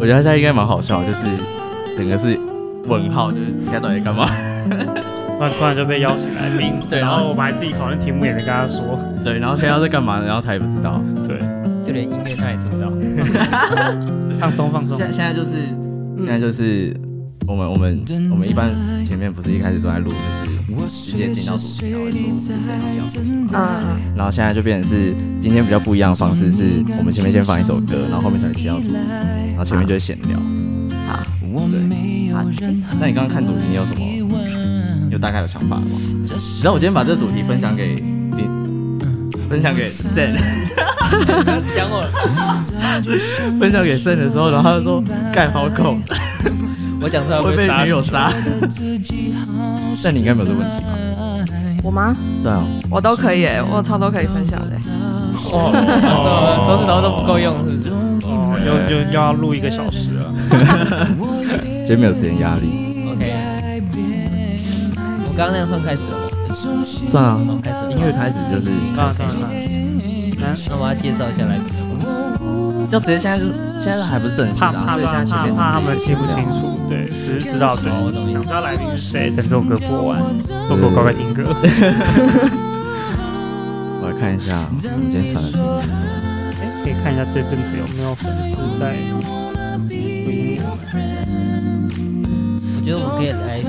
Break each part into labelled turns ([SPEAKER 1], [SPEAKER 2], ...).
[SPEAKER 1] 我觉得现在应该蛮好笑，就是整个是问号，就是现在到底在干嘛？
[SPEAKER 2] 那突然就被邀请来宾，
[SPEAKER 1] 对
[SPEAKER 2] 然
[SPEAKER 1] 然后
[SPEAKER 2] 后我们还自己讨论题目也没跟他说，
[SPEAKER 1] 对，然后现在在干嘛呢？然后他也不知道。
[SPEAKER 2] 对，
[SPEAKER 3] 就连音乐他也听不到。
[SPEAKER 2] 放松放松
[SPEAKER 1] 现，在现在就是现在就是我们我们我们一般前面不是一开始都在录，就是直接进到主题，然后会说是谁这样子。
[SPEAKER 4] 嗯嗯，
[SPEAKER 1] 然后现在就变成是今天比较不一样的方式，是我们前面先放一首歌，然后后面才会提到主题，然后前面就会闲聊。
[SPEAKER 4] 好，
[SPEAKER 1] 对，
[SPEAKER 4] 好听。
[SPEAKER 1] 那你刚刚看主题，你有什么有大概有想法吗？你知道我今天把这个主题分享给你，分享给 Sen，
[SPEAKER 3] 讲我，
[SPEAKER 1] 分享给 Sen 的时候，然后他就说干好狗
[SPEAKER 3] 我讲出来
[SPEAKER 1] 会被
[SPEAKER 3] 杀
[SPEAKER 1] 女友
[SPEAKER 3] 人。
[SPEAKER 1] 杀。但你应该没有这个问题吧？
[SPEAKER 4] 我吗？
[SPEAKER 1] 对啊，
[SPEAKER 4] 我都可以耶，我超都可以分享的耶。
[SPEAKER 3] 哦，手 手指头都不够用，是不是？
[SPEAKER 2] 哦，又又又要录一个小时了，
[SPEAKER 1] 今天没有时间压力，
[SPEAKER 3] OK，我刚刚那个算开始了吗？
[SPEAKER 1] 算啊。
[SPEAKER 3] 哦开始了
[SPEAKER 1] 音乐开始就是
[SPEAKER 2] 刚刚刚刚，嗯，
[SPEAKER 3] 那我要介绍一下来宾。
[SPEAKER 1] 要直接现在就现在还不是正式的
[SPEAKER 2] 怕
[SPEAKER 1] 啊，
[SPEAKER 2] 怕
[SPEAKER 1] 所以
[SPEAKER 2] 怕
[SPEAKER 1] 现在前
[SPEAKER 2] 怕
[SPEAKER 1] 面
[SPEAKER 2] 怕他们
[SPEAKER 1] 只是
[SPEAKER 2] 听不清楚，对，只是知道对
[SPEAKER 3] 哦，我懂意
[SPEAKER 2] 想
[SPEAKER 3] 思
[SPEAKER 2] 知道来宾是谁，等这首歌播完，都给我乖乖听歌。
[SPEAKER 1] 我来看一下我们今天传的第一首。
[SPEAKER 2] 哎，可以看一下这阵子有没有粉丝在回应我们。
[SPEAKER 3] 我觉得我们可以来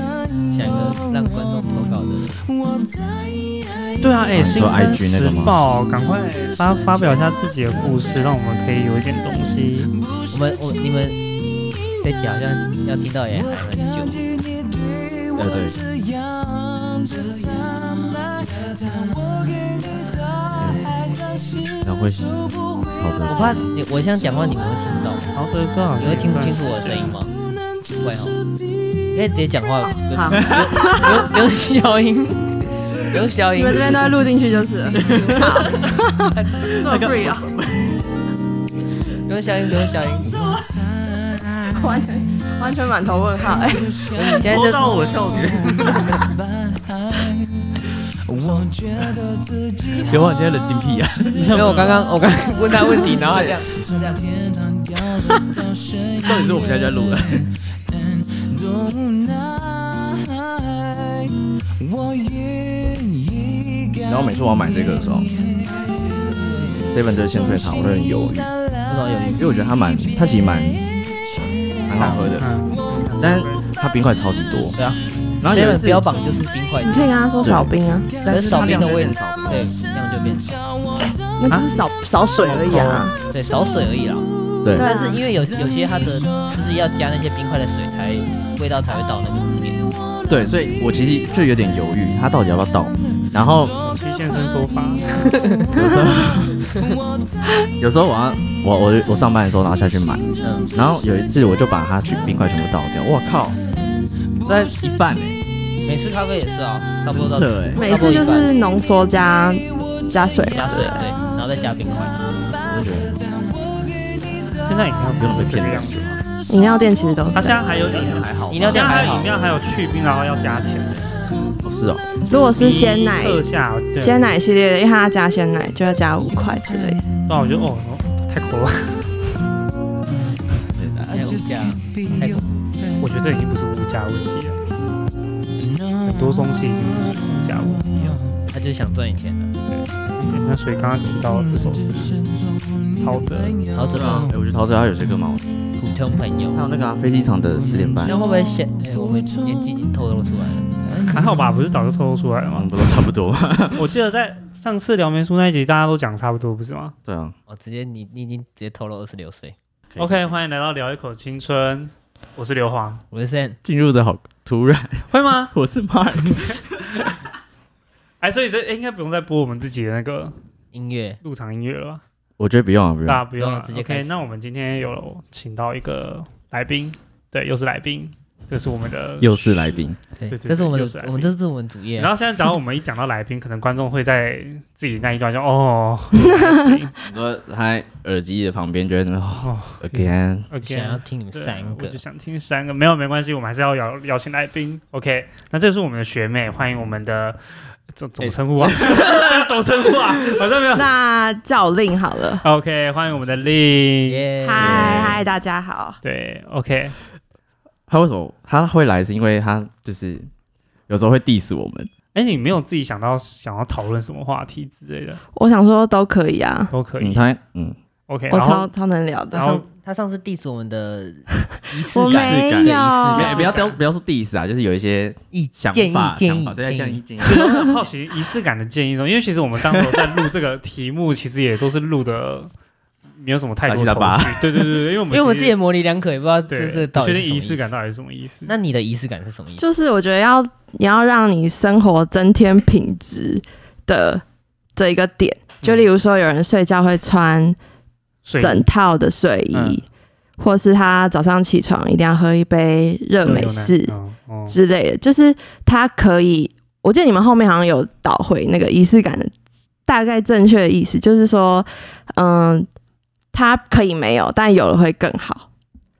[SPEAKER 3] 想一个让观众投稿的。
[SPEAKER 2] 对啊，哎，
[SPEAKER 1] 你
[SPEAKER 2] 新
[SPEAKER 1] 说
[SPEAKER 2] 生
[SPEAKER 1] IG 那
[SPEAKER 2] 时
[SPEAKER 1] 个吗
[SPEAKER 2] 报，赶快发发表一下自己的故事，让我们可以有一点东西。
[SPEAKER 3] 我们我你们这集好像要听到也还很久，
[SPEAKER 1] 对哎对。你要嗯会跑
[SPEAKER 3] 我
[SPEAKER 1] 车，
[SPEAKER 3] 怕你我想讲话你们会听不到，
[SPEAKER 2] 然后这个歌好像
[SPEAKER 3] 你会听不
[SPEAKER 2] 有点
[SPEAKER 3] 清楚我的声音吗？不会哦，你可以直接讲话，
[SPEAKER 4] 好，
[SPEAKER 3] 不用消音，不用消
[SPEAKER 4] 你
[SPEAKER 3] 音
[SPEAKER 4] 们。这边都会录进去就是了。好，这么 free 啊，
[SPEAKER 3] 不用消音，不用消音。
[SPEAKER 4] 完全完全满头问号。哎，
[SPEAKER 3] 你现在这
[SPEAKER 2] 我笑点。
[SPEAKER 1] 有啊，你今天冷静屁啊！
[SPEAKER 3] 因为我刚刚我刚刚问他问题，然后他这样这样，
[SPEAKER 1] 重点是我们现在就在录了，然后每次我要买这个的时候，seven 这个鲜脆糖我都很犹豫，
[SPEAKER 3] 不爽有意
[SPEAKER 1] 因为我觉得它蛮，它其实蛮蛮好喝的，
[SPEAKER 2] 嗯，
[SPEAKER 1] 但是它冰块超级多。
[SPEAKER 3] 对啊，
[SPEAKER 1] 然后
[SPEAKER 3] 这
[SPEAKER 1] 有一
[SPEAKER 3] 个
[SPEAKER 1] 次
[SPEAKER 3] 标榜就是冰块，
[SPEAKER 4] 你可以跟他说少冰啊，
[SPEAKER 3] 但是少冰的味
[SPEAKER 1] 很
[SPEAKER 3] 道，
[SPEAKER 1] 少，
[SPEAKER 3] 对，这样就变少，
[SPEAKER 4] 那就是少少水而已啊。
[SPEAKER 3] 对，少水而已啦。
[SPEAKER 1] 对
[SPEAKER 4] 对啊
[SPEAKER 3] 但是因为有有些它的就是要加那些冰块的水才味道才会到那个里面。
[SPEAKER 1] 对，所以我其实就有点犹豫，它到底要不要倒。然后
[SPEAKER 2] 去现身说法。
[SPEAKER 1] 有时候，有时候我 要我我我上班的时候，然后下去买，
[SPEAKER 3] 嗯，
[SPEAKER 1] 然后有一次我就把它全冰块全部倒掉，我靠，在一半哎、
[SPEAKER 3] 美式咖啡也是啊，差不多
[SPEAKER 1] 欸，
[SPEAKER 3] 到
[SPEAKER 1] 扯哎、
[SPEAKER 4] 每次就是浓缩加加水
[SPEAKER 3] 加
[SPEAKER 4] 嘛，
[SPEAKER 3] 水，对，然后再加冰块。
[SPEAKER 1] 我就觉得
[SPEAKER 2] 现在饮料不用这个样子吗？
[SPEAKER 4] 饮料店其实都是
[SPEAKER 2] 它
[SPEAKER 4] 这
[SPEAKER 2] 现
[SPEAKER 4] 样。
[SPEAKER 2] 在还有饮料，
[SPEAKER 1] 还好，
[SPEAKER 3] 饮料
[SPEAKER 2] 现
[SPEAKER 3] 店
[SPEAKER 2] 在还
[SPEAKER 3] 还
[SPEAKER 2] 有
[SPEAKER 3] 好
[SPEAKER 2] 饮，料，还有去冰，然后要加钱。
[SPEAKER 1] 是哦，
[SPEAKER 4] 如果是鲜奶
[SPEAKER 2] 特价，对
[SPEAKER 4] 鲜奶系列的，因为它要加鲜奶就要加五块之类的。
[SPEAKER 2] 那我觉得哦，太抠了。
[SPEAKER 3] 还有加，还有
[SPEAKER 2] 我觉得这已经不是物价问题了，很多东西已经不是物价问题了。
[SPEAKER 3] 他就是想赚你钱的。
[SPEAKER 2] 那所以刚刚提到这首是好的，
[SPEAKER 3] 好，这
[SPEAKER 1] 对啊
[SPEAKER 3] 种，
[SPEAKER 1] 哎、我觉得陶喆他有些歌蛮好听，
[SPEAKER 3] 普通朋友
[SPEAKER 1] 还，有那个、啊、飞机场的十点半
[SPEAKER 3] 那，会不会显？哎，我们年纪已经透露出来了。
[SPEAKER 2] 还好吧？不是早就透露出来了吗
[SPEAKER 1] 嗯，？不都差不多吗？
[SPEAKER 2] 我记得在上次聊梅书那一集，大家都讲差不多，不是吗
[SPEAKER 1] 对啊
[SPEAKER 3] 我直接你你已经直接透露二十六岁，
[SPEAKER 1] 可以
[SPEAKER 2] ？OK，欢迎来到聊一口青春，我是刘皇，
[SPEAKER 3] 我是 Sam，
[SPEAKER 1] 进入的好突然，
[SPEAKER 2] 会吗？
[SPEAKER 1] 我是 Mark，
[SPEAKER 2] 哎，所以这哎应该不用再播我们自己的那个
[SPEAKER 3] 音乐
[SPEAKER 2] 入场音乐了吧？
[SPEAKER 1] 我觉得不用啊，不
[SPEAKER 2] 大
[SPEAKER 1] 用，
[SPEAKER 2] 家不用
[SPEAKER 3] 不
[SPEAKER 2] 了
[SPEAKER 3] 用直接开
[SPEAKER 2] OK，
[SPEAKER 3] 始
[SPEAKER 2] 那我们今天有请到一个来宾，对，又是来宾，这是我们的
[SPEAKER 1] 又是来宾，
[SPEAKER 3] 对，
[SPEAKER 2] 对对
[SPEAKER 3] 这是我们
[SPEAKER 2] 又是来
[SPEAKER 3] 的，
[SPEAKER 2] 宾
[SPEAKER 3] 我们这是我们主业
[SPEAKER 2] 然。后现在，只要我们一讲到来宾，可能观众会在自己那一段就哦
[SPEAKER 1] 你说他耳机的旁边觉得哦
[SPEAKER 2] 哦
[SPEAKER 1] again，
[SPEAKER 3] 想要
[SPEAKER 2] ，OK，
[SPEAKER 3] 听你们
[SPEAKER 2] 对
[SPEAKER 3] 三
[SPEAKER 2] 我
[SPEAKER 3] 个
[SPEAKER 2] 就，想听三个，没有没关系，我们还是要邀邀请来宾。OK，那这是我们的学妹，欢迎我们的总总
[SPEAKER 1] 哎
[SPEAKER 2] 称呼啊， 总称呼啊，好像没有。
[SPEAKER 4] 那叫令好了，
[SPEAKER 2] OK，欢迎我们的丽。
[SPEAKER 3] 耶
[SPEAKER 4] 嗨嗨嗨，大家好。
[SPEAKER 2] 对，OK，
[SPEAKER 1] 他为什么他会来？是因为他就是有时候会 diss 我们，
[SPEAKER 2] 哎，你没有自己想到想要讨论什么话题之类的
[SPEAKER 4] 我想说都可以啊，
[SPEAKER 2] 都可
[SPEAKER 1] 嗯，
[SPEAKER 2] 以。
[SPEAKER 1] 他嗯，
[SPEAKER 2] OK，
[SPEAKER 4] 我
[SPEAKER 2] 然
[SPEAKER 4] 超
[SPEAKER 2] 后
[SPEAKER 4] 超能聊的
[SPEAKER 2] 然
[SPEAKER 3] 他。
[SPEAKER 2] 后
[SPEAKER 3] 上他上次 diss 我们的 仪式
[SPEAKER 4] 我
[SPEAKER 3] 感，
[SPEAKER 4] 没
[SPEAKER 1] 感
[SPEAKER 4] 有，
[SPEAKER 3] 仪
[SPEAKER 1] 不
[SPEAKER 3] 式感
[SPEAKER 1] 不要不要不要说 diss 啊，就是有一些
[SPEAKER 3] 意
[SPEAKER 1] 想
[SPEAKER 3] 建议
[SPEAKER 1] 法
[SPEAKER 3] 建
[SPEAKER 1] 想
[SPEAKER 3] 议
[SPEAKER 1] 法，对，建
[SPEAKER 3] 建
[SPEAKER 1] 议
[SPEAKER 3] 议，
[SPEAKER 1] 建议。
[SPEAKER 2] 好奇仪式感的建议中，因为其实我们当时在录这个题目，其实也都是录的没有什么太多
[SPEAKER 1] 杂七杂
[SPEAKER 2] 头
[SPEAKER 1] 八
[SPEAKER 2] 绪。对对对对，因为我们
[SPEAKER 3] 因为我们自己
[SPEAKER 2] 其
[SPEAKER 3] 也模棱两可，也不知道这
[SPEAKER 2] 实
[SPEAKER 3] 这
[SPEAKER 2] 对，
[SPEAKER 3] 到
[SPEAKER 2] 不
[SPEAKER 3] 底
[SPEAKER 2] 确定
[SPEAKER 3] 是
[SPEAKER 2] 仪
[SPEAKER 3] 什么意
[SPEAKER 2] 式感
[SPEAKER 3] 思。
[SPEAKER 2] 到底是什么意思？
[SPEAKER 3] 那你的仪式感是什么意思？
[SPEAKER 4] 就是我觉得要你要让你生活增添品质的这一个点，就例如说有人睡觉会穿
[SPEAKER 2] 嗯水
[SPEAKER 4] 整套的睡衣，
[SPEAKER 2] 嗯
[SPEAKER 4] 或是他早上起床一定要喝一杯热美式
[SPEAKER 3] 嗯
[SPEAKER 2] 哦哦
[SPEAKER 4] 之类的，就是他可以。我记得你们后面好像有导回那个仪式感的大概正确的意思，就是说，嗯，他可以没有，但有了会更好。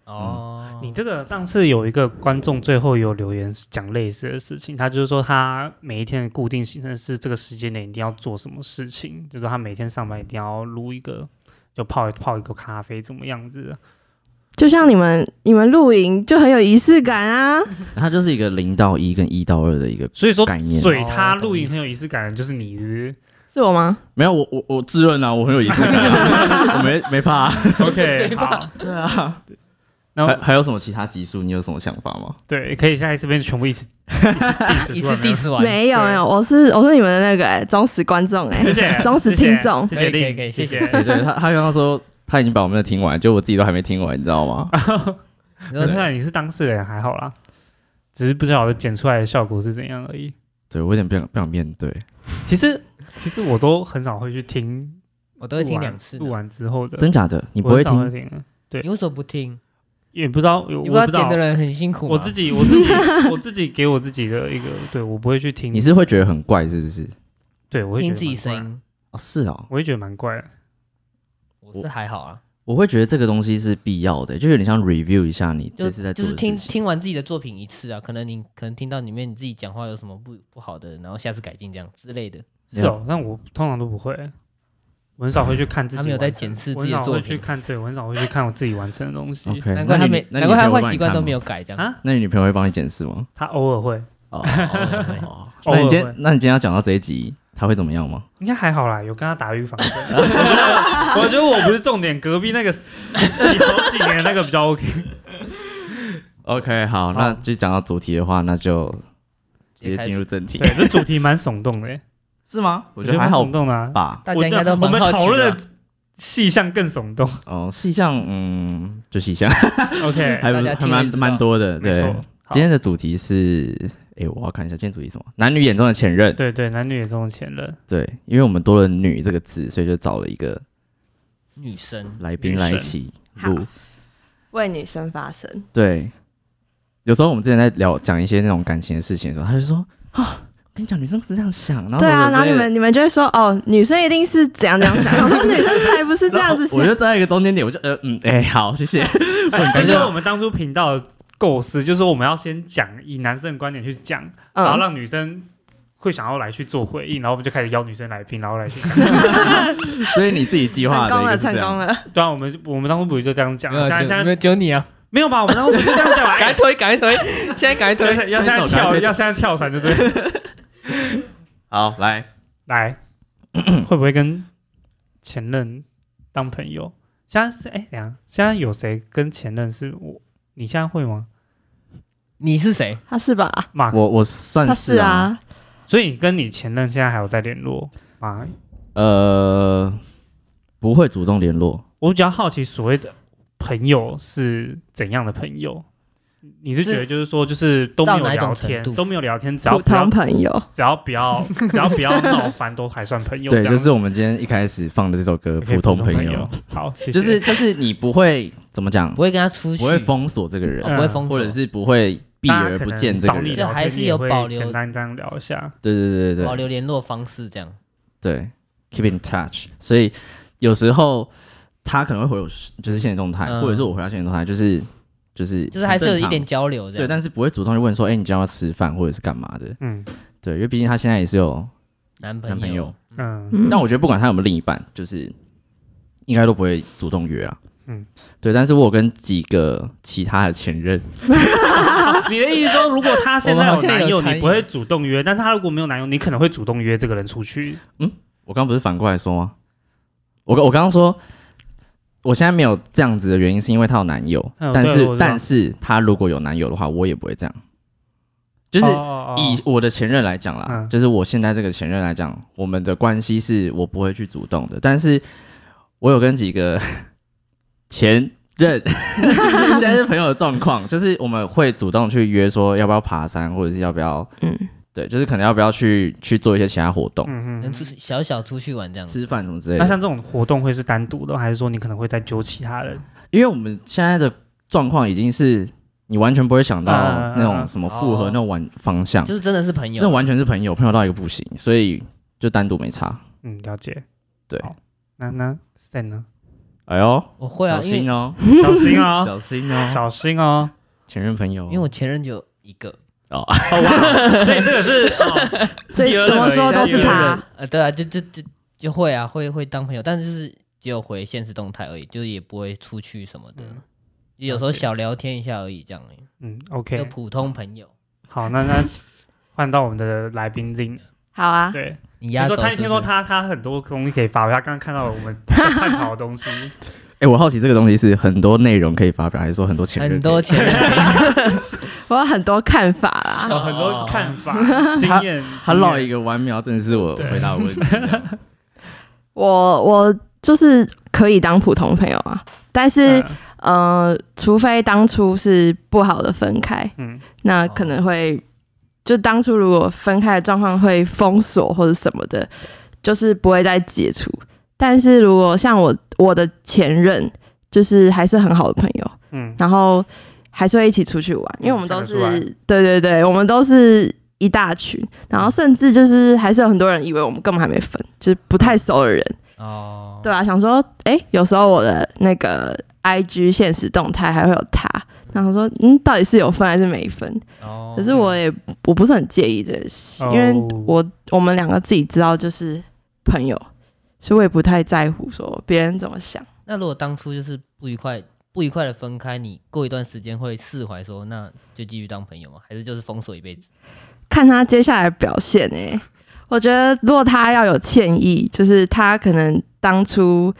[SPEAKER 3] 哦，
[SPEAKER 2] 嗯你这个上次有一个观众最后有留言讲类似的事情，他就是说他每一天的固定行程是这个时间内一定要做什么事情，就是他每天上班一定要撸一个，就泡泡一个咖啡怎么样子的。
[SPEAKER 4] 就像你们你们露营就很有仪式感 啊，
[SPEAKER 1] 它就是一个零到一跟一到二的一个
[SPEAKER 2] 所以说，
[SPEAKER 1] 概念。
[SPEAKER 2] 嘴他
[SPEAKER 3] 哦懂
[SPEAKER 2] 露
[SPEAKER 3] 意
[SPEAKER 2] 营
[SPEAKER 3] 思
[SPEAKER 2] 很有仪式感，就是你是不 是
[SPEAKER 4] 是我吗？
[SPEAKER 1] 没有，我我我自认啊，我很有仪式感啊，我没没怕、啊。
[SPEAKER 2] OK，好，对啊。然
[SPEAKER 1] 还
[SPEAKER 2] 后
[SPEAKER 1] 还有什么其他集数？你有什么想法吗？
[SPEAKER 2] 对，可以下一次变全部一次
[SPEAKER 3] 一
[SPEAKER 2] 一次
[SPEAKER 3] 次
[SPEAKER 2] diss 出
[SPEAKER 3] diss 完，
[SPEAKER 4] 没有
[SPEAKER 2] 对
[SPEAKER 4] 没有，我是我是你们的那个、欸、忠实观众哎、
[SPEAKER 2] 来，谢谢
[SPEAKER 4] 忠实听众
[SPEAKER 2] 谢谢
[SPEAKER 3] 可以可以
[SPEAKER 2] 令
[SPEAKER 3] 可以
[SPEAKER 2] 谢
[SPEAKER 3] 谢
[SPEAKER 2] 谢
[SPEAKER 3] 谢。
[SPEAKER 1] 对对，他他刚刚说他已经把我们的听完，就我自己都还没听完，你知道吗？
[SPEAKER 3] 你
[SPEAKER 2] 那
[SPEAKER 3] 说
[SPEAKER 2] 看来你是当事人还好啦，只是不知道我剪出来的效果是怎样而已。
[SPEAKER 1] 对我有点不想不想面对。
[SPEAKER 2] 其实其实我都很少会去听，
[SPEAKER 3] 我都会听两次呢。
[SPEAKER 2] 录完之后的，
[SPEAKER 1] 真假的？你
[SPEAKER 2] 你
[SPEAKER 1] 不会
[SPEAKER 2] 听？
[SPEAKER 1] 听？
[SPEAKER 2] 会听
[SPEAKER 3] 你为什么不听？
[SPEAKER 2] 也不知道，我我
[SPEAKER 3] 你
[SPEAKER 2] 不
[SPEAKER 3] 不知道
[SPEAKER 2] 知
[SPEAKER 3] 剪
[SPEAKER 2] 道
[SPEAKER 3] 的，人很辛苦吗
[SPEAKER 2] 我自己我自己 我自己给我自己的一个，对我不会去听，
[SPEAKER 1] 你是会觉得很怪是不是？
[SPEAKER 2] 对我会觉
[SPEAKER 3] 听
[SPEAKER 2] 得
[SPEAKER 3] 自己
[SPEAKER 2] 蛮怪
[SPEAKER 3] 声，音，
[SPEAKER 1] 哦，是哦，
[SPEAKER 2] 我会觉得蛮怪的。
[SPEAKER 3] 我是还好啊，
[SPEAKER 1] 我会觉得这个东西是必要的，就有点像 review 一下你
[SPEAKER 3] 就
[SPEAKER 1] 这次在
[SPEAKER 3] 就
[SPEAKER 1] 做
[SPEAKER 3] 是
[SPEAKER 1] 的
[SPEAKER 3] 听
[SPEAKER 1] 事情。
[SPEAKER 3] 听完自己的作品一次啊，可能你可能听到里面你自己讲话有什么不不好的，然后下次改进这样之类的。
[SPEAKER 2] 是
[SPEAKER 1] 啊
[SPEAKER 2] 哦，但我通常都不会，我很少会去看自己
[SPEAKER 3] 他
[SPEAKER 2] 完成，
[SPEAKER 3] 没有在检视
[SPEAKER 2] 我
[SPEAKER 3] 自己的
[SPEAKER 2] 很少会
[SPEAKER 3] 作品
[SPEAKER 2] 去看，对我很少会去看我自己完成的东西。
[SPEAKER 1] OK，
[SPEAKER 3] 难怪他没，
[SPEAKER 1] 哎那
[SPEAKER 3] 难
[SPEAKER 1] 你
[SPEAKER 3] 怪他
[SPEAKER 1] 你女朋友
[SPEAKER 3] 坏
[SPEAKER 1] 帮
[SPEAKER 3] 习
[SPEAKER 1] 你
[SPEAKER 3] 惯
[SPEAKER 1] 看
[SPEAKER 3] 都
[SPEAKER 1] 吗
[SPEAKER 3] 没有改这样。
[SPEAKER 2] 啊
[SPEAKER 1] 那你女朋友会帮你检视吗？
[SPEAKER 2] 他偶尔会，
[SPEAKER 1] 哦，那
[SPEAKER 2] 偶尔
[SPEAKER 1] 你今
[SPEAKER 2] 会
[SPEAKER 1] 天，那你今天要讲到这一集，他会怎么样吗？
[SPEAKER 2] 应该还好啦，有跟他打预防针。我觉得我不是重点，隔壁那个洗头几年那个比较 OK。
[SPEAKER 1] OK，好，那就讲到主题的话，那就直接进入正题
[SPEAKER 2] 对，，这主题蛮耸动的欸，
[SPEAKER 1] 是吗？我觉得
[SPEAKER 2] 蛮
[SPEAKER 1] 还好
[SPEAKER 2] 耸动的啊。
[SPEAKER 1] 吧。
[SPEAKER 3] 大家应该
[SPEAKER 2] 我
[SPEAKER 3] 都蛮
[SPEAKER 2] 们
[SPEAKER 3] 好
[SPEAKER 2] 讨
[SPEAKER 3] 奇
[SPEAKER 2] 论
[SPEAKER 3] 的
[SPEAKER 2] 的细项更耸动。
[SPEAKER 1] 哦，细项，嗯，就细项，
[SPEAKER 2] OK，
[SPEAKER 1] 还不
[SPEAKER 3] 大家
[SPEAKER 1] 还
[SPEAKER 3] 听了
[SPEAKER 1] 蛮
[SPEAKER 3] 就知道
[SPEAKER 1] 蛮多的。
[SPEAKER 2] 没
[SPEAKER 1] 对，
[SPEAKER 2] 错。好
[SPEAKER 1] 今天的主题是，诶，我要看一下，今天主题是什么？男女眼中的前任。
[SPEAKER 2] 对对，男女也中前任，
[SPEAKER 1] 对，因为我们多了“女”这个字，所以就找了一个
[SPEAKER 3] 女生。
[SPEAKER 1] 来宾来一起
[SPEAKER 4] 女
[SPEAKER 1] 录
[SPEAKER 4] 神。为女生发声。
[SPEAKER 1] 对，有时候我们之前在聊讲一些那种感情的事情的时候，他就说啊，我跟你讲，女生不是这样想，然后
[SPEAKER 4] 对啊，
[SPEAKER 1] 我
[SPEAKER 4] 然后你
[SPEAKER 1] 就
[SPEAKER 4] 们你们就会说哦，女生一定是怎样怎 样想，我说女生才不是这样子想
[SPEAKER 1] 我就。站在一个中间点，我就呃嗯， 哎、好，谢谢。
[SPEAKER 2] 哎这
[SPEAKER 3] 觉得
[SPEAKER 2] 就是我们当初频道的构思，就是我们要先讲以男生的观点去讲，然后
[SPEAKER 4] 嗯，
[SPEAKER 2] 让女生会想要来去做回应，然后我们就开始邀女生来宾，然后来去讲。
[SPEAKER 1] 所以你自己计
[SPEAKER 4] 成
[SPEAKER 1] 划的
[SPEAKER 4] 功
[SPEAKER 1] 一
[SPEAKER 4] 了，
[SPEAKER 1] 个是
[SPEAKER 4] 成
[SPEAKER 1] 这
[SPEAKER 4] 功
[SPEAKER 1] 样。
[SPEAKER 4] 了。
[SPEAKER 2] 对啊，我们我们当初不是就这样讲？啊
[SPEAKER 3] 没有
[SPEAKER 2] 现在
[SPEAKER 3] 就
[SPEAKER 2] 现在
[SPEAKER 3] 没有只有你啊！
[SPEAKER 2] 没有吧？我们当初不是就这样讲 吧？哎
[SPEAKER 3] 赶快推，赶快推！现在赶快推！
[SPEAKER 2] 要要现在
[SPEAKER 1] 赶快
[SPEAKER 2] 跳，
[SPEAKER 1] 走
[SPEAKER 2] 要现在跳船，对不 对？
[SPEAKER 1] 好，来，
[SPEAKER 2] 来，会不会跟前任当朋友？现在是哎，等一下现在有谁跟前任是我？你现在会吗？
[SPEAKER 3] 你是谁？
[SPEAKER 4] 他是吧？
[SPEAKER 2] 马，
[SPEAKER 1] 我我算
[SPEAKER 4] 他是
[SPEAKER 1] 啊，
[SPEAKER 4] 啊，
[SPEAKER 2] 所以你跟你前任现在还有在联络吗？
[SPEAKER 1] 呃，不会主动联络，
[SPEAKER 2] 我比较好奇，所谓的朋友是怎样的朋友？你是觉得就是说，就是都没有
[SPEAKER 3] 到哪一种
[SPEAKER 2] 聊
[SPEAKER 3] 程
[SPEAKER 2] 天，
[SPEAKER 3] 度
[SPEAKER 2] 都没有聊天，只要
[SPEAKER 4] 普
[SPEAKER 2] 不要
[SPEAKER 4] 通朋友。
[SPEAKER 2] 只要不要只要不要闹翻，都还算朋友。
[SPEAKER 1] 对，
[SPEAKER 2] 这样
[SPEAKER 1] 就是我们今天一开始放的这首歌《
[SPEAKER 2] OK，
[SPEAKER 1] 普通朋友》，。
[SPEAKER 2] 好，谢谢
[SPEAKER 1] 就是就是你不会怎么讲
[SPEAKER 3] 不，会跟他出去，
[SPEAKER 1] 不会封锁这个人啊
[SPEAKER 3] 哦，不会封锁，
[SPEAKER 1] 或者是不会避而不见这
[SPEAKER 2] 大
[SPEAKER 1] 个
[SPEAKER 2] 家可能找你
[SPEAKER 1] 人，
[SPEAKER 3] 这
[SPEAKER 2] 聊天
[SPEAKER 3] 还是有保
[SPEAKER 2] 你也
[SPEAKER 3] 留
[SPEAKER 2] 会简单这样聊一下。
[SPEAKER 1] 对对对对
[SPEAKER 3] 保
[SPEAKER 1] 对
[SPEAKER 3] 留联络方式这样。
[SPEAKER 1] 对，keep in touch。所以有时候他可能会回我就是现实动态，
[SPEAKER 3] 嗯
[SPEAKER 1] 或者是我回他现实动态，就是就是
[SPEAKER 3] 就是还是有一点啊
[SPEAKER 1] 很正
[SPEAKER 3] 交流
[SPEAKER 1] 常
[SPEAKER 3] 这
[SPEAKER 1] 对，
[SPEAKER 3] 样。
[SPEAKER 1] 但是不会主动去问说，哎，你今天要吃饭或者是干嘛的？
[SPEAKER 2] 嗯
[SPEAKER 1] 对，因为毕竟他现在也是有，
[SPEAKER 3] 男
[SPEAKER 1] 男 朋友
[SPEAKER 2] 嗯
[SPEAKER 4] 嗯
[SPEAKER 1] 但我觉得不管他有没有另一半，就是应该都不会主动约啊。
[SPEAKER 2] 嗯
[SPEAKER 1] 嗯，对。但是我有跟几个其他的前任，
[SPEAKER 2] 你的意思说，如果他现在
[SPEAKER 5] 我们
[SPEAKER 2] 有
[SPEAKER 5] 好像
[SPEAKER 2] 男
[SPEAKER 5] 有
[SPEAKER 2] 友，
[SPEAKER 5] 参与
[SPEAKER 2] 你不会主动约；但是他如果没有男友，你可能会主动约这个人出去。
[SPEAKER 1] 我刚不是反过来说吗？我刚我刚刚说，我现在没有这样子的原因是因为她有男友，
[SPEAKER 2] 嗯
[SPEAKER 1] 但
[SPEAKER 2] 对我
[SPEAKER 1] 是
[SPEAKER 2] 知道
[SPEAKER 1] 但是她如果有男友的话，我也不会这样。就是
[SPEAKER 2] 哦哦哦
[SPEAKER 1] 以我的前任来讲啦，
[SPEAKER 2] 嗯
[SPEAKER 1] 就是我现在这个前任来讲，我们的关系是我不会去主动的，但是我有跟几个 前任， 现在是朋友的状况，就是我们会主动去约说要不要爬山，或者是要不要
[SPEAKER 4] 嗯，
[SPEAKER 1] 对，就是可能要不要去去做一些其他活动，
[SPEAKER 2] 嗯
[SPEAKER 3] 能
[SPEAKER 2] 嗯。
[SPEAKER 3] 出小小出去玩这样子。
[SPEAKER 1] 吃饭什么之类
[SPEAKER 2] 那
[SPEAKER 1] 的。
[SPEAKER 2] 像这种活动会是单独的，还是说你可能会再揪其他人？
[SPEAKER 1] 因为我们现在的状况已经是你完全不会想到
[SPEAKER 2] 嗯嗯嗯
[SPEAKER 1] 那种什么复合
[SPEAKER 3] 哦
[SPEAKER 1] 那种玩方向，
[SPEAKER 3] 就是真的是朋
[SPEAKER 1] 这
[SPEAKER 3] 友，
[SPEAKER 1] 完全是朋友，朋友到一个不行，所以就单独没差。
[SPEAKER 2] 嗯，了解。
[SPEAKER 1] 对
[SPEAKER 2] 好，那那 Stan 呢？
[SPEAKER 1] 哎呦，
[SPEAKER 3] 我会啊
[SPEAKER 1] 小，
[SPEAKER 3] 因
[SPEAKER 1] 心
[SPEAKER 3] 为啊
[SPEAKER 1] 哦，
[SPEAKER 2] 小心哦，
[SPEAKER 1] 小心哦，
[SPEAKER 2] 小心哦。
[SPEAKER 1] 前任朋友哦，
[SPEAKER 3] 因为我前任就有一个，
[SPEAKER 2] 哦哇，所以这个是哦
[SPEAKER 4] 所以
[SPEAKER 2] 第二
[SPEAKER 4] 怎么
[SPEAKER 2] 人
[SPEAKER 4] 说
[SPEAKER 2] 而已
[SPEAKER 4] 都是
[SPEAKER 2] 第二
[SPEAKER 4] 他
[SPEAKER 2] 人。
[SPEAKER 3] 呃，对啊，就就就就会啊，会会当朋友，但是就是只有回现实动态而已，就是也不会出去什么的，
[SPEAKER 2] 嗯
[SPEAKER 3] 就有时候
[SPEAKER 2] 了解
[SPEAKER 3] 小聊天一下而已，这样而已，
[SPEAKER 2] 嗯
[SPEAKER 3] 就
[SPEAKER 2] ，OK，
[SPEAKER 3] 普通朋友。
[SPEAKER 2] 好，那那换到我们的来宾 Z，
[SPEAKER 4] 好啊，
[SPEAKER 2] 对，
[SPEAKER 3] 你
[SPEAKER 2] 你
[SPEAKER 3] 压轴
[SPEAKER 2] 说他
[SPEAKER 3] 是不
[SPEAKER 2] 听
[SPEAKER 3] 是
[SPEAKER 2] 说他他很多东西可以发表，他刚刚看到了我 们在探讨的东西，
[SPEAKER 1] 哎，我好奇这个东西是很多内容可以发表，还是说很多前任？
[SPEAKER 3] 很多前任，
[SPEAKER 4] 我有很多看法啦。
[SPEAKER 2] 有很多看法、经验。
[SPEAKER 1] 他
[SPEAKER 2] 经
[SPEAKER 1] 唠
[SPEAKER 2] 验
[SPEAKER 1] 一个完秒，真的是我
[SPEAKER 2] 对
[SPEAKER 1] 回答我问题啊这样。
[SPEAKER 4] 我我就是可以当普通朋友啊，但是、
[SPEAKER 2] 嗯
[SPEAKER 4] 呃，除非当初是不好的分开，
[SPEAKER 2] 嗯，
[SPEAKER 4] 那可能会就当初如果分开的状况会封锁或者什么的，就是不会再解除。但是如果像我我的前任，就是还是很好的朋友，
[SPEAKER 2] 嗯，
[SPEAKER 4] 然后还是会一起出去玩，因为我们都是、
[SPEAKER 2] 看得出
[SPEAKER 4] 对对对，我们都是一大群，然后甚至就是还是有很多人以为我们根本还没分，就是不太熟的人，
[SPEAKER 3] 哦，
[SPEAKER 4] 对啊，想说，哎、有时候我的那个 IG 现实动态还会有他，然后说，嗯，到底是有分还是没分？
[SPEAKER 3] 哦，
[SPEAKER 4] 可是我也我不是很介意这件事，
[SPEAKER 2] 哦
[SPEAKER 4] 因为我我们两个自己知道就是朋友，所以我也不太在乎说别人怎么想。
[SPEAKER 3] 那如果当初就是不愉快。不愉快的分开，你过一段时间会释怀，说那就继续当朋友吗？还是就是封锁一辈子？
[SPEAKER 4] 看他接下来的表现哎、我觉得如果他要有歉意，就是他可能当初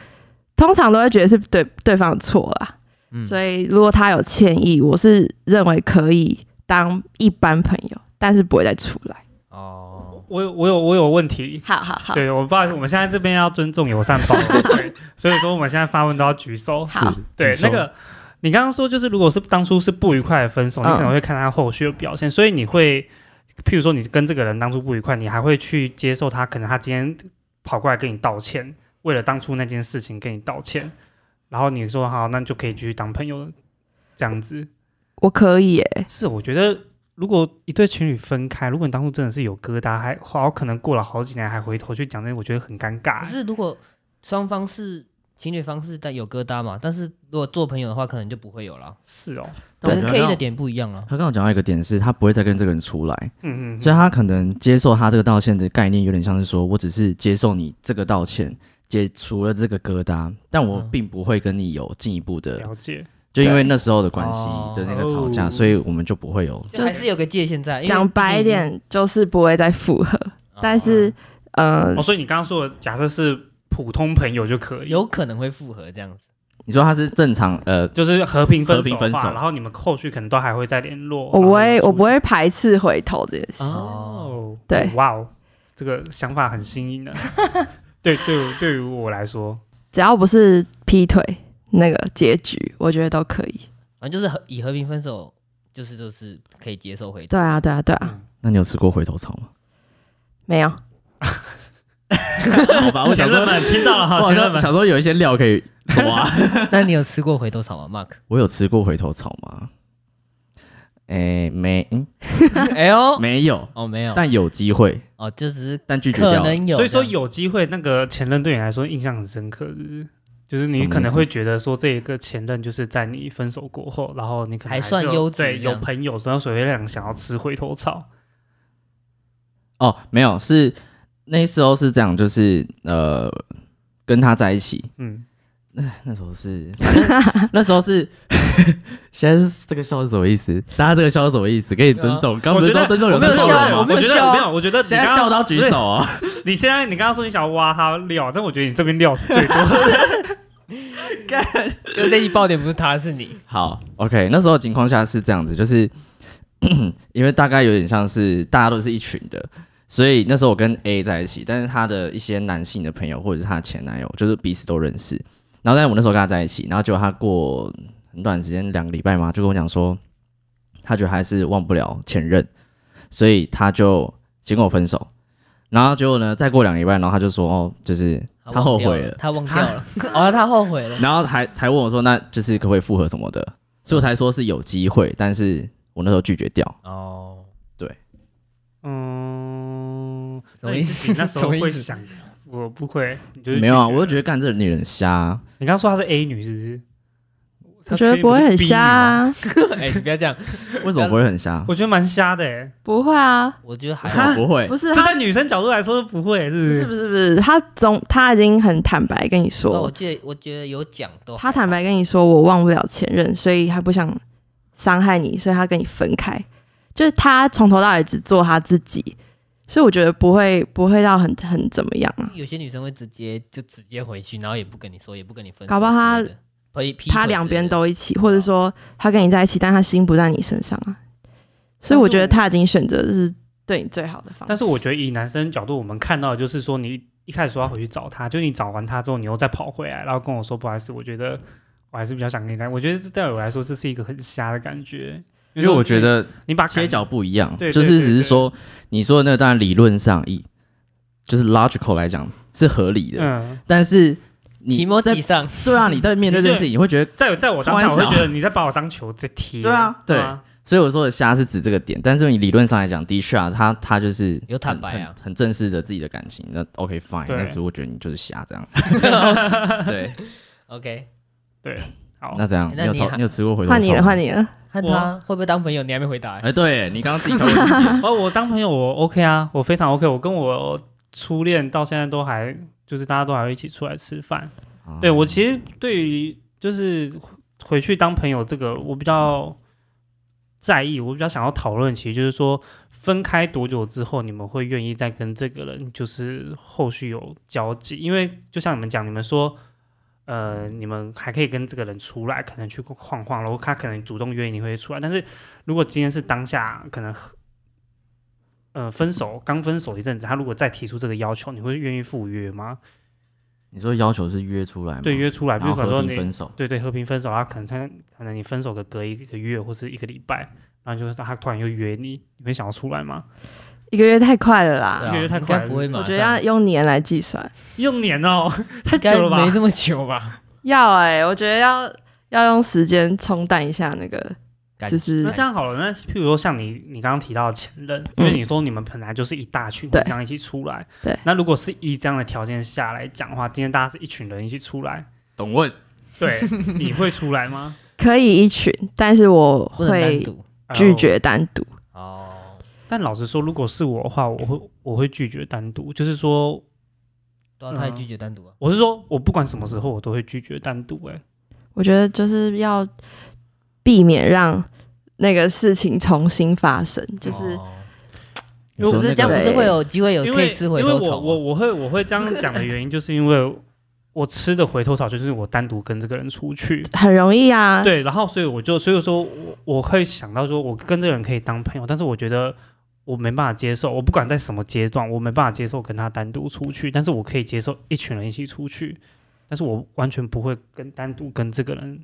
[SPEAKER 4] 通常都会觉得是对对方的错啦，
[SPEAKER 3] 嗯，
[SPEAKER 4] 所以如果他有歉意，我是认为可以当一般朋友，但是不会再出来。
[SPEAKER 3] 哦，
[SPEAKER 2] 我有我有我有问题。
[SPEAKER 4] 好好好，
[SPEAKER 2] 对，我不好意思，我们现在这边要尊重友善包容， 对，所以说我们现在发问都要举手。
[SPEAKER 4] 好
[SPEAKER 2] 对，
[SPEAKER 1] 请
[SPEAKER 2] 那
[SPEAKER 1] 说
[SPEAKER 2] 个你刚刚说就是，如果是当初是不愉快的分手，你
[SPEAKER 4] 嗯
[SPEAKER 2] 可能会看他后续的表现，所以你会，譬如说你跟这个人当初不愉快，你还会去接受他，可能他今天跑过来跟你道歉，为了当初那件事情跟你道歉，然后你说好，那你就可以继续当朋友了，这样子。
[SPEAKER 4] 我可以耶、
[SPEAKER 2] 是，我觉得如果一对情侣分开，如果你当初真的是有疙瘩，还好可能过了好几年还回头去讲这些，我觉得很尴尬欸
[SPEAKER 3] 可。是如果双方是情侣方式，但有疙瘩嘛，但是如果做朋友的话，可能就不会有了。
[SPEAKER 2] 是哦，
[SPEAKER 3] 可
[SPEAKER 1] 对
[SPEAKER 3] 能
[SPEAKER 1] 我觉
[SPEAKER 3] K
[SPEAKER 1] 得
[SPEAKER 3] 的点不一样啊。
[SPEAKER 1] 他刚我讲到一个点是，他不会再跟这个人出来，
[SPEAKER 2] 嗯嗯
[SPEAKER 1] 所以他可能接受他这个道歉的概念，有点像是说我只是接受你这个道歉，解除了这个疙瘩，但我
[SPEAKER 3] 嗯
[SPEAKER 1] 并不会跟你有进一步
[SPEAKER 2] 嗯，
[SPEAKER 1] 的，
[SPEAKER 2] 了解。
[SPEAKER 1] 就因为那时候的关系
[SPEAKER 3] 哦
[SPEAKER 1] 的那个吵架，
[SPEAKER 2] 哦
[SPEAKER 1] 所以我们就不会有。
[SPEAKER 3] 就还是有个界限在。因为
[SPEAKER 4] 讲白一点，就是不会再复合，
[SPEAKER 3] 哦，
[SPEAKER 4] 但是呃
[SPEAKER 2] 哦，，所以你刚刚说的，假设是普通朋友就可以，
[SPEAKER 3] 有可能会复合这样子。
[SPEAKER 1] 你说他是正常呃
[SPEAKER 2] 就是和平分
[SPEAKER 1] 和
[SPEAKER 2] 手
[SPEAKER 1] 平
[SPEAKER 2] 的
[SPEAKER 1] 分
[SPEAKER 2] 话，
[SPEAKER 1] 手
[SPEAKER 2] 然后你们后续可能都还会再联络。
[SPEAKER 4] 我不会，我不
[SPEAKER 2] 会。
[SPEAKER 4] 会排斥回头这件事。
[SPEAKER 3] 哦，
[SPEAKER 2] 哦，
[SPEAKER 4] 对
[SPEAKER 2] 哇哦，这个想法很新 颖的。啊对，对于对于我来说，
[SPEAKER 4] 只要不是劈腿那个结局，我觉得都可以。
[SPEAKER 3] 反啊正就是和以和平分手，就是就是可以接受回头。
[SPEAKER 4] 对啊，对啊，对
[SPEAKER 2] 嗯
[SPEAKER 4] 啊，
[SPEAKER 1] 那你有吃过回头草吗？
[SPEAKER 4] 没有，
[SPEAKER 1] 好啊吧，我
[SPEAKER 2] 前
[SPEAKER 1] 想
[SPEAKER 2] 任
[SPEAKER 1] 说，
[SPEAKER 2] 们听到了
[SPEAKER 1] 我
[SPEAKER 2] 哈，
[SPEAKER 1] 好
[SPEAKER 2] 前任
[SPEAKER 1] 像
[SPEAKER 2] 们
[SPEAKER 1] 想说有一些料可以啊抓。
[SPEAKER 3] 那你有吃过回头草吗，Mark？
[SPEAKER 1] 我有吃过回头草吗？诶，没，嗯，
[SPEAKER 3] 哎呦，
[SPEAKER 1] 没有，
[SPEAKER 3] 哦没有，
[SPEAKER 1] 但有机会，
[SPEAKER 3] 哦就只是
[SPEAKER 1] 但拒绝
[SPEAKER 3] 可
[SPEAKER 1] 掉了。
[SPEAKER 3] 能有。
[SPEAKER 2] 所以说
[SPEAKER 3] 这样
[SPEAKER 2] 有机会，那个前任对你来说印象很深刻，是不是？就是你可能会觉得说，这一个前任就是在你分手过后，然后你可能
[SPEAKER 3] 还
[SPEAKER 2] 是
[SPEAKER 3] 算
[SPEAKER 2] 有
[SPEAKER 3] 优质
[SPEAKER 2] 对，
[SPEAKER 3] 这
[SPEAKER 2] 有
[SPEAKER 3] 样
[SPEAKER 2] 朋友，然后水月亮想要吃回头草，
[SPEAKER 1] 哦，没有，是那时候是这样，就是呃，跟他在一起，
[SPEAKER 2] 嗯，
[SPEAKER 1] 那时候是，那时候是， 现在是这个笑是什么意思？大家这个笑是什么意思？给你尊重，刚
[SPEAKER 2] 我
[SPEAKER 1] 不是
[SPEAKER 2] 觉
[SPEAKER 1] 说
[SPEAKER 2] 得
[SPEAKER 1] 尊重有
[SPEAKER 2] 我没
[SPEAKER 1] 尊
[SPEAKER 2] 有
[SPEAKER 1] 重
[SPEAKER 2] 笑
[SPEAKER 1] 人
[SPEAKER 2] 啊，
[SPEAKER 1] 吗？
[SPEAKER 2] 我觉
[SPEAKER 3] 我没有
[SPEAKER 2] 得
[SPEAKER 3] 笑
[SPEAKER 2] 没有，我觉得你
[SPEAKER 1] 现在
[SPEAKER 2] 刚刚
[SPEAKER 1] 笑到举。手哦，
[SPEAKER 2] 不是你现在你刚刚说你想要挖他料，但我觉得你这边料是最多的。
[SPEAKER 3] 就是这一爆点不是他是你，
[SPEAKER 1] 好，OK，那时候情况下是这样子，就是 因为大概有点像是大家都是一群的，所以那时候我跟 A 在一起，但是他的一些男性的朋友或者是他的前男友，就是彼此都认识。然后，但是我那时候跟他在一起，然后结果他过很短时间，两个礼拜嘛，就跟我讲说，他觉得还是忘不了前任，所以他就先跟我分手。然后结果呢，再过两个礼拜，然后他就说，哦，就是他
[SPEAKER 3] 忘
[SPEAKER 1] 后
[SPEAKER 3] 掉
[SPEAKER 1] 悔
[SPEAKER 3] 了
[SPEAKER 1] 了，，
[SPEAKER 3] 他忘掉了， 哦，他后悔了，
[SPEAKER 1] 然后还才问我说，那就是可不可以复合什么的，所以我才说是有机会，但是我那时候拒绝掉。
[SPEAKER 3] 哦，
[SPEAKER 2] 嗯，
[SPEAKER 3] 什
[SPEAKER 2] 那
[SPEAKER 3] 么
[SPEAKER 2] 你
[SPEAKER 3] 意
[SPEAKER 2] 自己
[SPEAKER 3] 思？
[SPEAKER 2] 那时候
[SPEAKER 3] 什么
[SPEAKER 2] 会
[SPEAKER 3] 意思
[SPEAKER 2] 想，我不会，你就是
[SPEAKER 1] 没有啊，
[SPEAKER 2] 拒绝
[SPEAKER 1] 我就觉得干这个女人瞎，
[SPEAKER 2] 你刚刚说她是 A 女是不是？
[SPEAKER 4] 我觉得不会很瞎、
[SPEAKER 2] 她确定不是 B 女吗，
[SPEAKER 4] 啊，
[SPEAKER 3] 哎，你不要这样，
[SPEAKER 1] 为什么不会很瞎？
[SPEAKER 2] 我觉得蛮瞎的欸
[SPEAKER 4] 不会啊，
[SPEAKER 3] 我觉得还好
[SPEAKER 1] 我不会
[SPEAKER 4] 不，是
[SPEAKER 2] 这
[SPEAKER 4] 他，
[SPEAKER 2] 在女生角度来说不会，是
[SPEAKER 4] 不
[SPEAKER 2] 不
[SPEAKER 4] 是
[SPEAKER 2] 是？
[SPEAKER 4] 不是不是，他总他已经很坦白跟你
[SPEAKER 3] 哦我
[SPEAKER 4] 说，
[SPEAKER 3] 记得我觉得有讲都还
[SPEAKER 4] 他坦
[SPEAKER 3] 好
[SPEAKER 4] 白跟你说我忘不了前任，所以他不想伤害你，所以他跟你分开，就是他从头到尾只做他自己，所以我觉得不会不会到很很怎么样啊，
[SPEAKER 3] 有些女生会直接就直接回去，然后也不跟你说，也不跟你分手之类的，
[SPEAKER 4] 搞不好她
[SPEAKER 3] 可以劈腿
[SPEAKER 4] 他两边
[SPEAKER 3] 之类的啊
[SPEAKER 4] 都一起，或者说他跟你在一起，但他心不在你身上啊，所以我觉得他已经选择是对你最好的方式，
[SPEAKER 2] 但是我觉得以男生角度，我们看到的就是说，你一开始说要回去找她，就你找完她之后，你又再跑回来，然后跟我说不好意思，我觉得我还是比较想跟你在。我觉得这对我来说，这是一个很瞎的感觉，
[SPEAKER 1] 因为我觉得
[SPEAKER 2] 你把
[SPEAKER 1] 切
[SPEAKER 2] 感
[SPEAKER 1] 角不一样，
[SPEAKER 2] 对对
[SPEAKER 1] 就是
[SPEAKER 2] 对
[SPEAKER 1] 只是
[SPEAKER 2] 对
[SPEAKER 1] 说你说的那个，当然理论上一就是 logical 来讲是合理的，
[SPEAKER 2] 嗯，
[SPEAKER 1] 但是
[SPEAKER 3] 提
[SPEAKER 1] 你
[SPEAKER 3] 莫
[SPEAKER 1] 在
[SPEAKER 3] 提上，
[SPEAKER 1] 对啊，你在面对这件事情，你会觉得
[SPEAKER 2] 在在我当下，
[SPEAKER 1] 超
[SPEAKER 2] 我
[SPEAKER 1] 小
[SPEAKER 2] 会觉得你在把我当球在踢。
[SPEAKER 1] 对啊
[SPEAKER 2] 吗
[SPEAKER 1] 所以我说的瞎是指这个点，但是你理论上来讲，的确啊，他他就是
[SPEAKER 3] 有坦
[SPEAKER 1] 很
[SPEAKER 3] 白啊
[SPEAKER 1] 很很正式的自己的感情，那 OK fine，
[SPEAKER 2] 对
[SPEAKER 1] 但是我觉得你就是瞎 这样，对，
[SPEAKER 3] OK，
[SPEAKER 2] 好
[SPEAKER 1] 那这样，你
[SPEAKER 3] 哎那
[SPEAKER 1] 有
[SPEAKER 3] 你
[SPEAKER 1] 抽
[SPEAKER 3] 还
[SPEAKER 1] 你有吃过回头
[SPEAKER 4] 换你了
[SPEAKER 1] 草吗
[SPEAKER 4] 换，你了，
[SPEAKER 3] 看他会不会当朋友，你还没回答欸、
[SPEAKER 1] 哎，对你刚刚自 己投我自己
[SPEAKER 2] 哦，我当朋友我 OK 啊，我非常 OK，我跟我初恋到现在都还就是大家都还会一起出来吃饭。
[SPEAKER 1] 嗯
[SPEAKER 2] 对我其实对于就是回去当朋友这个，我比较在意，我比较想要讨论，其实就是说分开多久之后，你们会愿意再跟这个人就是后续有交集？因为就像你们讲，你们说。呃，你们还可以跟这个人出来，可能去晃晃，然后他可能主动约你会出来。但是如果今天是当下可能，呃，分手刚分手一阵子，他如果再提出这个要求，你会愿意赴约吗？
[SPEAKER 1] 你说要求是约出来吗？
[SPEAKER 2] 对，约出来，
[SPEAKER 1] 嗯
[SPEAKER 2] 比
[SPEAKER 1] 然
[SPEAKER 2] 如
[SPEAKER 1] 后
[SPEAKER 2] 可能说
[SPEAKER 1] 和
[SPEAKER 2] 你
[SPEAKER 1] 平分手，
[SPEAKER 2] 对对，和平分手，他可能他可能你分手个隔一个月或是一个礼拜，然后就是他突然又约你，你会想要出来吗？
[SPEAKER 4] 一个月太快了啦。
[SPEAKER 3] 对
[SPEAKER 2] 因
[SPEAKER 3] 啊，
[SPEAKER 2] 为太
[SPEAKER 3] 应
[SPEAKER 2] 快
[SPEAKER 3] 该
[SPEAKER 2] 了
[SPEAKER 3] 不会嘛？
[SPEAKER 4] 我觉得要用年来计算，
[SPEAKER 2] 用年哦，太
[SPEAKER 3] 应
[SPEAKER 2] 久
[SPEAKER 3] 该
[SPEAKER 2] 了吧
[SPEAKER 3] 没？这么久吧？
[SPEAKER 4] 要哎、我觉得要要用时间冲淡一下那个，
[SPEAKER 3] 感
[SPEAKER 4] 就
[SPEAKER 2] 那
[SPEAKER 4] 是
[SPEAKER 2] 这样好了，那譬如说像你你刚刚提到的前任，因为你说你们本来就是一大群
[SPEAKER 4] 对
[SPEAKER 2] 这样一起出来，
[SPEAKER 4] 对
[SPEAKER 2] 那如果是以这样的条件下来讲的话，今天大家是一群人一起出来，
[SPEAKER 1] 懂问
[SPEAKER 2] 对，你会出来吗？
[SPEAKER 4] 可以一群，但是我
[SPEAKER 3] 不能单
[SPEAKER 4] 会
[SPEAKER 3] 独
[SPEAKER 4] 拒绝单独。
[SPEAKER 3] 哦。
[SPEAKER 2] 但老实说，如果是我的话，我会我会拒绝单独，就是说，
[SPEAKER 3] 对啊，他也
[SPEAKER 2] 嗯
[SPEAKER 3] 拒绝单独啊。
[SPEAKER 2] 我是说我不管什么时候，我都会拒绝单独、欸。哎，
[SPEAKER 4] 我觉得就是要避免让那个事情重新发生，就是
[SPEAKER 3] 哦
[SPEAKER 1] 因为
[SPEAKER 3] 可
[SPEAKER 1] 我
[SPEAKER 3] 是这样不
[SPEAKER 4] 对
[SPEAKER 3] 是会有机会有
[SPEAKER 2] 因
[SPEAKER 3] 可
[SPEAKER 2] 为
[SPEAKER 3] 以吃回
[SPEAKER 2] 因为
[SPEAKER 3] 头
[SPEAKER 2] 我
[SPEAKER 3] 草
[SPEAKER 2] 我
[SPEAKER 3] 吗？
[SPEAKER 2] 我会我会这 样讲的原因，就是因为我吃的回头草就是我单独跟这个人出去，
[SPEAKER 4] 很容易啊。
[SPEAKER 2] 对，然后所以我就所以说我我会想到说，我跟这个人可以当朋友，但是我觉得我没办法接受，我不管在什么阶段，我没办法接受跟他单独出去，但是我可以接受一群人一起出去，但是我完全不会跟单独跟这个人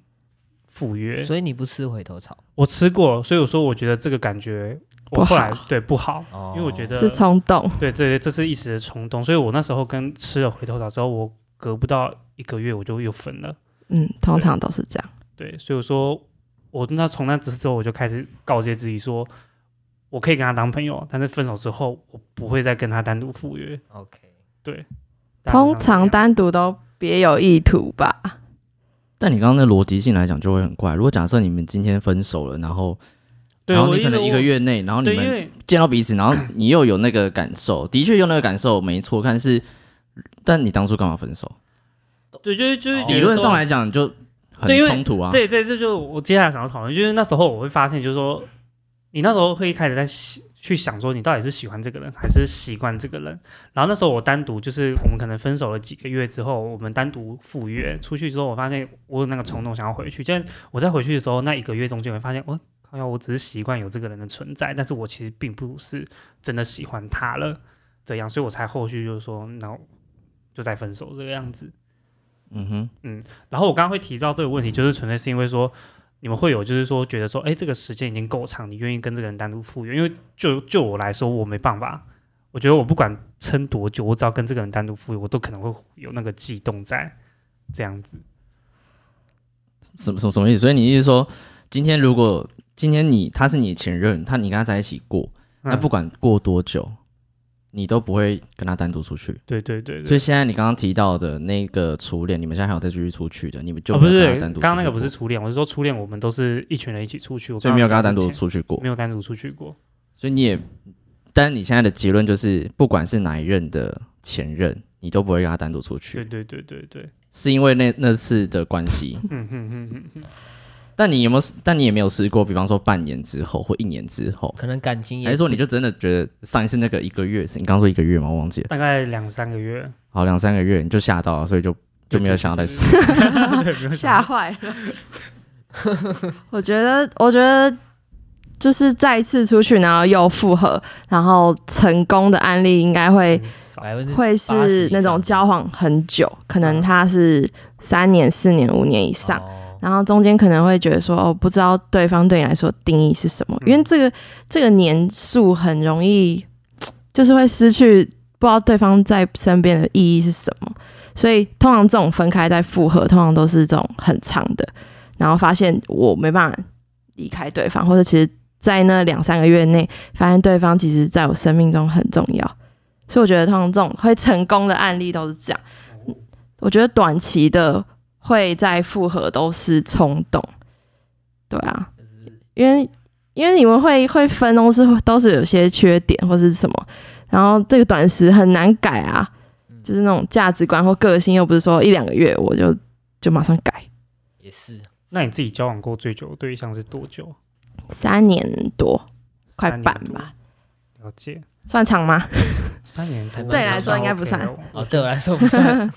[SPEAKER 2] 赴约。
[SPEAKER 3] 所以你不吃回头草
[SPEAKER 2] 我吃过，所以我说我觉得这个感觉我
[SPEAKER 4] 不
[SPEAKER 2] 后来
[SPEAKER 4] 好
[SPEAKER 2] 对不好，
[SPEAKER 3] 哦，
[SPEAKER 2] 因为我觉得
[SPEAKER 4] 是冲动，
[SPEAKER 2] 对对对，这是一时的冲动，所以我那时候跟吃了回头草之后，我隔不到一个月我就又分了。
[SPEAKER 4] 嗯，通常都是这样。
[SPEAKER 2] 对，所以我说我那从那之后我就开始告诫自己说，我可以跟他当朋友，但是分手之后我不会再跟他单独赴约。
[SPEAKER 3] OK，
[SPEAKER 2] 大致上
[SPEAKER 4] 通
[SPEAKER 2] 是这样
[SPEAKER 4] 常单独都别有意图吧。
[SPEAKER 1] 但你刚刚的逻辑性来讲就会很怪。如果假设你们今天分手了，然后
[SPEAKER 2] 对
[SPEAKER 1] 然后
[SPEAKER 2] 我
[SPEAKER 1] 你可
[SPEAKER 2] 直
[SPEAKER 1] 能一个
[SPEAKER 2] 我
[SPEAKER 1] 月内，然后你
[SPEAKER 2] 对，因
[SPEAKER 1] 们
[SPEAKER 2] 为
[SPEAKER 1] 见到彼此，然后你又有那个感受，的确有那个感受没错，但是但你当初干嘛分手？
[SPEAKER 2] 对，就是就是
[SPEAKER 1] 理论上来讲就很
[SPEAKER 2] 对因为
[SPEAKER 1] 冲突啊。
[SPEAKER 2] 对对，这就是我接下来想要讨论，就是那时候我会发现，就是说，你那时候会一开始在喜去想说，你到底是喜欢这个人还是习惯这个人。然后那时候我单独就是我们可能分手了几个月之后，我们单独赴约出去之后，我发现我有那个冲动想要回去。但我在回去的时候，那一个月中间，我会发现我靠呀，我只是习惯有这个人的存在，但是我其实并不是真的喜欢他了，这样，所以我才后续就是说，那我就再分手这个样子。
[SPEAKER 1] 嗯哼，
[SPEAKER 2] 然后我刚刚会提到这个问题，就是纯粹是因为说你们会有就是说觉得说，哎，这个时间已经够长，你愿意跟这个人单独赴约？因为就就我来说，我没办法，我觉得我不管撑多久，我只要跟这个人单独赴约，我都可能会有那个悸动在这样子。
[SPEAKER 1] 什么什么什么意思？所以你意思是说，今天如果今天你他是你前任，他你跟他在一起过，那
[SPEAKER 2] 嗯
[SPEAKER 1] 不管过多久，你都不会跟他单独出去。
[SPEAKER 2] 对对对
[SPEAKER 1] 所
[SPEAKER 2] 对，
[SPEAKER 1] 以现在你刚刚提到的那个初恋，你们现在还有再继续出去的，你们就
[SPEAKER 2] 哦
[SPEAKER 1] 没
[SPEAKER 2] 不
[SPEAKER 1] 有
[SPEAKER 2] 是
[SPEAKER 1] 跟他单独出去过
[SPEAKER 2] 刚刚那个不是，初恋，我是说初恋，我们都是一群人一起出去，我
[SPEAKER 1] 所以没有跟他单
[SPEAKER 2] 刚
[SPEAKER 1] 独
[SPEAKER 2] 刚之前
[SPEAKER 1] 出去过
[SPEAKER 2] 没。有单独出去过。
[SPEAKER 1] 所以你也，但你现在的结论就是，不管是哪一任的前任，你都不会跟他单独出
[SPEAKER 2] 对
[SPEAKER 1] 去，
[SPEAKER 2] 对对对对，
[SPEAKER 1] 是因为那那次的关系。
[SPEAKER 2] 嗯哼哼哼哼，
[SPEAKER 1] 但你有没有？但你也没有试过，比方说半年之后或一年之后，
[SPEAKER 3] 可能感情也
[SPEAKER 1] 还是说你就真的觉得上一次那个一个月，是你刚说一个月吗？我忘记了，
[SPEAKER 2] 大概两三个月，
[SPEAKER 1] 好两三个月你就吓到了，所以就就没有想要再试。
[SPEAKER 4] 吓坏了。 我觉得，我觉得就是再次出去，然后又复合，然后成功的案例应该会
[SPEAKER 2] 很少
[SPEAKER 3] 百分之
[SPEAKER 4] 会是
[SPEAKER 3] 80以上嗯
[SPEAKER 4] 那种交往很久，可能他是三年、四年、五年以上。
[SPEAKER 3] 哦
[SPEAKER 4] 然后中间可能会觉得说，哦，不知道对方对你来说定义是什么，因为这个这个年数很容易，就是会失去不知道对方在身边的意义是什么，所以通常这种分开再复合，通常都是这种很长的，然后发现我没办法离开对方，或者其实在那两三个月内，发现对方其实在我生命中很重要，所以我觉得通常这种会成功的案例都是这样，我觉得短期的会再复合都是冲动，对啊，因为因为你们会会分都是都是有些缺点或是什么，然后这个短时很难改啊，
[SPEAKER 3] 嗯
[SPEAKER 4] 就是那种价值观或个性又不是说一两个月我就就马上改，
[SPEAKER 3] 也是
[SPEAKER 2] 那你自己交往过最久的对象是多久？
[SPEAKER 4] 三年多快
[SPEAKER 2] 三年
[SPEAKER 4] 半
[SPEAKER 2] 多
[SPEAKER 4] 吧，
[SPEAKER 2] 了解，
[SPEAKER 4] 算长吗？
[SPEAKER 2] 三年多，
[SPEAKER 3] 对来
[SPEAKER 4] 说应该不算
[SPEAKER 3] 哦，对我来说不算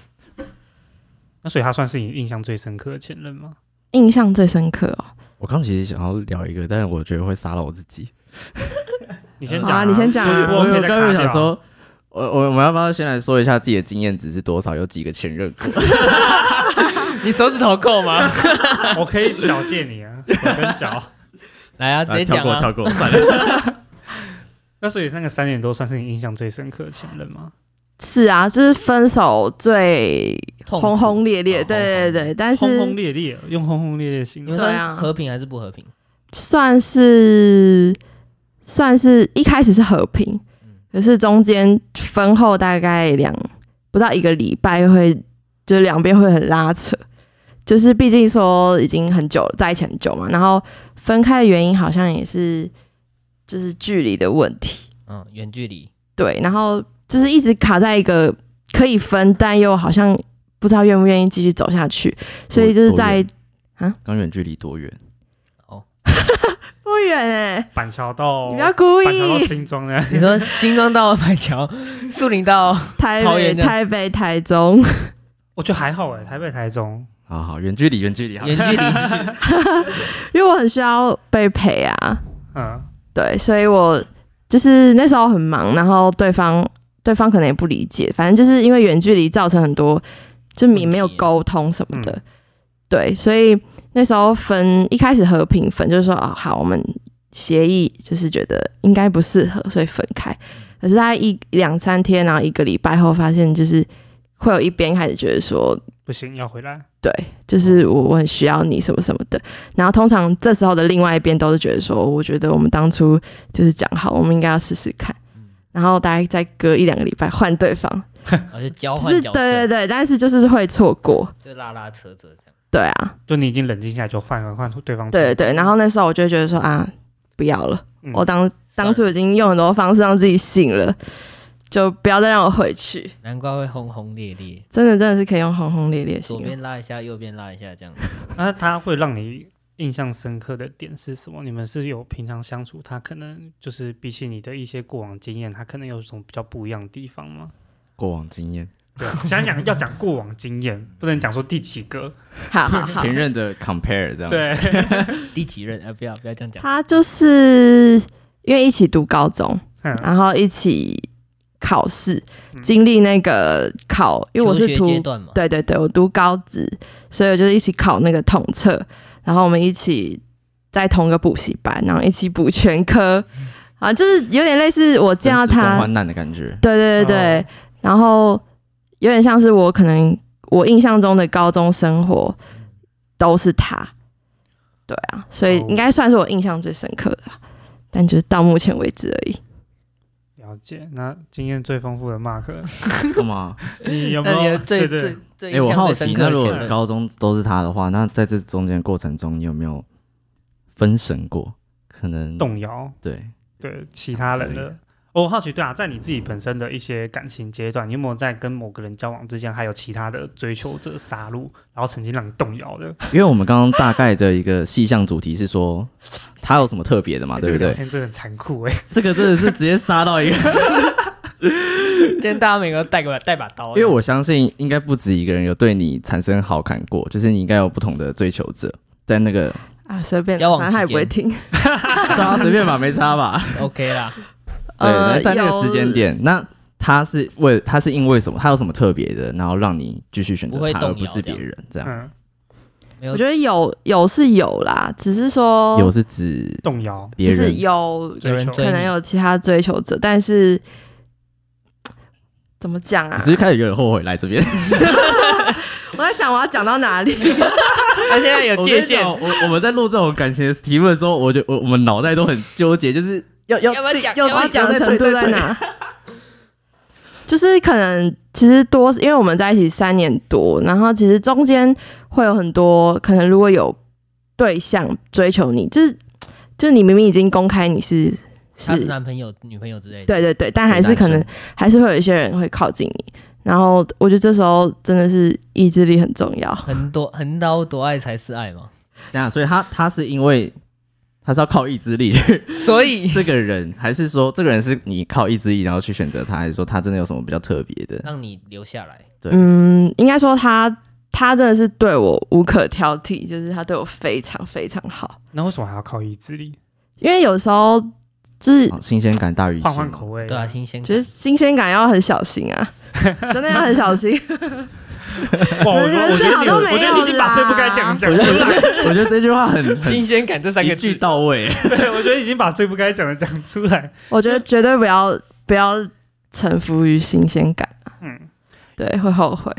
[SPEAKER 2] 那所以他算是你印象最深刻的前任吗？
[SPEAKER 4] 印象最深刻哦，
[SPEAKER 1] 我刚其实想要聊一个，但是我觉得会杀了我自己。
[SPEAKER 2] 你先
[SPEAKER 3] 嗯
[SPEAKER 2] 讲、
[SPEAKER 4] 好啊你先讲啊
[SPEAKER 2] 不
[SPEAKER 1] 我
[SPEAKER 2] OK
[SPEAKER 1] 我
[SPEAKER 2] 再
[SPEAKER 1] 刚
[SPEAKER 2] 卡
[SPEAKER 1] 刚
[SPEAKER 2] 掉
[SPEAKER 1] 想，说，我我我们要不要先来说一下自己的经验值是多少？有几个前任过？
[SPEAKER 3] 你手指头够吗？
[SPEAKER 2] 我可以矫健你啊，手跟脚。
[SPEAKER 3] 来啊，直接讲啊，
[SPEAKER 1] 过，算了。
[SPEAKER 2] 那所以那个三年多算是你印象最深刻的前任吗？
[SPEAKER 4] 是啊，就是分手最
[SPEAKER 3] 痛苦
[SPEAKER 4] 轰轰烈烈，
[SPEAKER 3] 哦轰
[SPEAKER 4] 对对
[SPEAKER 3] 轰
[SPEAKER 4] 对，但是
[SPEAKER 2] 轰轰烈烈，用轰轰烈烈形
[SPEAKER 3] 你
[SPEAKER 2] 容
[SPEAKER 4] 对
[SPEAKER 3] 们算
[SPEAKER 4] 啊
[SPEAKER 3] 是和平还是不和平？
[SPEAKER 4] 算是算是一开始是和平，可是中间分后大概两不到一个礼拜会，就是两边会很拉扯，就是毕竟说已经很久了在一起很久嘛，然后分开的原因好像也是就是距离的问题，
[SPEAKER 3] 嗯，远距离，
[SPEAKER 4] 对，然后就是一直卡在一个可以分，但又好像不知道愿不愿意继续走下去，所以就是在
[SPEAKER 1] 刚远距离多远？
[SPEAKER 4] 不远哎、
[SPEAKER 2] 板桥到
[SPEAKER 4] 你不要故
[SPEAKER 2] 哦板桥到
[SPEAKER 4] 意，
[SPEAKER 2] 新庄呢？
[SPEAKER 3] 你说新庄到板桥，树 林到
[SPEAKER 4] 台
[SPEAKER 3] 桃
[SPEAKER 4] 北、
[SPEAKER 3] 园的
[SPEAKER 4] 台北、台中，
[SPEAKER 2] 我觉得还好哎，台北台中，
[SPEAKER 1] 好好，远距离，远距离，好
[SPEAKER 3] 远。距离，继续
[SPEAKER 4] 因为我很需要被陪啊。
[SPEAKER 2] 嗯，
[SPEAKER 4] 对，所以我就是那时候很忙，然后对方对方可能也不理解，反正就是因为远距离造成很多就
[SPEAKER 3] 问
[SPEAKER 4] 你
[SPEAKER 3] 题
[SPEAKER 4] 没有沟通什么的，
[SPEAKER 2] 嗯
[SPEAKER 4] 对，所以那时候分一开始和平分，就是说哦好，我们协议就是觉得应该不适合，所以分开。可是他一两三天，然后一个礼拜后，发现就是会有一边开始觉得说
[SPEAKER 2] 不行，要回来。
[SPEAKER 4] 对，就是
[SPEAKER 3] 嗯
[SPEAKER 4] 我我很需要你什么什么的。然后通常这时候的另外一边都是觉得说，我觉得我们当初就是讲好，我们应该要试试看。
[SPEAKER 3] 嗯
[SPEAKER 4] 然后大概再隔一两个礼拜换对方，
[SPEAKER 3] 然哦后就交
[SPEAKER 4] 只是
[SPEAKER 3] 换角
[SPEAKER 4] 对对，
[SPEAKER 3] 色
[SPEAKER 4] 对，但是就是会错过，
[SPEAKER 3] 就拉拉扯扯这样。
[SPEAKER 4] 对啊，
[SPEAKER 2] 就你已经冷静下来，就换换换对方。
[SPEAKER 4] 对对对。然后那时候我就觉得说啊，不要了，
[SPEAKER 2] 嗯
[SPEAKER 4] 我当当初已经用很多方式让自己醒了，就不要再让我回去。
[SPEAKER 3] 难怪会轰轰烈烈，
[SPEAKER 4] 真的真的是可以用轰轰烈烈
[SPEAKER 3] 左
[SPEAKER 4] 形容。
[SPEAKER 3] 边拉一下，右边拉一下这样。
[SPEAKER 2] 那他会让你印象深刻的点是什么？你们是有平常相处，他可能就是比起你的一些过往经验，他可能有什么比较不一样的地方吗？
[SPEAKER 1] 过往经验，
[SPEAKER 2] 对啊，想讲要讲过往经验，不能讲说第几 个。
[SPEAKER 4] 好好好，
[SPEAKER 1] 前任的 compare 这样。，
[SPEAKER 2] 对，
[SPEAKER 3] 第几任？啊，不要不要这样讲。
[SPEAKER 4] 他就是因为一起读高中，
[SPEAKER 2] 嗯
[SPEAKER 4] 然后一起考试，
[SPEAKER 2] 嗯
[SPEAKER 4] 经历那个考，因为我
[SPEAKER 3] 求
[SPEAKER 4] 是
[SPEAKER 3] 学
[SPEAKER 4] 读
[SPEAKER 3] 阶段嘛，
[SPEAKER 4] 对对对，我读高职，所以我就是一起考那个统测，然后我们一起在同个补习班，然后一起补全科，啊，就是有点类似我见到
[SPEAKER 1] 共
[SPEAKER 4] 他，
[SPEAKER 1] 患难的感觉。
[SPEAKER 4] 对对对对，
[SPEAKER 2] 哦
[SPEAKER 4] 然后有点像是我可能我印象中的高中生活都是他，对啊，所以
[SPEAKER 2] 哦
[SPEAKER 4] 应该算是我印象最深刻的吧，但就是到目前为止而已。
[SPEAKER 2] 了解。那经验最丰富的 Mark，
[SPEAKER 1] 干嘛？
[SPEAKER 2] 你有没
[SPEAKER 3] 那你
[SPEAKER 2] 有
[SPEAKER 3] 的最
[SPEAKER 2] 对
[SPEAKER 3] 最
[SPEAKER 2] 对
[SPEAKER 3] 最
[SPEAKER 1] 哦哎、我
[SPEAKER 3] 印象
[SPEAKER 1] 好
[SPEAKER 3] 最
[SPEAKER 1] 奇
[SPEAKER 3] 深，
[SPEAKER 1] 那
[SPEAKER 3] 刻的
[SPEAKER 1] 如
[SPEAKER 3] 前
[SPEAKER 1] 果
[SPEAKER 3] 任，
[SPEAKER 1] 高中都是他的话，那在这中间的过程中，你有没有分神过？可能
[SPEAKER 2] 动摇？
[SPEAKER 1] 对，
[SPEAKER 2] 对其他人
[SPEAKER 1] 之类
[SPEAKER 3] 嗯
[SPEAKER 2] 的。我好奇，对啊，在你自己本身的一些感情阶段，你有没有在跟某个人交往之间，还有其他的追求者杀戮，然后曾经让你动摇的？
[SPEAKER 1] 因为我们刚刚大概的一个细项主题是说他有什么特别的嘛，
[SPEAKER 2] 欸
[SPEAKER 1] 对不
[SPEAKER 2] 这个聊
[SPEAKER 1] 对？
[SPEAKER 2] 天真的很残酷哎、
[SPEAKER 1] 这个真的是直接杀到一个，
[SPEAKER 3] 今天大家每个带个带把刀，
[SPEAKER 1] 因为我相信应该不止一个人有对你产生好感过，就是你应该有不同的追求者，在那 个
[SPEAKER 4] 啊，随便啦，
[SPEAKER 3] 交往
[SPEAKER 4] 反正他也
[SPEAKER 3] 期
[SPEAKER 4] 不会
[SPEAKER 3] 间
[SPEAKER 4] 听。
[SPEAKER 1] 大家随便吧，没差吧？
[SPEAKER 3] OK 啦，
[SPEAKER 4] 呃
[SPEAKER 1] 对，在那个
[SPEAKER 4] 有
[SPEAKER 1] 时间点，那他是为他是因为什么？他有什么特别的，然后让你继续选择
[SPEAKER 3] 不会
[SPEAKER 1] 他，
[SPEAKER 3] 动
[SPEAKER 1] 而不
[SPEAKER 3] 摇
[SPEAKER 1] 是
[SPEAKER 3] 这
[SPEAKER 1] 别
[SPEAKER 3] 样
[SPEAKER 1] 人这样？
[SPEAKER 2] 嗯，
[SPEAKER 3] 没有
[SPEAKER 4] 我觉得有有是有啦，只是说
[SPEAKER 1] 有是指
[SPEAKER 2] 动摇，
[SPEAKER 1] 别
[SPEAKER 4] 就
[SPEAKER 1] 人
[SPEAKER 4] 是有
[SPEAKER 2] 追
[SPEAKER 3] 有人
[SPEAKER 2] 求
[SPEAKER 3] 追
[SPEAKER 4] 可能
[SPEAKER 3] 你
[SPEAKER 4] 有其他追求者，但是怎么讲啊
[SPEAKER 1] 只？是开始有点后悔来这边。
[SPEAKER 4] 我在想我要讲到哪 里？
[SPEAKER 3] 他现在有界限，
[SPEAKER 1] 我跟你讲我我们在录这种感情的题目的时候，我就我我们脑袋都很纠结，就是要要
[SPEAKER 3] 要不要
[SPEAKER 1] 自己
[SPEAKER 3] 讲
[SPEAKER 1] 要
[SPEAKER 3] 要不
[SPEAKER 4] 我
[SPEAKER 3] 要
[SPEAKER 4] 要
[SPEAKER 1] 自己
[SPEAKER 4] 讲的
[SPEAKER 1] 再
[SPEAKER 4] 程度
[SPEAKER 1] 推
[SPEAKER 4] 在？
[SPEAKER 1] 再推
[SPEAKER 4] 哪？就是可能其实多，因为我们在一起三年多，然后其实中间会有很多可能，如果有对象追求你，就是就是你明明已经公开你是
[SPEAKER 3] 他是
[SPEAKER 4] 是
[SPEAKER 3] 男朋友、女朋友之类的。
[SPEAKER 4] 对对对，但还是可能
[SPEAKER 1] 单
[SPEAKER 4] 还是会有一些人会靠近你。然后我觉得这时候真的是意志力很重要。
[SPEAKER 3] 横多 横刀夺爱才是爱嘛，
[SPEAKER 1] 身等一下，所以他他是因为他是要靠意志力去
[SPEAKER 3] 所以
[SPEAKER 1] 这个人，还是说这个人是你靠意志力然后去选择他，还是说他真的有什么比较特别的？
[SPEAKER 3] 让你留下来。
[SPEAKER 1] 对
[SPEAKER 4] 嗯，应该说他他真的是对我无可挑剔，就是他对我非常非常好。
[SPEAKER 2] 那为什么还要靠意志力？
[SPEAKER 4] 因为有时候就是
[SPEAKER 1] 好新鲜感大于
[SPEAKER 2] 换换
[SPEAKER 1] 性
[SPEAKER 2] 口味，
[SPEAKER 3] 对啊，新鲜
[SPEAKER 4] 觉得
[SPEAKER 3] 感。
[SPEAKER 4] 新鲜感要很小心啊，真的要很小心。
[SPEAKER 2] 哇，我
[SPEAKER 4] 人
[SPEAKER 2] 觉 得我觉
[SPEAKER 4] 最
[SPEAKER 2] 得
[SPEAKER 4] 好
[SPEAKER 2] 你，
[SPEAKER 4] 都
[SPEAKER 2] 我觉
[SPEAKER 4] 没
[SPEAKER 2] 得你已
[SPEAKER 4] 有
[SPEAKER 2] 经把最不该讲讲出来，
[SPEAKER 1] 我觉得这句话很很
[SPEAKER 3] 新鲜感这三
[SPEAKER 1] 一
[SPEAKER 3] 个
[SPEAKER 1] 句
[SPEAKER 3] 字，
[SPEAKER 1] 到位。
[SPEAKER 2] 对，我觉得已经把最不该讲的讲出来。
[SPEAKER 4] 我觉得绝对不要不要臣服于新鲜感，
[SPEAKER 2] 嗯，
[SPEAKER 4] 对，会后悔。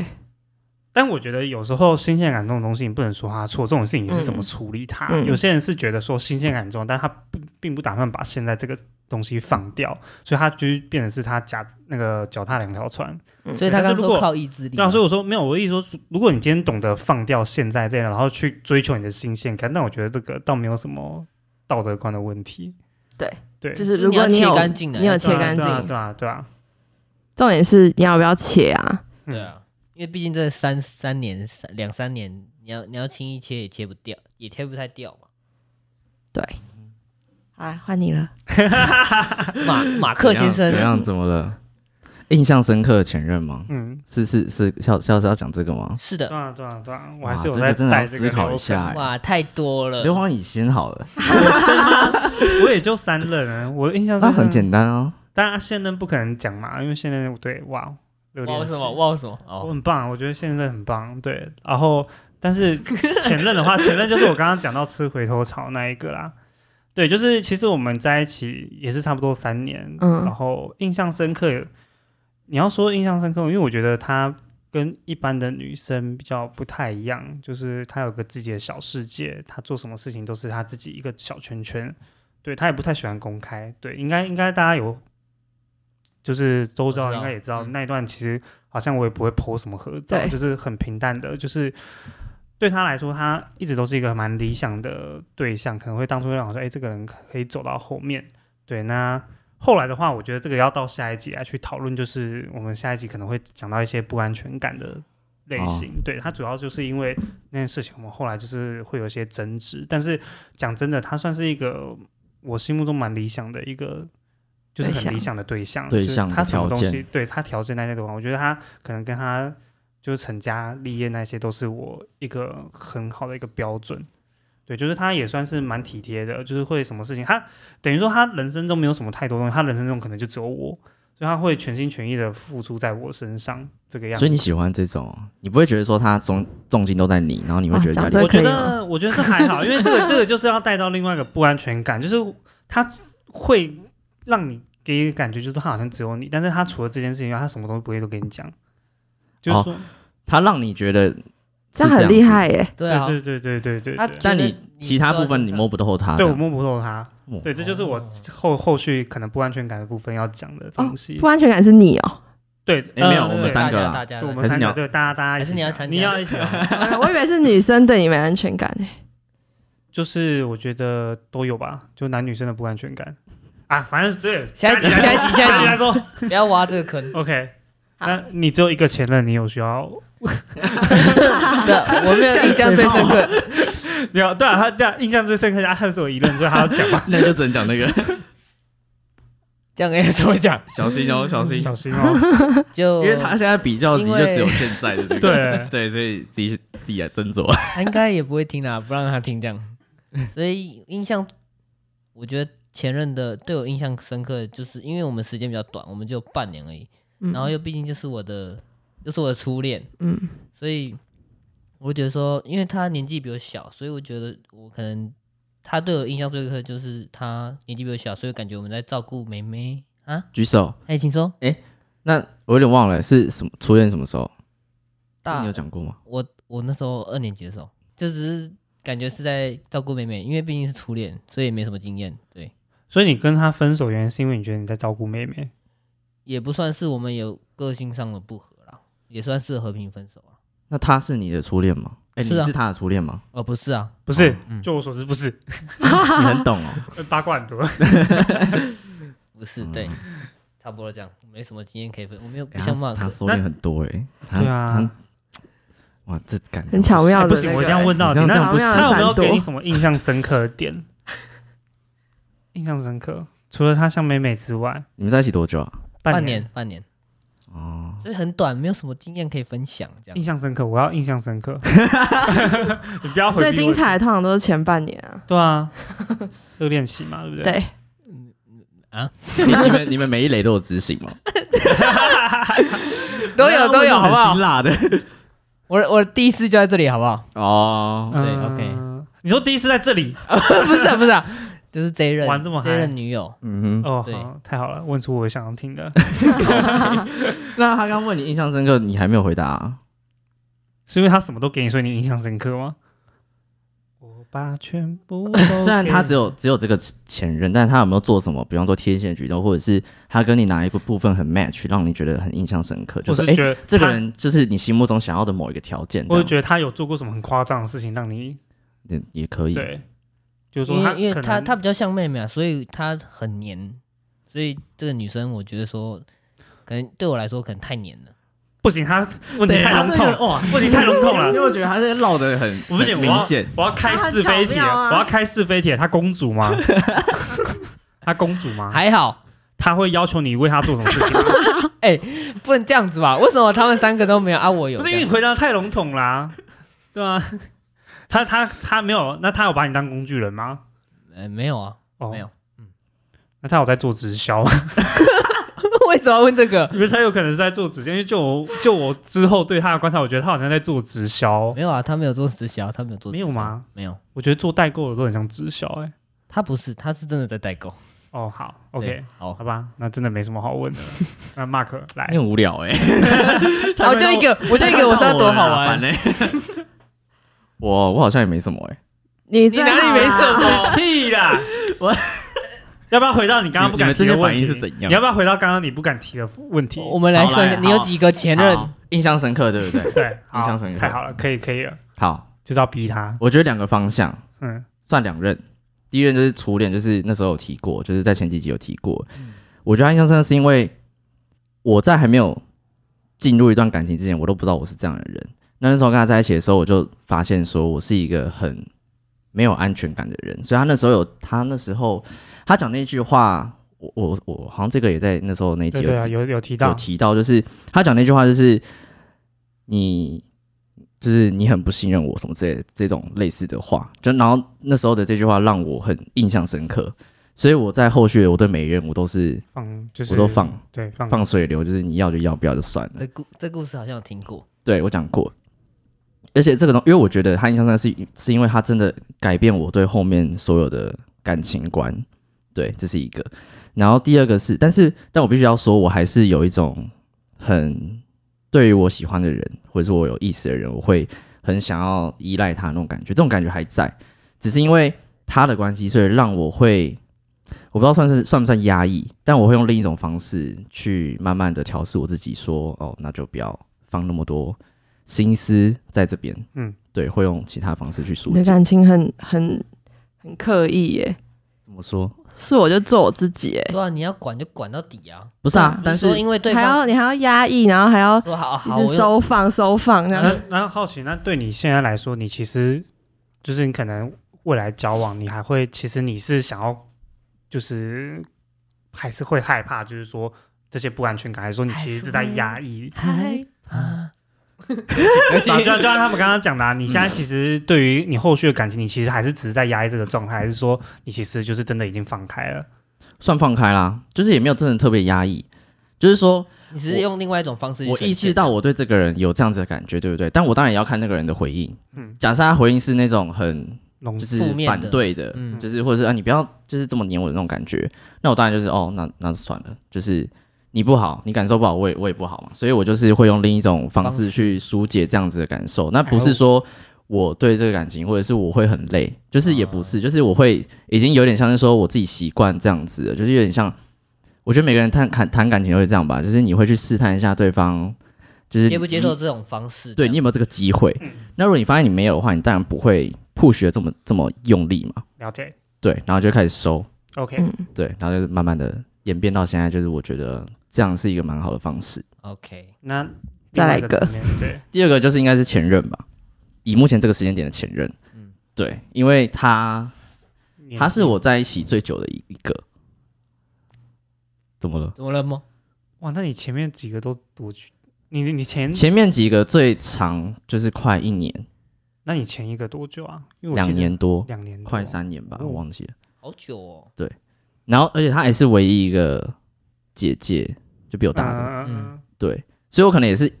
[SPEAKER 2] 但我觉得有时候新鲜感这种东西，你不能说它错，这种事情你是怎么处理它。
[SPEAKER 4] 嗯嗯
[SPEAKER 2] 有些人是觉得说新鲜感重要，但他不并不打算把现在这个东西放掉，所以他就变成是他夹那个脚踏两条船。
[SPEAKER 3] 所以他刚
[SPEAKER 2] 那
[SPEAKER 3] 刚
[SPEAKER 2] 如果
[SPEAKER 3] 说靠意志力
[SPEAKER 2] 对啊，
[SPEAKER 3] 嘛，
[SPEAKER 2] 所以我说没有，我的意思说，如果你今天懂得放掉现在这样，然后去追求你的新鲜感，那我觉得这个倒没有什么道德观的问题。
[SPEAKER 4] 对
[SPEAKER 2] 对，
[SPEAKER 4] 就
[SPEAKER 2] 对
[SPEAKER 4] 是
[SPEAKER 3] 就是
[SPEAKER 4] 如
[SPEAKER 3] 你要
[SPEAKER 4] 果你
[SPEAKER 3] 切
[SPEAKER 4] 有
[SPEAKER 3] 干净的，
[SPEAKER 4] 你有
[SPEAKER 3] 要
[SPEAKER 4] 切干净
[SPEAKER 2] 对啊，对啊，对啊，
[SPEAKER 4] 重点是你要不要切啊？
[SPEAKER 2] 嗯
[SPEAKER 3] 对啊，因为毕竟这三三年、三两三年，你要你要轻易切也切不掉，也切不太掉嘛。
[SPEAKER 4] 来换你了，
[SPEAKER 3] 马 马克先生
[SPEAKER 1] 怎样？怎么了？印象深刻的前任吗？
[SPEAKER 2] 嗯，
[SPEAKER 1] 是是是，要要是要讲这个吗？
[SPEAKER 3] 是
[SPEAKER 2] 对
[SPEAKER 3] 的，
[SPEAKER 2] 啊，对啊，对啊，我
[SPEAKER 1] 哇
[SPEAKER 2] 还是有
[SPEAKER 1] 这个
[SPEAKER 2] 在
[SPEAKER 1] 真的
[SPEAKER 2] 带
[SPEAKER 1] 要
[SPEAKER 2] 这
[SPEAKER 1] 思
[SPEAKER 2] 个
[SPEAKER 1] 考
[SPEAKER 2] 流
[SPEAKER 1] 一下
[SPEAKER 2] 程
[SPEAKER 1] 哎
[SPEAKER 3] 哇，太多了。
[SPEAKER 1] 刘皇以先好了，
[SPEAKER 2] 我也就三任啊，我印象
[SPEAKER 1] 那
[SPEAKER 2] 中
[SPEAKER 1] 很简单哦。
[SPEAKER 2] 当然啊现任不可能讲嘛，因为现任对哇，热
[SPEAKER 3] 哇
[SPEAKER 2] 恋
[SPEAKER 3] 什
[SPEAKER 2] 期
[SPEAKER 3] 么？哇什么？
[SPEAKER 2] 我
[SPEAKER 3] 哦，
[SPEAKER 2] 很棒，我觉得现任很棒，对。然后，但是前任的话，前任就是我刚刚讲到吃回头草那一个啦。对，就是其实我们在一起也是差不多三年，
[SPEAKER 4] 嗯
[SPEAKER 2] 然后印象深刻。你要说印象深刻，因为我觉得她跟一般的女生比较不太一样，就是她有个自己的小世界，她做什么事情都是她自己一个小圈圈。对她也不太喜欢公开，对，应该应该大家有，就是周
[SPEAKER 3] 我
[SPEAKER 2] 遭
[SPEAKER 3] 知道
[SPEAKER 2] 应该也知道
[SPEAKER 3] 嗯
[SPEAKER 2] 那一段其实好像我也不会 PO 什么合照，
[SPEAKER 4] 对
[SPEAKER 2] 就是很平淡的，就是对他来说，他一直都是一个蛮理想的对象，可能会当初让我说，哎、这个人可以走到后面。对，那后来的话，我觉得这个要到下一集啊来去讨论，就是我们下一集可能会讲到一些不安全感的类型。
[SPEAKER 4] 哦
[SPEAKER 2] 对，它主要就是因为那件事情，我们后来就是会有一些争执。但是讲真的，它算是一个我心目中蛮理想的一个，就是
[SPEAKER 4] 对象
[SPEAKER 2] 很理想的对象。
[SPEAKER 1] 对
[SPEAKER 2] 就是
[SPEAKER 1] 象的
[SPEAKER 2] 他什么东
[SPEAKER 1] 条
[SPEAKER 2] 西，对他条件那些的话，我觉得他可能跟他就是成家立业那些，都是我一个很好的一个标准。对，就是他也算是蛮体贴的，就是会什么事情，他等于说他人生中没有什么太多东西，他人生中可能就只有我，所以他会全心全意的付出在我身上，这个样
[SPEAKER 1] 所
[SPEAKER 2] 子
[SPEAKER 1] 以。你喜欢这种，你不会觉得说他重重心都在你，然后你会觉得
[SPEAKER 4] 啊
[SPEAKER 1] 压
[SPEAKER 4] 讲
[SPEAKER 1] 力
[SPEAKER 4] 这
[SPEAKER 2] 我
[SPEAKER 4] 个可
[SPEAKER 2] 觉
[SPEAKER 4] 以
[SPEAKER 2] 得，我觉得是还好，因为这个这个就是要带到另外一个不安全感，就是他会让你给一个感觉，就是他好像只有你，但是他除了这件事情以外，他什么东西不会都跟你讲，
[SPEAKER 3] 哦
[SPEAKER 2] 就是说，
[SPEAKER 1] 他让你觉得是
[SPEAKER 4] 这样很
[SPEAKER 1] 样
[SPEAKER 4] 厉
[SPEAKER 1] 子
[SPEAKER 4] 害耶！
[SPEAKER 3] 对啊，
[SPEAKER 2] 对对对对对
[SPEAKER 3] 他
[SPEAKER 2] 对，
[SPEAKER 1] 但
[SPEAKER 3] 觉得
[SPEAKER 1] 你其他部分你摸
[SPEAKER 3] 不
[SPEAKER 1] 不透他这
[SPEAKER 2] 对我
[SPEAKER 1] 样，
[SPEAKER 2] 摸不透他
[SPEAKER 1] 哦，
[SPEAKER 2] 对，这就是我
[SPEAKER 3] 哦
[SPEAKER 2] 后后续可能不安全感的部分要讲的东西
[SPEAKER 4] 不。安全感是你哦，
[SPEAKER 2] 对，
[SPEAKER 1] 哎没有
[SPEAKER 2] 呃
[SPEAKER 3] 啊
[SPEAKER 1] 我们
[SPEAKER 2] 对
[SPEAKER 1] 三个啦
[SPEAKER 3] 大家
[SPEAKER 2] 对我
[SPEAKER 1] 还
[SPEAKER 2] 们
[SPEAKER 1] 是
[SPEAKER 2] 三
[SPEAKER 1] 你
[SPEAKER 2] 个
[SPEAKER 1] 要
[SPEAKER 2] 对大家大家一
[SPEAKER 3] 还是
[SPEAKER 2] 起
[SPEAKER 3] 你要
[SPEAKER 2] 讲，
[SPEAKER 3] 参
[SPEAKER 2] 你
[SPEAKER 3] 加
[SPEAKER 2] 要一起讲，
[SPEAKER 4] 我以为是女生对你没安全感耶。欸
[SPEAKER 2] 就是我觉得都有吧，就男女生的不安全感啊，反正对，
[SPEAKER 3] 下一集
[SPEAKER 2] 来说
[SPEAKER 3] 下一集下一集
[SPEAKER 2] 来说
[SPEAKER 3] 不要挖这个 坑。
[SPEAKER 2] ，OK。
[SPEAKER 4] 好
[SPEAKER 2] 那你只有一个前任，你有需要？
[SPEAKER 3] 对，我没有印象最深刻。
[SPEAKER 2] 你要对啊，他这样印象最深刻，他他是我一任，所以他要讲嘛
[SPEAKER 1] ，那就只能讲那个，
[SPEAKER 3] 这样哎，怎么讲？
[SPEAKER 1] 小心哦， 小心，
[SPEAKER 2] 小心哦。
[SPEAKER 3] 就
[SPEAKER 1] 因为他现在比较级
[SPEAKER 3] 因
[SPEAKER 1] 就
[SPEAKER 3] 为
[SPEAKER 1] 只有现在的这个，
[SPEAKER 2] 对
[SPEAKER 1] 对，所以自己自己来斟酌。
[SPEAKER 3] 他应该也不会听啦，不让他听这样。所以印象，我觉得前任的对我印象深刻，就是因为我们时间比较短，我们就半年而已，
[SPEAKER 4] 嗯
[SPEAKER 3] 然后又毕竟就是我的，就是我的初恋，
[SPEAKER 4] 嗯，
[SPEAKER 3] 所以我觉得说，因为他年纪比我小，所以我觉得我可能他对我印象最深刻就是他年纪比我小，所以感觉我们在照顾妹妹啊。
[SPEAKER 1] 举手，
[SPEAKER 3] 哎，请说，
[SPEAKER 1] 那我有点忘了是什么初恋什么时候？这
[SPEAKER 3] 大
[SPEAKER 1] 你有讲过吗？
[SPEAKER 3] 我我那时候二年级的时候，就只是感觉是在照顾妹妹，因为毕竟是初恋，所以没什么经验，对。
[SPEAKER 2] 所以你跟他分手，原因是因为你觉得你在照顾妹妹。
[SPEAKER 3] 也不算是我们有个性上的不合啦，也算是和平分手啊。
[SPEAKER 1] 那他是你的初恋吗？哎，你
[SPEAKER 3] 是啊
[SPEAKER 1] 是他的初恋 吗？
[SPEAKER 3] 哦，不是啊，
[SPEAKER 2] 不是，
[SPEAKER 3] 嗯
[SPEAKER 2] 就我所知不是，
[SPEAKER 1] 你很懂哦。
[SPEAKER 2] 八卦很多。
[SPEAKER 3] 不是，对， 差不多这样，没什么经验可以分，我没有不
[SPEAKER 1] 哎
[SPEAKER 3] 像
[SPEAKER 1] 嗯他
[SPEAKER 3] Mark，
[SPEAKER 1] 他收敛很多哎，他
[SPEAKER 2] 对啊，
[SPEAKER 1] 他哇，这感觉
[SPEAKER 4] 很巧妙
[SPEAKER 2] 哎
[SPEAKER 4] 的
[SPEAKER 2] 不行，我一定要问到底，
[SPEAKER 1] 你这
[SPEAKER 2] 那
[SPEAKER 1] 样不行
[SPEAKER 2] 他有没有
[SPEAKER 4] 闪躲
[SPEAKER 2] 给你什么印象深刻的点？印象深刻，除了他像妹妹之外，
[SPEAKER 1] 你们在一起多久啊？
[SPEAKER 3] 半
[SPEAKER 2] 年
[SPEAKER 3] 年，半年，
[SPEAKER 1] 哦，
[SPEAKER 3] 所以很短，没有什么经验可以分享，这
[SPEAKER 2] 印
[SPEAKER 3] 样。
[SPEAKER 2] 象深刻，我要印象深 刻。 你不要回避
[SPEAKER 4] 最
[SPEAKER 2] 我
[SPEAKER 4] 精彩的通常都是前半年啊。
[SPEAKER 2] 对啊，热恋期嘛，对不对？
[SPEAKER 4] 对，
[SPEAKER 1] 你你们你们每一雷都有执行吗？
[SPEAKER 3] 都有都有，好不
[SPEAKER 1] 很
[SPEAKER 3] 好
[SPEAKER 1] 辛？辣的
[SPEAKER 3] 我我第一次就在这里，好不好？
[SPEAKER 1] 哦，
[SPEAKER 3] 对
[SPEAKER 2] 嗯
[SPEAKER 3] OK
[SPEAKER 2] 你说第一次在这里，
[SPEAKER 3] 不是啊不是啊，就是这一任
[SPEAKER 2] 玩这么嗨
[SPEAKER 3] 一任女友，
[SPEAKER 1] 嗯哼。
[SPEAKER 2] 哦，
[SPEAKER 3] 对
[SPEAKER 2] 好，太好了，问出我想要听的。
[SPEAKER 1] 那他刚问你印象深刻，你还没有回答啊。
[SPEAKER 2] 是因为他什么都给你，所以你印象深刻吗？我把全部都
[SPEAKER 1] 虽然他只
[SPEAKER 2] 有
[SPEAKER 1] 有只有这个前任，但他有没有做什么？比方说天线举动，或者是他跟你哪一个部分很 match，让你觉得很印象深刻？就
[SPEAKER 2] 我
[SPEAKER 1] 是
[SPEAKER 2] 是
[SPEAKER 1] 哎、
[SPEAKER 2] 觉得
[SPEAKER 1] 这个
[SPEAKER 2] 他，
[SPEAKER 1] 人就是你心目中想要的某一个条件，
[SPEAKER 2] 我
[SPEAKER 1] 这
[SPEAKER 2] 是
[SPEAKER 1] 样
[SPEAKER 2] 觉得他有做过什么很夸张的事情让你
[SPEAKER 1] 也也可以。
[SPEAKER 2] 对，就是
[SPEAKER 3] 因
[SPEAKER 2] 说他
[SPEAKER 3] 为因为
[SPEAKER 2] 可能
[SPEAKER 3] 她她比较像妹妹啊，所以她很黏，所以这个女生我觉得说，可能对我来说可能太黏了。
[SPEAKER 2] 不行，他问题太
[SPEAKER 1] 他
[SPEAKER 2] 笼
[SPEAKER 1] 这
[SPEAKER 2] 统
[SPEAKER 1] 个，哦
[SPEAKER 2] 哇，问题太笼统
[SPEAKER 1] 因为
[SPEAKER 2] 了。
[SPEAKER 1] 我觉得他这绕的很
[SPEAKER 2] 我不行，
[SPEAKER 1] 很
[SPEAKER 2] 我
[SPEAKER 1] 明
[SPEAKER 2] 要
[SPEAKER 1] 显。
[SPEAKER 2] 我要开是非题
[SPEAKER 4] 他很巧妙
[SPEAKER 2] 了，
[SPEAKER 4] 啊
[SPEAKER 2] 我要开是非题了。她公主吗？她公主吗？
[SPEAKER 3] 还好，
[SPEAKER 2] 她会要求你为她做什么事情吗？
[SPEAKER 3] 不能这样子吧？为什么他们三个都没有啊？我有
[SPEAKER 2] 不
[SPEAKER 3] 这
[SPEAKER 2] 是因为
[SPEAKER 3] 样，
[SPEAKER 2] 你回答太笼统啦，对啊，他他他没有，那他有把你当工具人吗？
[SPEAKER 3] 呃，没有啊，
[SPEAKER 2] 哦，
[SPEAKER 3] 没有，
[SPEAKER 2] 那他有在做直销吗？
[SPEAKER 3] 为什么要问这个？
[SPEAKER 2] 因为他有可能是在做直销，因为就我就我之后对他的观察，我觉得他好像在做直销。
[SPEAKER 3] 没有啊，他没有做直销，他没有做直
[SPEAKER 2] 没
[SPEAKER 3] 销
[SPEAKER 2] 有？吗？
[SPEAKER 3] 没有，啊
[SPEAKER 2] 我觉得做代购的都很像直销、欸，哎，
[SPEAKER 3] 他不是，他是真的在代购。
[SPEAKER 2] 哦，好
[SPEAKER 3] 对
[SPEAKER 2] ，OK，
[SPEAKER 3] 好，
[SPEAKER 2] 好吧，那真的没什么好问的了。那 Mark
[SPEAKER 1] 你
[SPEAKER 2] 来，
[SPEAKER 1] 很无聊哎、
[SPEAKER 3] 啊我就一个，我就 一个，我知道多好
[SPEAKER 1] 哎、
[SPEAKER 3] 玩。
[SPEAKER 2] 欸
[SPEAKER 1] 我我好像也没什么哎、
[SPEAKER 4] 你
[SPEAKER 3] 你
[SPEAKER 4] 最
[SPEAKER 3] 哪里
[SPEAKER 4] 好
[SPEAKER 3] 没
[SPEAKER 4] 啊
[SPEAKER 3] 什么？
[SPEAKER 2] 哦屁啦！我 要不要回到你刚刚不
[SPEAKER 1] 你
[SPEAKER 2] 敢
[SPEAKER 1] 们这
[SPEAKER 2] 提
[SPEAKER 1] 些
[SPEAKER 2] 的问
[SPEAKER 1] 反
[SPEAKER 2] 题
[SPEAKER 1] 应是怎样
[SPEAKER 2] 你要不要回到刚刚你不敢提的问题？
[SPEAKER 3] 我们来算
[SPEAKER 1] 好
[SPEAKER 3] 一
[SPEAKER 1] 来
[SPEAKER 3] 下，你有几个前
[SPEAKER 1] 好
[SPEAKER 3] 任？
[SPEAKER 1] 印象深刻，对不 对？
[SPEAKER 2] 对，好
[SPEAKER 1] 印象深刻
[SPEAKER 2] 太好了，可以可以了，
[SPEAKER 1] 好，
[SPEAKER 2] 就是要逼他。
[SPEAKER 1] 我觉得两个方向
[SPEAKER 2] 嗯，嗯
[SPEAKER 1] 算两任，第一任就是初恋，就是那时候有提过，就是在前几集有提过。我觉得他印象深刻是因为我在还没有进入一段感情之前，我都不知道我是这样的人。那那时候跟他在一起的时候，我就发现说我是一个很没有安全感的人，所以他那时候有他那时候他讲那句话，我我我好像这个也在那时候那一集有
[SPEAKER 2] 对对啊，有有提
[SPEAKER 1] 有
[SPEAKER 2] 到，
[SPEAKER 1] 提到，就是他讲那句话，就是你就是你很不信任我什么之类的这种类似的话，就然后那时候的这句话让我很印象深刻，所以我在后续我对每一任我都是
[SPEAKER 2] 放就是嗯
[SPEAKER 1] 我都放
[SPEAKER 2] 对放
[SPEAKER 1] 放水流，就是你要就要，不要就算了
[SPEAKER 3] 这。故这故事好像有听过，
[SPEAKER 1] 对我讲过，而且这个东，因为我觉得他印象深刻是是因为他真的改变我对后面所有的感情观，对，这是一个。然后第二个是，但是但我必须要说，我还是有一种很对于我喜欢的人，或者是我有意思的人，我会很想要依赖他那种感觉，这种感觉还在，只是因为他的关系，所以让我会。我不知道算是算不算压抑，但我会用另一种方式去慢慢的调试我自己说哦，那就不要放那么多心思在这边。
[SPEAKER 2] 嗯
[SPEAKER 1] 嗯，对，会用其他方式去疏
[SPEAKER 4] 你的
[SPEAKER 1] 解。
[SPEAKER 4] 感情很很很刻意耶，
[SPEAKER 1] 怎么说？
[SPEAKER 4] 是我就做我自己耶，
[SPEAKER 3] 对啊，你要管就管到底啊。
[SPEAKER 1] 不是
[SPEAKER 4] 对
[SPEAKER 1] 啊
[SPEAKER 4] 啊，
[SPEAKER 1] 但
[SPEAKER 3] 你说
[SPEAKER 1] 是
[SPEAKER 3] 因为对
[SPEAKER 4] 还
[SPEAKER 3] 方
[SPEAKER 4] 要你还要压抑，然后还要
[SPEAKER 3] 说好好，
[SPEAKER 4] 一
[SPEAKER 3] 我
[SPEAKER 4] 直
[SPEAKER 3] 又
[SPEAKER 4] 收放收放这样
[SPEAKER 2] 那然后好奇，那对你现在来说，你其实就是你可能未来交往，你还会其实你是想要就是还是会害怕，就是说这些不安全感，还是说你其实是在压 抑？
[SPEAKER 4] 嗨，
[SPEAKER 3] 啊，
[SPEAKER 2] 啊就像就像他们刚刚讲的、啊，你现
[SPEAKER 1] 嗯
[SPEAKER 2] 在其实对于你后续的感情，你其实还是只是在压抑这个状态，还是说你其实就是真的已经放开了？
[SPEAKER 1] 算放开啦，就是也没有真的特别压抑，就是说
[SPEAKER 3] 你是用另外一种方式去
[SPEAKER 1] 我
[SPEAKER 3] 呈
[SPEAKER 1] 意识
[SPEAKER 3] 现
[SPEAKER 1] 到我对这个人有这样子的感觉，对不对？但我当然也要看那个人的回应。
[SPEAKER 2] 嗯
[SPEAKER 1] 嗯，假设他回应是那种很
[SPEAKER 2] 浓
[SPEAKER 1] 就是
[SPEAKER 3] 负面的
[SPEAKER 1] 反对的，
[SPEAKER 3] 嗯
[SPEAKER 1] 就是或者是啊你不要就是这么黏我的那种感觉，那我当然就是哦那那算了，就是你不好，你感受不好，我也我也不好嘛，所以我就是会用另一种方
[SPEAKER 3] 方
[SPEAKER 1] 式
[SPEAKER 3] 式
[SPEAKER 1] 去疏解这样子的感受，那不
[SPEAKER 2] 哎呦
[SPEAKER 1] 是说。我对这个感情，或者是我会很累，就是也
[SPEAKER 3] 啊
[SPEAKER 1] 不是，就是我会已经有点像是说我自己习惯这样子了，就是有点像，我觉得每个人谈谈谈感情都会这样吧，就是你会去试探一下对方，就是
[SPEAKER 3] 接不接
[SPEAKER 1] 你
[SPEAKER 3] 受这种方式，
[SPEAKER 1] 对你有没有这个机会？那如果你发现你没有的话，你当然不会 push 的这么这么用力嘛，
[SPEAKER 2] 了解
[SPEAKER 1] 对，然后就开始收，
[SPEAKER 2] ，OK，、
[SPEAKER 4] 嗯，
[SPEAKER 1] 对，然后就慢慢的演变到现在，就是我觉得这样是一个蛮好的方式。
[SPEAKER 3] OK，
[SPEAKER 2] 那
[SPEAKER 4] 再来一
[SPEAKER 2] 另外
[SPEAKER 4] 个
[SPEAKER 2] 层面，对，
[SPEAKER 1] 第二个就是应该是前任吧，以目前这个时间点的前任，
[SPEAKER 3] 嗯
[SPEAKER 1] 对，因为他
[SPEAKER 2] 你
[SPEAKER 1] 他是我在一起最久的一一个，怎么了？
[SPEAKER 3] 怎么了吗？
[SPEAKER 2] 哇，那你前面几个都多久？你你前
[SPEAKER 1] 前面几个最长就是快一年，
[SPEAKER 2] 那你前一个多久啊？因为我记
[SPEAKER 1] 两
[SPEAKER 2] 得
[SPEAKER 1] 年多，嗯
[SPEAKER 2] 两年多
[SPEAKER 1] 快，三年吧，
[SPEAKER 2] 哦
[SPEAKER 1] 我忘记了。
[SPEAKER 3] 好久哦，
[SPEAKER 1] 然后而且她也是唯一一个姐姐，就比我大的，
[SPEAKER 2] 嗯
[SPEAKER 3] 嗯
[SPEAKER 2] 嗯
[SPEAKER 1] 对，所以我可能也是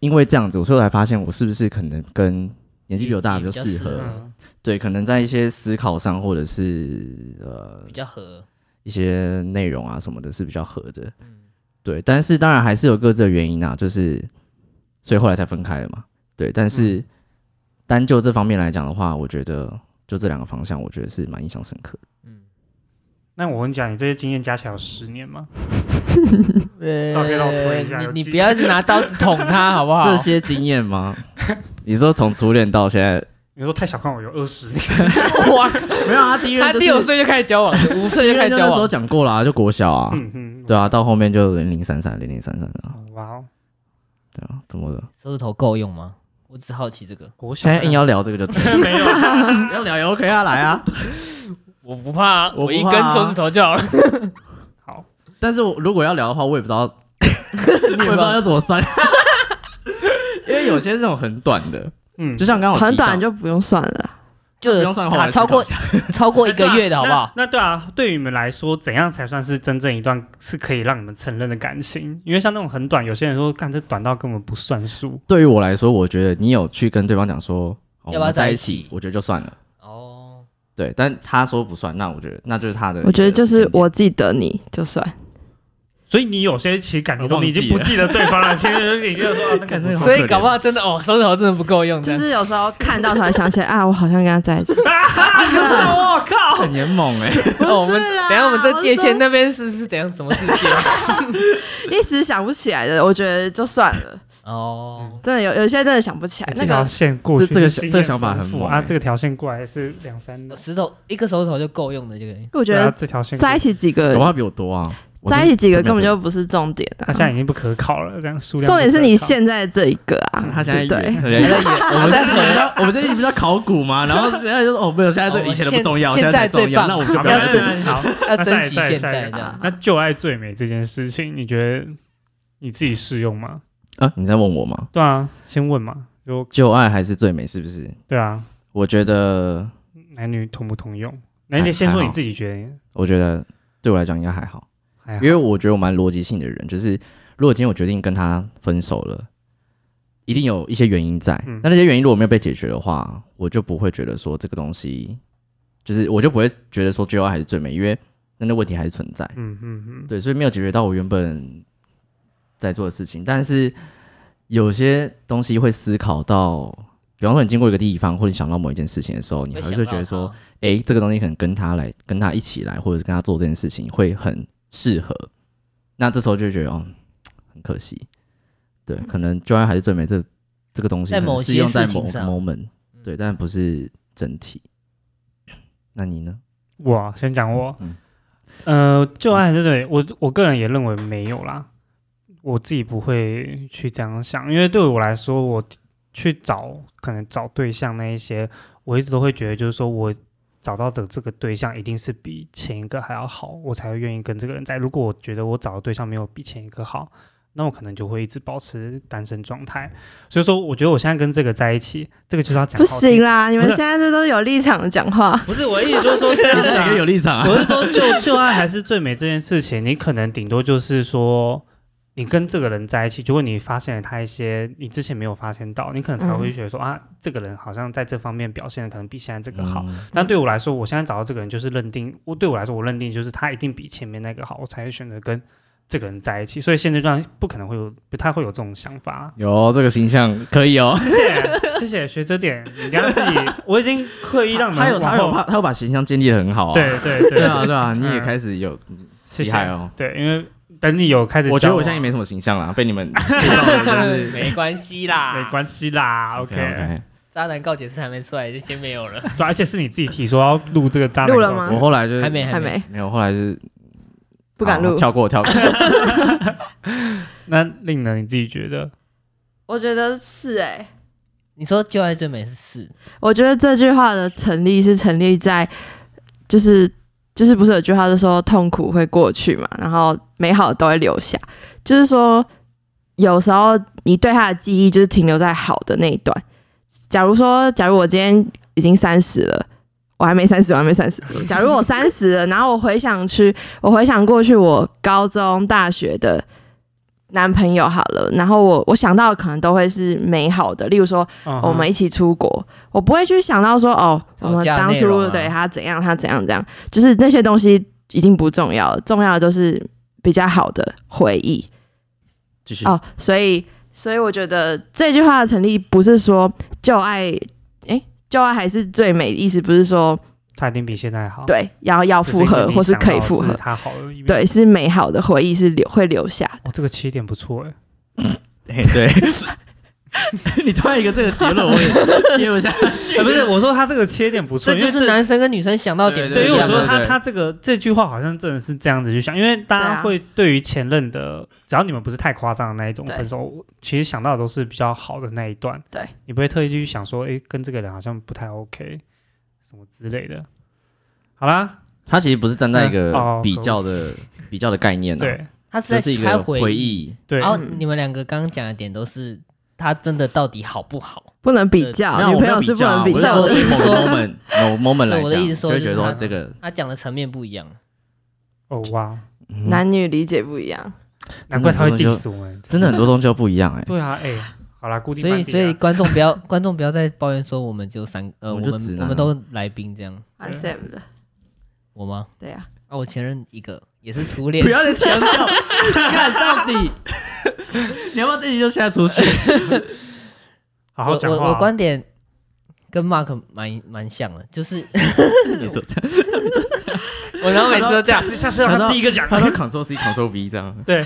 [SPEAKER 1] 因为这样子，所以我才发现我是不是可能跟年纪比我大的就适合，
[SPEAKER 3] 年纪比较适合
[SPEAKER 2] 嗯
[SPEAKER 1] 对，可能在一些思考上或者是呃
[SPEAKER 3] 比较合，
[SPEAKER 1] 一些内容啊什么的是比较合的，
[SPEAKER 3] 嗯
[SPEAKER 1] 对，但是当然还是有各自的原因啊，就是所以后来才分开了嘛，对，但是单就这方面来讲的话，我觉得就这两个方向，我觉得是蛮印象深刻的。
[SPEAKER 3] 嗯
[SPEAKER 2] 那我跟你讲，你这些经验加起来有十年吗？
[SPEAKER 3] 呃
[SPEAKER 2] 照片让我推一下有
[SPEAKER 3] 你你
[SPEAKER 2] 记
[SPEAKER 3] 不要一直拿刀子捅他好不好？
[SPEAKER 1] 这些经验吗？你说从初恋到现在，
[SPEAKER 2] 你说太小看我有二十年，
[SPEAKER 3] 哇，
[SPEAKER 1] 没有啊，第一任
[SPEAKER 3] 他
[SPEAKER 1] 就是
[SPEAKER 3] 第五岁就开始交往，五岁就开始
[SPEAKER 1] 那
[SPEAKER 3] 交
[SPEAKER 1] 时候
[SPEAKER 3] 往，
[SPEAKER 1] 讲过啦，就国小啊，
[SPEAKER 2] 嗯嗯，
[SPEAKER 1] 对啊，到后面就零零散散，零零散散的啊，
[SPEAKER 2] 哦，哇哦，
[SPEAKER 1] 对啊，怎么了？
[SPEAKER 3] 手指头够用吗？我只好奇这个，
[SPEAKER 2] 我
[SPEAKER 1] 现在硬要聊这个就
[SPEAKER 2] 没有，
[SPEAKER 1] 要聊也 OK 啊，来啊！
[SPEAKER 3] 我不怕，
[SPEAKER 1] 我不怕啊
[SPEAKER 3] 头就好了。
[SPEAKER 2] 好，
[SPEAKER 1] 但是我如果要聊的话，我也不知道，我也不知 道要怎么算， 因为有些这种很短的，
[SPEAKER 2] 嗯，
[SPEAKER 1] 就像刚刚我提到
[SPEAKER 4] 很短就不用算了，
[SPEAKER 3] 就
[SPEAKER 1] 不用算后
[SPEAKER 3] 打
[SPEAKER 1] 来
[SPEAKER 3] 超过
[SPEAKER 1] 思考一下
[SPEAKER 3] 超过一个月的好不好？
[SPEAKER 2] 啊那？那对啊，对于你们来说，怎样才算是真正一段是可以让你们承认的感情？因为像那种很短，有些人说，干这短到根本不算数。
[SPEAKER 1] 对于我来说，我觉得你有去跟对方讲说哦
[SPEAKER 3] 要不要
[SPEAKER 1] 我们
[SPEAKER 3] 在
[SPEAKER 1] 在
[SPEAKER 3] 一
[SPEAKER 1] 一
[SPEAKER 3] 起
[SPEAKER 1] 起，我觉得就算了。
[SPEAKER 3] 哦，
[SPEAKER 1] 对，但他说不算，那我觉得那就是他的一个时间点。
[SPEAKER 4] 我觉得就是我记得你就算，
[SPEAKER 2] 所以你有些其实感情中
[SPEAKER 1] 我忘
[SPEAKER 2] 你已
[SPEAKER 1] 记
[SPEAKER 2] 经不
[SPEAKER 1] 了
[SPEAKER 2] 记得对方了，其实你就说啊那个
[SPEAKER 1] 干
[SPEAKER 2] 不
[SPEAKER 1] 这个
[SPEAKER 2] 算
[SPEAKER 1] 好
[SPEAKER 3] 所以
[SPEAKER 1] 可怜
[SPEAKER 3] 搞不好真的哦，手指头真的不够用，
[SPEAKER 4] 就是有时候看到突然想起来 啊，我好像跟他在一起，
[SPEAKER 2] 我靠！
[SPEAKER 1] 很严猛 哎，
[SPEAKER 3] 不我们
[SPEAKER 4] 是啦
[SPEAKER 3] 等一下我们这界
[SPEAKER 4] 我
[SPEAKER 3] 限
[SPEAKER 4] 说
[SPEAKER 3] 那边是是怎样什么世界？
[SPEAKER 4] 一时想不起来的，我觉得就算了，
[SPEAKER 3] 哦，
[SPEAKER 4] 真的有有些真的想不起来，
[SPEAKER 2] 这
[SPEAKER 4] 那
[SPEAKER 2] 条
[SPEAKER 4] 个
[SPEAKER 2] 线过
[SPEAKER 1] 哎这
[SPEAKER 2] 去
[SPEAKER 1] 这个
[SPEAKER 2] 是
[SPEAKER 1] 想
[SPEAKER 2] 经
[SPEAKER 1] 这个
[SPEAKER 2] 验
[SPEAKER 1] 想法
[SPEAKER 2] 丰
[SPEAKER 1] 很
[SPEAKER 2] 富
[SPEAKER 1] 猛
[SPEAKER 2] 啊，
[SPEAKER 1] 欸
[SPEAKER 2] 这个条线过来是两三，
[SPEAKER 3] 石头一个手指头就够用的就可以。
[SPEAKER 4] 我觉
[SPEAKER 2] 对啊
[SPEAKER 4] 得
[SPEAKER 2] 这条线
[SPEAKER 4] 在一
[SPEAKER 2] 起
[SPEAKER 4] 起几
[SPEAKER 1] 恐
[SPEAKER 4] 个
[SPEAKER 1] 怕比我多啊。我是
[SPEAKER 4] 在一起几个根本
[SPEAKER 1] 没有
[SPEAKER 4] 就不是重点啊
[SPEAKER 2] 他。现在已经不可考了，这样数量
[SPEAKER 4] 重点是你
[SPEAKER 2] 现
[SPEAKER 4] 现在这一个啊，
[SPEAKER 1] 他现在
[SPEAKER 4] 对不对
[SPEAKER 1] 演，对不对我们在这里比较，我们这里比较考古嘛，然后现在就是哦，没有，现在这个以前的不重要，
[SPEAKER 3] 现
[SPEAKER 1] 现才
[SPEAKER 3] 现在最
[SPEAKER 1] 重要，
[SPEAKER 3] 棒
[SPEAKER 1] 那我们就
[SPEAKER 2] 好，
[SPEAKER 1] 不
[SPEAKER 2] 不要
[SPEAKER 1] 要再
[SPEAKER 3] 要珍
[SPEAKER 2] 再好，
[SPEAKER 3] 要
[SPEAKER 2] 那
[SPEAKER 3] 珍
[SPEAKER 2] 下一
[SPEAKER 3] 惜
[SPEAKER 2] 代
[SPEAKER 3] 现
[SPEAKER 2] 下一
[SPEAKER 3] 在
[SPEAKER 2] 代
[SPEAKER 3] 这样。
[SPEAKER 2] 啊那就爱最美这件事情，你觉得你自己适用吗？
[SPEAKER 1] 啊，你在问我吗？
[SPEAKER 2] 对啊，先问嘛，就
[SPEAKER 1] 旧爱还是最美，是不是？
[SPEAKER 2] 对啊，
[SPEAKER 1] 我觉得，
[SPEAKER 2] 男女同不同用？
[SPEAKER 1] 还
[SPEAKER 2] 那你先说
[SPEAKER 1] 哎还
[SPEAKER 2] 你
[SPEAKER 1] 好
[SPEAKER 2] 自己觉得
[SPEAKER 1] 我觉得对我来讲应该还好，
[SPEAKER 2] 还好，
[SPEAKER 1] 因为我觉得我蛮逻辑性的人，就是如果今天我决定跟他分手了，一定有一些原因在。
[SPEAKER 2] 嗯
[SPEAKER 1] 那那些原因如果没有被解决的话，我就不会觉得说这个东西，就是我就不会觉得说旧爱还是最美，因为那那问题还是存在。
[SPEAKER 2] 嗯嗯嗯，
[SPEAKER 1] 对，所以没有解决到我原本在做的事情，但是有些东西会思考到，比方说你经过一个地方，或者想到某一件事情的时候，你还是会觉得说，诶，这个东西可能跟他来，跟他一起来，或者是跟他做这件事情会很适合。那这时候就觉得，哦，很可惜，对，可能就爱还是最美这这个东西，
[SPEAKER 3] 在某
[SPEAKER 1] 适
[SPEAKER 3] 些
[SPEAKER 1] 用在
[SPEAKER 3] 事情
[SPEAKER 1] 某个
[SPEAKER 3] 上嗯
[SPEAKER 1] moment，对，但不是整体。那你呢？
[SPEAKER 2] 我先讲我
[SPEAKER 1] 嗯，，
[SPEAKER 2] 呃，就爱这对我我个人也认为没有啦，我自己不会去这样想，因为对我来说，我去找可能找对象那一些，我一直都会觉得就是说我找到的这个对象一定是比前一个还要好，我才会愿意跟这个人在。如果我觉得我找的对象没有比前一个好，那我可能就会一直保持单身状态。所以说，我觉得我现在跟这个在一起，这个就是要讲
[SPEAKER 4] 不
[SPEAKER 2] 好听
[SPEAKER 4] 行啦！你们
[SPEAKER 2] 不是
[SPEAKER 4] 现在这都是有立场的讲话，
[SPEAKER 2] 不是我的意思就是说这样子、啊
[SPEAKER 1] 立场
[SPEAKER 2] 我是说就就爱还是最美这件事情，你可能顶多就是说，你跟这个人在一起，如果你发现了他一些你之前没有发现到，你可能才会觉得说、啊，这个人好像在这方面表现的可能比现在这个好。
[SPEAKER 1] 嗯
[SPEAKER 2] 但对我来说，我现在找到这个人就是认定，我对我来说，我认定就是他一定比前面那个好，我才会选择跟这个人在一起。所以现阶段不可能会有，不太会有这种想 法。
[SPEAKER 1] 有这个形象可以哦。
[SPEAKER 2] 谢谢谢谢学这点，你让自己，我已经刻意让你
[SPEAKER 1] 他有
[SPEAKER 2] 们往
[SPEAKER 1] 他有
[SPEAKER 2] 后
[SPEAKER 1] 他。他有把形象建立的很好啊。
[SPEAKER 2] 对对
[SPEAKER 1] 对
[SPEAKER 2] 对
[SPEAKER 1] 啊对啊，你也
[SPEAKER 2] 嗯
[SPEAKER 1] 开始有
[SPEAKER 2] 谢
[SPEAKER 1] 厉
[SPEAKER 2] 谢
[SPEAKER 1] 害哦。
[SPEAKER 2] 对，因为等你有开始交往，
[SPEAKER 1] 我觉得我现在也没什么形象啦，被你 们塑造的就是
[SPEAKER 3] 没关系啦，
[SPEAKER 2] 没关系啦
[SPEAKER 1] OK OK。
[SPEAKER 3] 渣男告解室还没出来，就先没有了，
[SPEAKER 2] 对，而且是你自己提说要录这个渣男
[SPEAKER 4] 录了
[SPEAKER 2] 告
[SPEAKER 4] 吗
[SPEAKER 2] 解
[SPEAKER 1] 我后来就是
[SPEAKER 3] 还没
[SPEAKER 4] 还没
[SPEAKER 1] 哎没有，后来就是
[SPEAKER 4] 不敢
[SPEAKER 1] 好
[SPEAKER 4] 录。
[SPEAKER 1] 跳过跳 过。
[SPEAKER 2] 那令人你自己觉得，
[SPEAKER 4] 我觉得是哎、
[SPEAKER 3] 你说旧爱最美是四，
[SPEAKER 4] 我觉得这句话的成立是成立在，就是就是不是有句话是说痛苦会过去嘛，然后美好都会留下，就是说有时候你对他的记忆就是停留在好的那一段。假如说，假如我今天已经三十了。我还没三十，我还没三十。假如我三十了，然后我回想去，我回想过去我高中、大学的男朋友好了，然后我我想到的可能都会是美好的，例如说
[SPEAKER 2] 嗯
[SPEAKER 4] 我们一起出国，我不会去想到说哦，我
[SPEAKER 3] 吵
[SPEAKER 4] 们
[SPEAKER 3] 架
[SPEAKER 4] 当
[SPEAKER 3] 内容
[SPEAKER 4] 初
[SPEAKER 3] 啊
[SPEAKER 4] 对他怎样，他怎样怎样，就是那些东西已经不重要了，重要的就是比较好的回忆
[SPEAKER 1] 继续
[SPEAKER 4] 哦。所以，所以我觉得这句话的成立不是说旧爱，诶，旧爱还是最美，意思不是说
[SPEAKER 2] 他一定比现在好，，
[SPEAKER 4] 对，然后要复合或是可以复合，
[SPEAKER 2] 他好的一面。
[SPEAKER 4] 对，是美好的回忆是留会留下的。
[SPEAKER 2] 哦，这个起点不错 哎，
[SPEAKER 1] 嘿对， 你突然一个这个结论，我 也接不下去。
[SPEAKER 2] 呃不是，我说他这个切点不错，
[SPEAKER 3] 这
[SPEAKER 2] 因为
[SPEAKER 3] 就是男生跟女生想到点不
[SPEAKER 2] 对，
[SPEAKER 3] 一
[SPEAKER 2] 因为我
[SPEAKER 3] 样
[SPEAKER 2] 说
[SPEAKER 3] 嘛。
[SPEAKER 2] 他
[SPEAKER 1] 对
[SPEAKER 2] 他这个这句话好像真的是这样子去想，因为大
[SPEAKER 4] 对
[SPEAKER 2] 家
[SPEAKER 4] 啊
[SPEAKER 2] 会对于前任的，只要你们不是太夸张的那一种
[SPEAKER 4] 对
[SPEAKER 2] 分手，其实想到的都是比较好的那一段。
[SPEAKER 4] 对，
[SPEAKER 2] 你不会特意去想说，哎，跟这个人好像不太 OK，什么之类的。好啦，
[SPEAKER 1] 他其实不是站在一
[SPEAKER 2] 嗯哦
[SPEAKER 1] 个比较的比较的概念啊，
[SPEAKER 2] 对
[SPEAKER 3] 他是
[SPEAKER 1] 这
[SPEAKER 3] 在
[SPEAKER 1] 是一
[SPEAKER 3] 猜
[SPEAKER 1] 个
[SPEAKER 3] 回
[SPEAKER 1] 回。忆。
[SPEAKER 2] 对，
[SPEAKER 3] 然后
[SPEAKER 4] 嗯
[SPEAKER 3] 你们两个刚刚讲的点都是他真的到底好不好？
[SPEAKER 4] 不能比较，
[SPEAKER 1] 没有
[SPEAKER 4] 啊女
[SPEAKER 1] 我
[SPEAKER 4] 朋
[SPEAKER 1] 没有
[SPEAKER 4] 友是不能比
[SPEAKER 1] 比
[SPEAKER 3] 较
[SPEAKER 1] 较，啊
[SPEAKER 4] 较
[SPEAKER 1] 我
[SPEAKER 4] 的。
[SPEAKER 1] 是说某个
[SPEAKER 3] 我的意思
[SPEAKER 1] moment 某 moment 来
[SPEAKER 3] 对我的
[SPEAKER 1] 讲，
[SPEAKER 3] 意思
[SPEAKER 1] 就
[SPEAKER 3] 说
[SPEAKER 1] 会
[SPEAKER 3] 就
[SPEAKER 1] 觉得
[SPEAKER 3] 是
[SPEAKER 1] 说
[SPEAKER 3] 他
[SPEAKER 1] 这个
[SPEAKER 3] 他讲的层面不一样，
[SPEAKER 2] 哦哇，
[SPEAKER 1] 嗯
[SPEAKER 4] 男女理解不一样，
[SPEAKER 2] 难怪他会
[SPEAKER 1] 真的
[SPEAKER 2] diss 我们。
[SPEAKER 1] 真的很多东西都不一样哎。
[SPEAKER 2] 对啊，哎，好啦，固定
[SPEAKER 3] 所以
[SPEAKER 2] 班底
[SPEAKER 3] 所以
[SPEAKER 2] 啦。
[SPEAKER 3] 观众不要 观众不要再抱怨说我们只有三呃
[SPEAKER 1] 我
[SPEAKER 3] 我
[SPEAKER 1] 们
[SPEAKER 3] 们
[SPEAKER 1] 就直
[SPEAKER 3] 我
[SPEAKER 1] 男啊
[SPEAKER 3] 们都来宾这样，
[SPEAKER 4] 蛮 Sam 的，
[SPEAKER 3] 我吗？
[SPEAKER 4] 对呀、
[SPEAKER 3] 啊，我前任一个也是初恋
[SPEAKER 1] 不，要再强 调，看到底，你要不要这集就现在出 去？
[SPEAKER 2] 好
[SPEAKER 3] 我
[SPEAKER 2] 好讲话
[SPEAKER 3] 我
[SPEAKER 2] 啊。
[SPEAKER 3] 我观点跟 Mark 蛮蛮像的，就是
[SPEAKER 1] 你说这样，
[SPEAKER 3] 我然后每次都这
[SPEAKER 2] 下
[SPEAKER 3] 样，
[SPEAKER 2] 次下次让
[SPEAKER 1] 他
[SPEAKER 2] 他
[SPEAKER 1] 说
[SPEAKER 2] 第一个讲。
[SPEAKER 1] 他说 Ctrl C Ctrl V 这样。
[SPEAKER 2] 对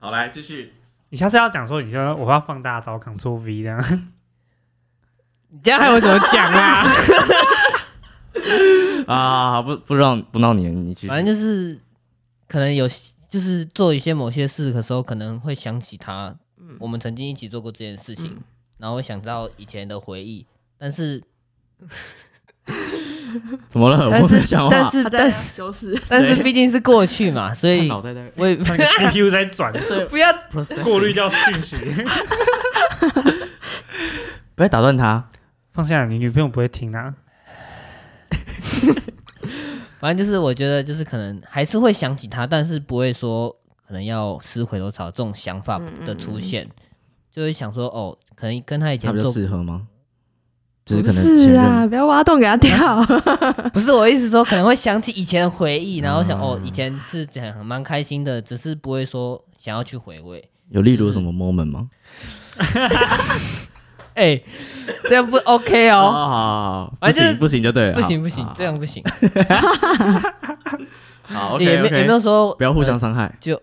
[SPEAKER 1] 好，来继续。
[SPEAKER 2] 你下次要讲说，你说我要放大招，Ctrl V 这样。
[SPEAKER 3] 你这样还我怎么讲啊？
[SPEAKER 1] 啊，不不让不闹你，你去。
[SPEAKER 3] 反正就是可能有就是做一些某些事的时候，可能会想起他，我们曾经一起做过这件事情，
[SPEAKER 4] 嗯
[SPEAKER 3] 然后会想到以前的回忆，但是
[SPEAKER 1] 怎么了？
[SPEAKER 3] 但
[SPEAKER 1] 呃我不
[SPEAKER 3] 是
[SPEAKER 1] 想话，
[SPEAKER 3] 但是
[SPEAKER 4] 他
[SPEAKER 3] 但
[SPEAKER 4] 在
[SPEAKER 3] 是
[SPEAKER 4] 修 饰，
[SPEAKER 3] 但是毕竟是过去 嘛，所以
[SPEAKER 1] 脑袋在
[SPEAKER 3] 我也
[SPEAKER 2] 那个 CPU 在转，
[SPEAKER 3] 不要
[SPEAKER 1] process
[SPEAKER 2] 过滤，掉讯息。
[SPEAKER 1] 不要打断他。
[SPEAKER 2] 放下，你女朋友不会听啊。
[SPEAKER 3] 反正就是我觉得就是可能还是会想起他，但是不会说可能要吃回头草这种想法
[SPEAKER 4] 嗯嗯
[SPEAKER 3] 的出现，就会想说哦，可能跟他以
[SPEAKER 1] 他
[SPEAKER 3] 前
[SPEAKER 1] 比较
[SPEAKER 3] 做，
[SPEAKER 1] 适合吗？就是
[SPEAKER 4] 不
[SPEAKER 1] 可能前
[SPEAKER 4] 是啊，
[SPEAKER 1] 任
[SPEAKER 4] 不要挖洞给他 跳。
[SPEAKER 3] 不是我意思说可能会想起以前的回忆，然后想、
[SPEAKER 1] 嗯
[SPEAKER 3] 哦以前是怎样蛮开心的，只是不会说想要去回味。
[SPEAKER 1] 有例如什么 moment 吗？
[SPEAKER 3] 哎、这样不 OK
[SPEAKER 1] 哦，
[SPEAKER 3] 哦，
[SPEAKER 1] 好好，好
[SPEAKER 3] 反
[SPEAKER 1] 不
[SPEAKER 3] 正就是
[SPEAKER 1] 行不行就对了，
[SPEAKER 3] 不
[SPEAKER 1] 好
[SPEAKER 3] 行不行
[SPEAKER 1] 好，
[SPEAKER 3] 这样不行。
[SPEAKER 1] 好
[SPEAKER 3] 就也
[SPEAKER 1] ，OK
[SPEAKER 3] 没也没
[SPEAKER 1] OK，
[SPEAKER 3] 有说
[SPEAKER 1] 不要互相
[SPEAKER 3] 呃
[SPEAKER 1] 伤害，
[SPEAKER 3] 就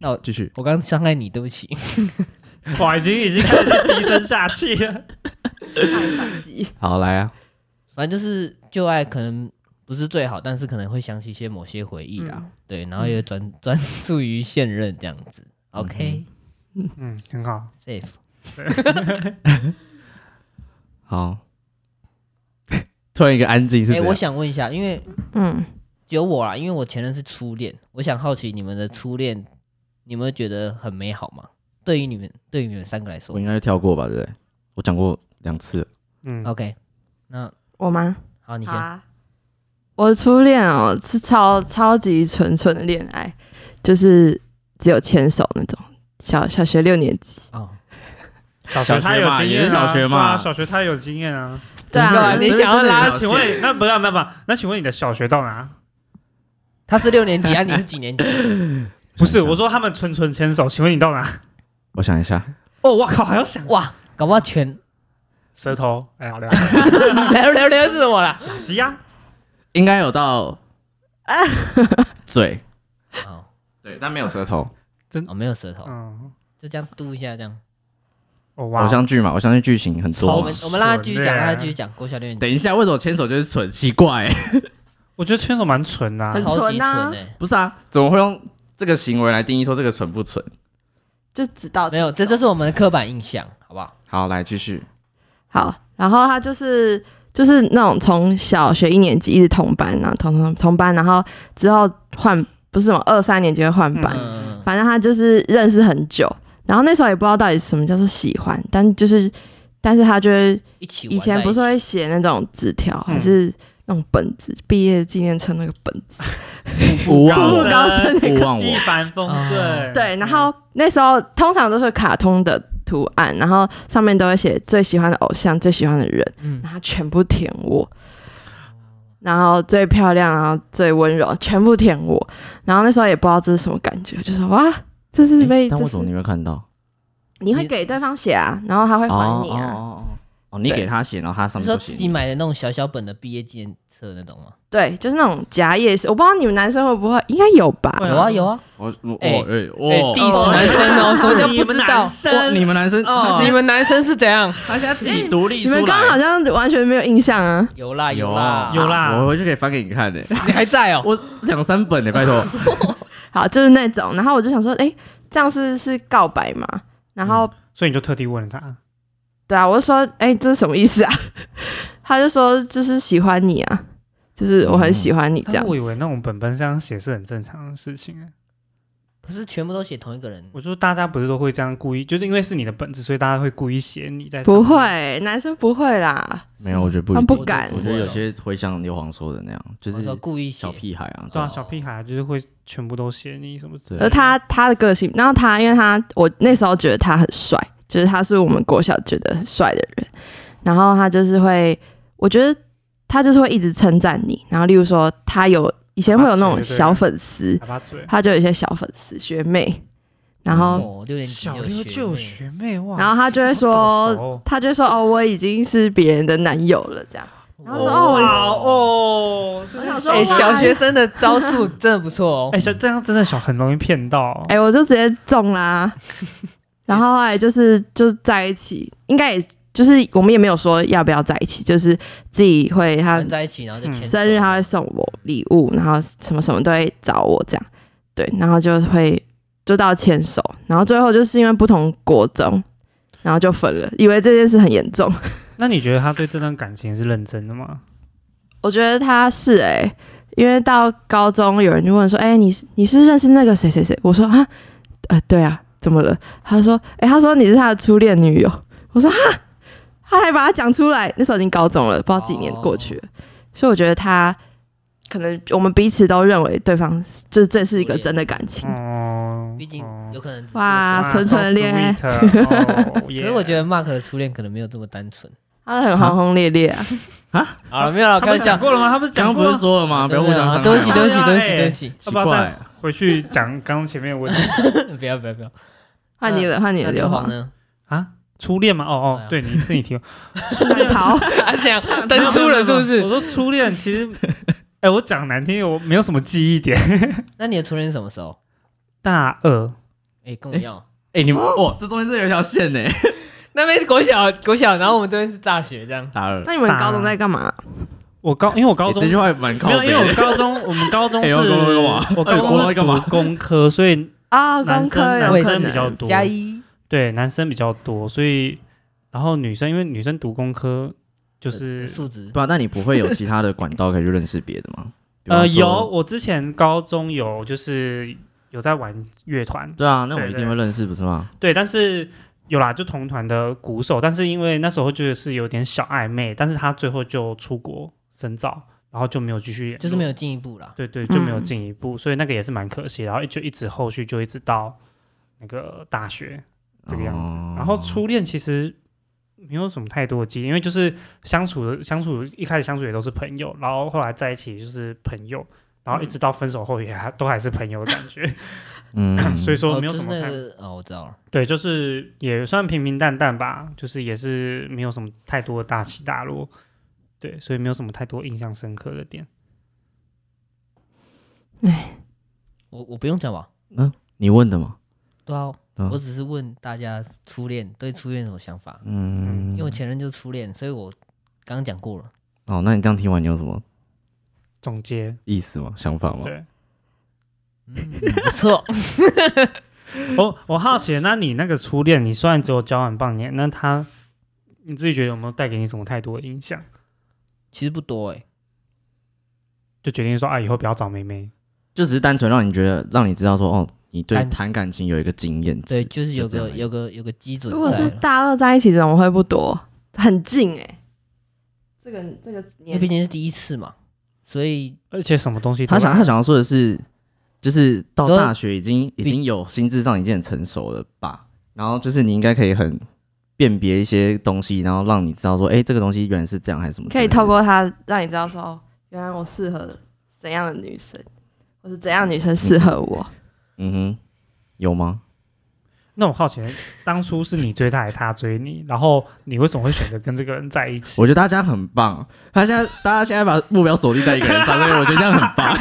[SPEAKER 3] 哦
[SPEAKER 1] 继续。
[SPEAKER 3] 我刚伤害你，对不起。
[SPEAKER 2] 哇，已经已经开始低声下气了。
[SPEAKER 1] 好，来啊，
[SPEAKER 3] 反正就是旧爱可能不是最好，但是可能会想起一些某些回忆啦。
[SPEAKER 4] 嗯
[SPEAKER 3] 对，然后也专专注于现任这样子。OK，safe、
[SPEAKER 2] 嗯，很好。
[SPEAKER 1] 好。 突然一个安静是
[SPEAKER 3] 哎、
[SPEAKER 1] 怎样？
[SPEAKER 3] 我想问一下，因为
[SPEAKER 4] 嗯，
[SPEAKER 3] 只有我啦，因为我前任是初恋，我想好奇你们的初恋，你们觉得很美好吗？对于你们，对于你们三个来
[SPEAKER 1] 我
[SPEAKER 3] 说
[SPEAKER 1] 应该就跳过吧，对不对？我讲过两次，
[SPEAKER 2] 嗯，
[SPEAKER 3] ，OK，那
[SPEAKER 4] 我吗？
[SPEAKER 3] 好，你
[SPEAKER 4] 好
[SPEAKER 3] 先。
[SPEAKER 4] 啊，我的初恋哦，是超超级纯纯的恋爱，就是只有牵手那种。小小学六年级，
[SPEAKER 3] 哦，
[SPEAKER 2] 小学他
[SPEAKER 1] 小学
[SPEAKER 2] 有
[SPEAKER 1] 嘛
[SPEAKER 2] 经验
[SPEAKER 1] 也
[SPEAKER 2] 啊，
[SPEAKER 1] 是小学嘛
[SPEAKER 2] 对啊小学他有经验啊。
[SPEAKER 4] 对啊，
[SPEAKER 3] 你想要拉
[SPEAKER 1] 小学
[SPEAKER 2] 请问那不要那不要，那请问你的小学到哪？
[SPEAKER 3] 他是六年级啊，你是几年级？
[SPEAKER 2] 不是，
[SPEAKER 1] 想一下
[SPEAKER 2] 我说他们纯纯牵手，请问你到哪？
[SPEAKER 1] 我想一下，
[SPEAKER 2] 哦，我靠，还要想
[SPEAKER 3] 哇，搞不好全
[SPEAKER 2] 舌头，哎 呀，
[SPEAKER 3] 聊聊聊是什么啦？
[SPEAKER 2] 打击呀，
[SPEAKER 1] 应该有 到嘴，
[SPEAKER 3] 哦，
[SPEAKER 1] 对，但没有舌头。
[SPEAKER 3] 哦，没有舌头，
[SPEAKER 2] 嗯，
[SPEAKER 3] 就这样嘟一下这样。
[SPEAKER 2] 哦哇
[SPEAKER 1] 偶，像剧嘛，偶像剧剧情很
[SPEAKER 2] 好
[SPEAKER 3] 我
[SPEAKER 1] 多嘛
[SPEAKER 3] 们。
[SPEAKER 2] 爽
[SPEAKER 3] 我们让他继续讲，
[SPEAKER 2] 欸
[SPEAKER 3] 让他继续讲。国小六年级
[SPEAKER 1] 等一下，为什么牵手就是蠢？奇怪、 欸，
[SPEAKER 2] 我觉得牵手蛮纯啊
[SPEAKER 4] 很，
[SPEAKER 3] 超级
[SPEAKER 4] 纯啊
[SPEAKER 3] 纯哎，
[SPEAKER 1] 不是啊？怎么会用这个行为来定义说这个蠢不蠢？
[SPEAKER 4] 就直到
[SPEAKER 3] 没有，这这是我们的刻板印象，好不好？
[SPEAKER 1] 好，来继 续。
[SPEAKER 4] 好，然后他就是就是那种从小学一年级一直同班，然后同同同班，然后之后换不是什么二三年级会换班，
[SPEAKER 3] 嗯，
[SPEAKER 4] 反正他就是认识很久，然后那时候也不知道到底什么叫做喜欢，但就是但是他就会
[SPEAKER 3] 一起玩
[SPEAKER 4] 以前不是
[SPEAKER 3] 在一
[SPEAKER 4] 会写那种纸条，
[SPEAKER 2] 嗯
[SPEAKER 4] 还是那种本子，毕业纪念册那个本子，
[SPEAKER 1] 勿
[SPEAKER 2] 高
[SPEAKER 1] 忘
[SPEAKER 4] 步
[SPEAKER 1] 我
[SPEAKER 4] 步高升那
[SPEAKER 1] 勿
[SPEAKER 4] 个。
[SPEAKER 1] 忘
[SPEAKER 2] 一
[SPEAKER 1] 我，
[SPEAKER 2] 帆风
[SPEAKER 1] 嗯
[SPEAKER 2] 顺。
[SPEAKER 4] 对，然后那时候通常都是卡通的图案，然后上面都会写最喜欢的偶像、最喜欢的人，
[SPEAKER 3] 起嗯，
[SPEAKER 4] 然后他全部填我，然后最漂亮，然后最温柔，全部填我。然后那时候也不知道这是什么感觉，就说哇，这是被、
[SPEAKER 1] 诶但
[SPEAKER 4] 这
[SPEAKER 1] 为什
[SPEAKER 4] 是
[SPEAKER 1] 么你会看到？
[SPEAKER 4] 你会
[SPEAKER 3] 你
[SPEAKER 4] 给对方写啊，然后他会还你啊。
[SPEAKER 1] 哦哦哦，你
[SPEAKER 4] 对
[SPEAKER 1] 给他写，然后他上面
[SPEAKER 3] 你说
[SPEAKER 1] 都
[SPEAKER 3] 自
[SPEAKER 1] 写
[SPEAKER 3] 己
[SPEAKER 1] 你。
[SPEAKER 3] 买的那种小小本的毕业纪念册那种吗？
[SPEAKER 4] 对，就是那种夹页式，我不知道你们男生会不会，应该有吧？
[SPEAKER 2] 会对啊
[SPEAKER 3] 有啊有啊，
[SPEAKER 1] 我我
[SPEAKER 3] 诶
[SPEAKER 1] 我哎
[SPEAKER 3] 哎
[SPEAKER 1] 我，
[SPEAKER 3] 第四男生哦，什么叫不知道？
[SPEAKER 1] 哇你们男生，
[SPEAKER 2] 哦
[SPEAKER 1] 他
[SPEAKER 3] 你
[SPEAKER 1] 现
[SPEAKER 3] 们男生是怎样？
[SPEAKER 1] 他现在自己独立
[SPEAKER 4] 哎你
[SPEAKER 1] 出
[SPEAKER 4] 们刚刚好
[SPEAKER 1] 来。
[SPEAKER 4] 像完全没有印象啊。
[SPEAKER 3] 有啦
[SPEAKER 1] 有啊
[SPEAKER 3] 啦
[SPEAKER 2] 有啦
[SPEAKER 1] 我回去可以翻给你看 的。
[SPEAKER 3] 你还在哦？
[SPEAKER 1] 我两三本呢，欸拜托。
[SPEAKER 4] 好，就是那种，然后我就想说，哎、这样是是告白嘛？然后、
[SPEAKER 2] 所以你就特地问了他，
[SPEAKER 4] 对啊，我就说，哎、这是什么意思啊？ 他就说，就是喜欢你啊，就是我很喜欢你这
[SPEAKER 2] 但嗯
[SPEAKER 4] 样
[SPEAKER 2] 是
[SPEAKER 4] 子。
[SPEAKER 2] 我以为那种本本上写是很正常的事情啊。
[SPEAKER 3] 可是全部都写同一个人，
[SPEAKER 2] 我说大家不是都会这样故意，就是因为是你的本子，所以大家会故意写你在上
[SPEAKER 4] 不
[SPEAKER 2] 面
[SPEAKER 4] 会，男生不会
[SPEAKER 2] 嗯
[SPEAKER 4] 啦。
[SPEAKER 1] 没有，我觉得不
[SPEAKER 4] 他
[SPEAKER 1] 一
[SPEAKER 4] 们
[SPEAKER 1] 定。
[SPEAKER 4] 不敢
[SPEAKER 1] 我觉得有些会像刘皇说的那样，就
[SPEAKER 3] 我
[SPEAKER 1] 是
[SPEAKER 3] 说故意写
[SPEAKER 1] 小，屁孩啊。
[SPEAKER 2] 对啊，
[SPEAKER 3] 哦
[SPEAKER 2] 小屁孩啊就是会全部都写你什么之类的。
[SPEAKER 4] 而他他的个性，然后他因为他我那时候觉得他很帅，就是他是我们国小觉得很帅的人，然后他就是会，我觉得他就是会一直称赞你，然后例如说他有以前会有那
[SPEAKER 2] 啊
[SPEAKER 4] 种
[SPEAKER 2] 对对对
[SPEAKER 4] 小粉丝，
[SPEAKER 2] 哑巴嘴，
[SPEAKER 4] 他就有一些小粉丝学妹，然后、
[SPEAKER 3] 哦，六年级
[SPEAKER 2] 小六就有
[SPEAKER 3] 有妹
[SPEAKER 2] 学妹哇，
[SPEAKER 4] 然后他就会
[SPEAKER 2] 好早
[SPEAKER 4] 说，
[SPEAKER 2] 熟哦
[SPEAKER 4] 他就会说哦，我已经是别人的男友了这样。然后说哦，
[SPEAKER 2] 哇
[SPEAKER 4] 我
[SPEAKER 2] 哦，真的
[SPEAKER 4] 我想说
[SPEAKER 3] 哎，
[SPEAKER 4] 哇
[SPEAKER 3] 小学生的招数真的不错哦
[SPEAKER 2] 哎，。小这样真的小很容易骗到。
[SPEAKER 4] 哎、我就直接中啦。然后后来就是就在一起，应该也就是我们也没有说要不要在一起，就是自己会他
[SPEAKER 3] 玩在一起，然后就牵手
[SPEAKER 4] 生日他会送我礼物，然后什么什么都会找我这样。对，然后就会就到牵手，然后最后就是因为不同国中，然后就分了，以为这件事很严重。
[SPEAKER 2] 那你觉得他对这段感情是认真的吗？
[SPEAKER 4] 我觉得他是哎、因为到高中有人就问说：“哎、你是你是认识那个谁谁谁？”我说：“啊，呃，对啊，怎么了？”他说：“哎、他说你是他的初恋女友。”我说：“哈，他还把他讲出来。”那时候已经高中了，不知道
[SPEAKER 2] 哦
[SPEAKER 4] 几年过去了，所以我觉得他可能我们彼此都认为对方就是这是一个真的感情。
[SPEAKER 2] 哦，
[SPEAKER 3] 毕竟有可能只是
[SPEAKER 4] 哇
[SPEAKER 3] 个
[SPEAKER 4] 啊
[SPEAKER 3] 初
[SPEAKER 4] 纯
[SPEAKER 3] 恋
[SPEAKER 4] 纯的恋爱
[SPEAKER 2] so sweet，哦
[SPEAKER 3] 可是我觉得
[SPEAKER 2] yeah
[SPEAKER 3] Mark 的初恋可能没有这么单纯。
[SPEAKER 4] 他很轰轰烈烈
[SPEAKER 2] 嗯
[SPEAKER 4] 啊，
[SPEAKER 3] 好了，没有了，
[SPEAKER 2] 他不
[SPEAKER 3] 开
[SPEAKER 2] 是
[SPEAKER 3] 玩笑
[SPEAKER 2] 讲。过了吗？他不是
[SPEAKER 1] 刚
[SPEAKER 2] 讲
[SPEAKER 1] 刚
[SPEAKER 2] 过
[SPEAKER 1] 不是
[SPEAKER 2] 了？
[SPEAKER 1] 说了吗？啊不要互相伤害。
[SPEAKER 3] 对不起，对不起，
[SPEAKER 2] 哎呀
[SPEAKER 3] 对不起，对
[SPEAKER 2] 哎
[SPEAKER 3] 不起，
[SPEAKER 2] 要
[SPEAKER 1] 奇
[SPEAKER 2] 不要
[SPEAKER 1] 怪
[SPEAKER 2] 再，回去讲刚刚前面的问题
[SPEAKER 3] 不要不要不要。
[SPEAKER 4] 换你了，换你
[SPEAKER 3] 那
[SPEAKER 4] 了，刘
[SPEAKER 3] 皇
[SPEAKER 4] 皇，
[SPEAKER 3] 呢？
[SPEAKER 2] 啊？初恋吗？哦
[SPEAKER 3] 哎
[SPEAKER 2] 哦
[SPEAKER 3] 呀，
[SPEAKER 2] 对，你是你提问。
[SPEAKER 4] 快逃！
[SPEAKER 3] 啊，这样登出了 是不
[SPEAKER 2] 我
[SPEAKER 3] 是？
[SPEAKER 2] 说初恋其实，哎，我讲难听，我没有什么记忆点。
[SPEAKER 3] 那你的初恋是什么时候？
[SPEAKER 2] 大二，
[SPEAKER 3] 哎，跟我一样。
[SPEAKER 1] 哎，你们哇，这中间是有一条线呢。欸
[SPEAKER 3] 那边是国小，国小，然后我们这边是大学，这样。
[SPEAKER 1] 大二，
[SPEAKER 4] 那你们高中在干嘛？
[SPEAKER 2] 我高，因为我高
[SPEAKER 1] 欸
[SPEAKER 2] 中
[SPEAKER 1] 这句话蛮靠
[SPEAKER 2] 没有，因为
[SPEAKER 1] 背
[SPEAKER 2] 我
[SPEAKER 1] 的。
[SPEAKER 2] 高中，我们高中
[SPEAKER 1] 哎
[SPEAKER 2] 是，
[SPEAKER 1] 呦高中在干嘛
[SPEAKER 2] 我
[SPEAKER 1] 哎国
[SPEAKER 2] 高
[SPEAKER 1] 中
[SPEAKER 2] 中
[SPEAKER 1] 在
[SPEAKER 2] 是
[SPEAKER 1] 干嘛
[SPEAKER 2] 读工科，所以
[SPEAKER 4] 啊，
[SPEAKER 2] 男
[SPEAKER 4] 工
[SPEAKER 2] 生
[SPEAKER 4] 科
[SPEAKER 3] 我
[SPEAKER 4] 有
[SPEAKER 3] 也
[SPEAKER 4] 可
[SPEAKER 3] 是啊
[SPEAKER 2] 男生比较
[SPEAKER 4] 能
[SPEAKER 2] 多
[SPEAKER 3] 加一，
[SPEAKER 2] 对男生比较多，所以然后女生因为女生读工科就是
[SPEAKER 3] 数值
[SPEAKER 1] 不啊然，那你不会有其他的管道可以去认识别的吗？比方
[SPEAKER 2] 呃
[SPEAKER 1] 说
[SPEAKER 2] 有，。我之前高中有就是有在玩乐团，
[SPEAKER 1] 对啊，那我
[SPEAKER 2] 对
[SPEAKER 1] 一
[SPEAKER 2] 对
[SPEAKER 1] 定会认识，不是吗？
[SPEAKER 2] 对，但是有啦，就同团的鼓手，但是因为那时候就是有点小暧昧，但是他最后就出国深造，然后就没有继续联络，
[SPEAKER 3] 就是没有进一步啦。
[SPEAKER 2] 对对，就没有
[SPEAKER 4] 嗯
[SPEAKER 2] 进一步，所以那个也是蛮可惜。然后就一直后续就一直到那个大学这个样子。
[SPEAKER 1] 哦
[SPEAKER 2] 然后初恋其实没有什么太多的记忆，因为就是相处的相处一开始相处也都是朋友，然后后来在一起就是朋友，然后
[SPEAKER 3] 嗯
[SPEAKER 2] 一直到分手后也还都还是朋友的感觉。
[SPEAKER 1] 嗯，
[SPEAKER 2] 所以说
[SPEAKER 3] 哦
[SPEAKER 2] 没有
[SPEAKER 3] 就
[SPEAKER 2] 什
[SPEAKER 3] 是
[SPEAKER 2] 么太、
[SPEAKER 3] 那个哦，我知道了。
[SPEAKER 2] 对，就是也算平平淡淡吧，就是也是没有什么太多的大起大落。对，所以没有什么太多印象深刻的点。
[SPEAKER 3] 我我不用讲吧？
[SPEAKER 1] 你问的吗？
[SPEAKER 3] 对啊，
[SPEAKER 1] 嗯
[SPEAKER 3] 我只是问大家初恋对初恋有什么想法，因
[SPEAKER 1] 嗯
[SPEAKER 3] 为，我前任就是初恋，所以我刚刚讲过了。
[SPEAKER 1] 哦，那你这样听完，你有什么
[SPEAKER 2] 总结，
[SPEAKER 1] 意思吗？想法吗？
[SPEAKER 2] 对，
[SPEAKER 3] 嗯，不错，
[SPEAKER 2] 我哦我好奇，那你那个初恋，你虽然只有交往半年，那他你自己觉得有没有带给你什么太多的影响？
[SPEAKER 3] 其实不多哎、
[SPEAKER 2] 就决定说啊，以后不要找妹妹。
[SPEAKER 1] 就只是单纯让你觉得，让你知道说，哦，你对
[SPEAKER 3] 感
[SPEAKER 1] 谈感情有一个经验值
[SPEAKER 3] 对，。就是有
[SPEAKER 1] 就这样
[SPEAKER 3] 个
[SPEAKER 1] 而已
[SPEAKER 3] 有个有个基准
[SPEAKER 4] 如果
[SPEAKER 3] 在
[SPEAKER 4] 是
[SPEAKER 3] 了
[SPEAKER 4] 大二在一起，怎么会不多？很近哎、这个这个
[SPEAKER 3] 因为
[SPEAKER 4] 年
[SPEAKER 3] 毕竟是第一次嘛，所以
[SPEAKER 2] 而且什么东西都
[SPEAKER 1] 他想，他想要说的是，就是到
[SPEAKER 3] 你说
[SPEAKER 1] 大学已经已经有心智上已经很成熟了吧？然后就是你应该可以很辨别一些东西，然后让你知道说，哎、这个东西原来是这样还是什么之
[SPEAKER 4] 可
[SPEAKER 1] 类
[SPEAKER 4] 以
[SPEAKER 1] 的？
[SPEAKER 4] 透过他让你知道说，哦，原来我适合怎样的女生，或是怎样的女生适合我。
[SPEAKER 1] 嗯哼，有吗？
[SPEAKER 2] 那我好奇，当初是你追他，还是他追你？然后你为什么会选择跟这个人在一起？
[SPEAKER 1] 我觉得大家很棒，他现在大家现在把目标锁定在一个人上，所以我觉得这样很棒。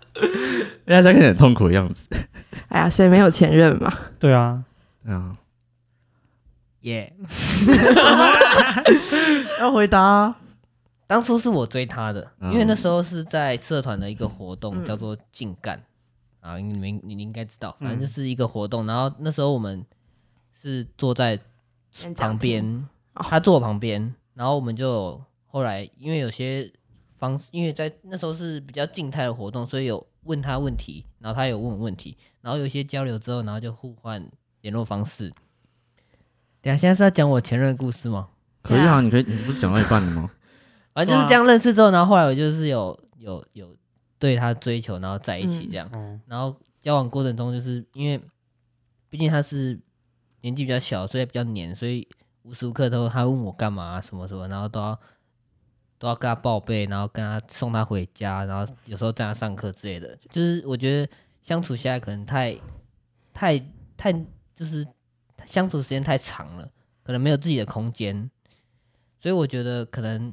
[SPEAKER 1] 大家看起来很痛苦的样子。
[SPEAKER 4] 哎呀，谁没有前任嘛？
[SPEAKER 2] 对啊，
[SPEAKER 1] 啊，
[SPEAKER 3] 耶
[SPEAKER 1] 要回答啊、
[SPEAKER 3] 当初是我追他的，
[SPEAKER 1] 嗯
[SPEAKER 3] 因为那时候是在社团的一个活动，
[SPEAKER 4] 嗯
[SPEAKER 3] 叫做劲干啊，你们你应该知道，
[SPEAKER 2] 嗯
[SPEAKER 3] 反正就是一个活动。然后那时候我们是坐在
[SPEAKER 4] 演讲
[SPEAKER 3] 旁边，
[SPEAKER 4] 哦
[SPEAKER 3] 他坐我旁边，然后我们就后来因为有些方式，因为在那时候是比较静态的活动，所以有问他问题，然后他有问我问题，然后有一些交流之后，然后就互换联络方式。等一下，现在是要讲我前任的故事吗？
[SPEAKER 1] 可以啊，你可以，你不是讲到一半了吗？
[SPEAKER 3] 反正就
[SPEAKER 2] 对
[SPEAKER 3] 是
[SPEAKER 2] 啊
[SPEAKER 3] 这样认识之后，然后后来我就是有有有对他追求，然后在一起这样。
[SPEAKER 2] 哦、
[SPEAKER 3] 然后交往过程中，就是因为毕竟他是年纪比较小，所以比较黏，所以无时无刻都他问我干嘛、啊什么什么，然后都要都要跟他报备，然后跟他送他回家，然后有时候载他上课之类的。就是我觉得相处下来可能太太太就是相处时间太长了，可能没有自己的空间，所以我觉得可能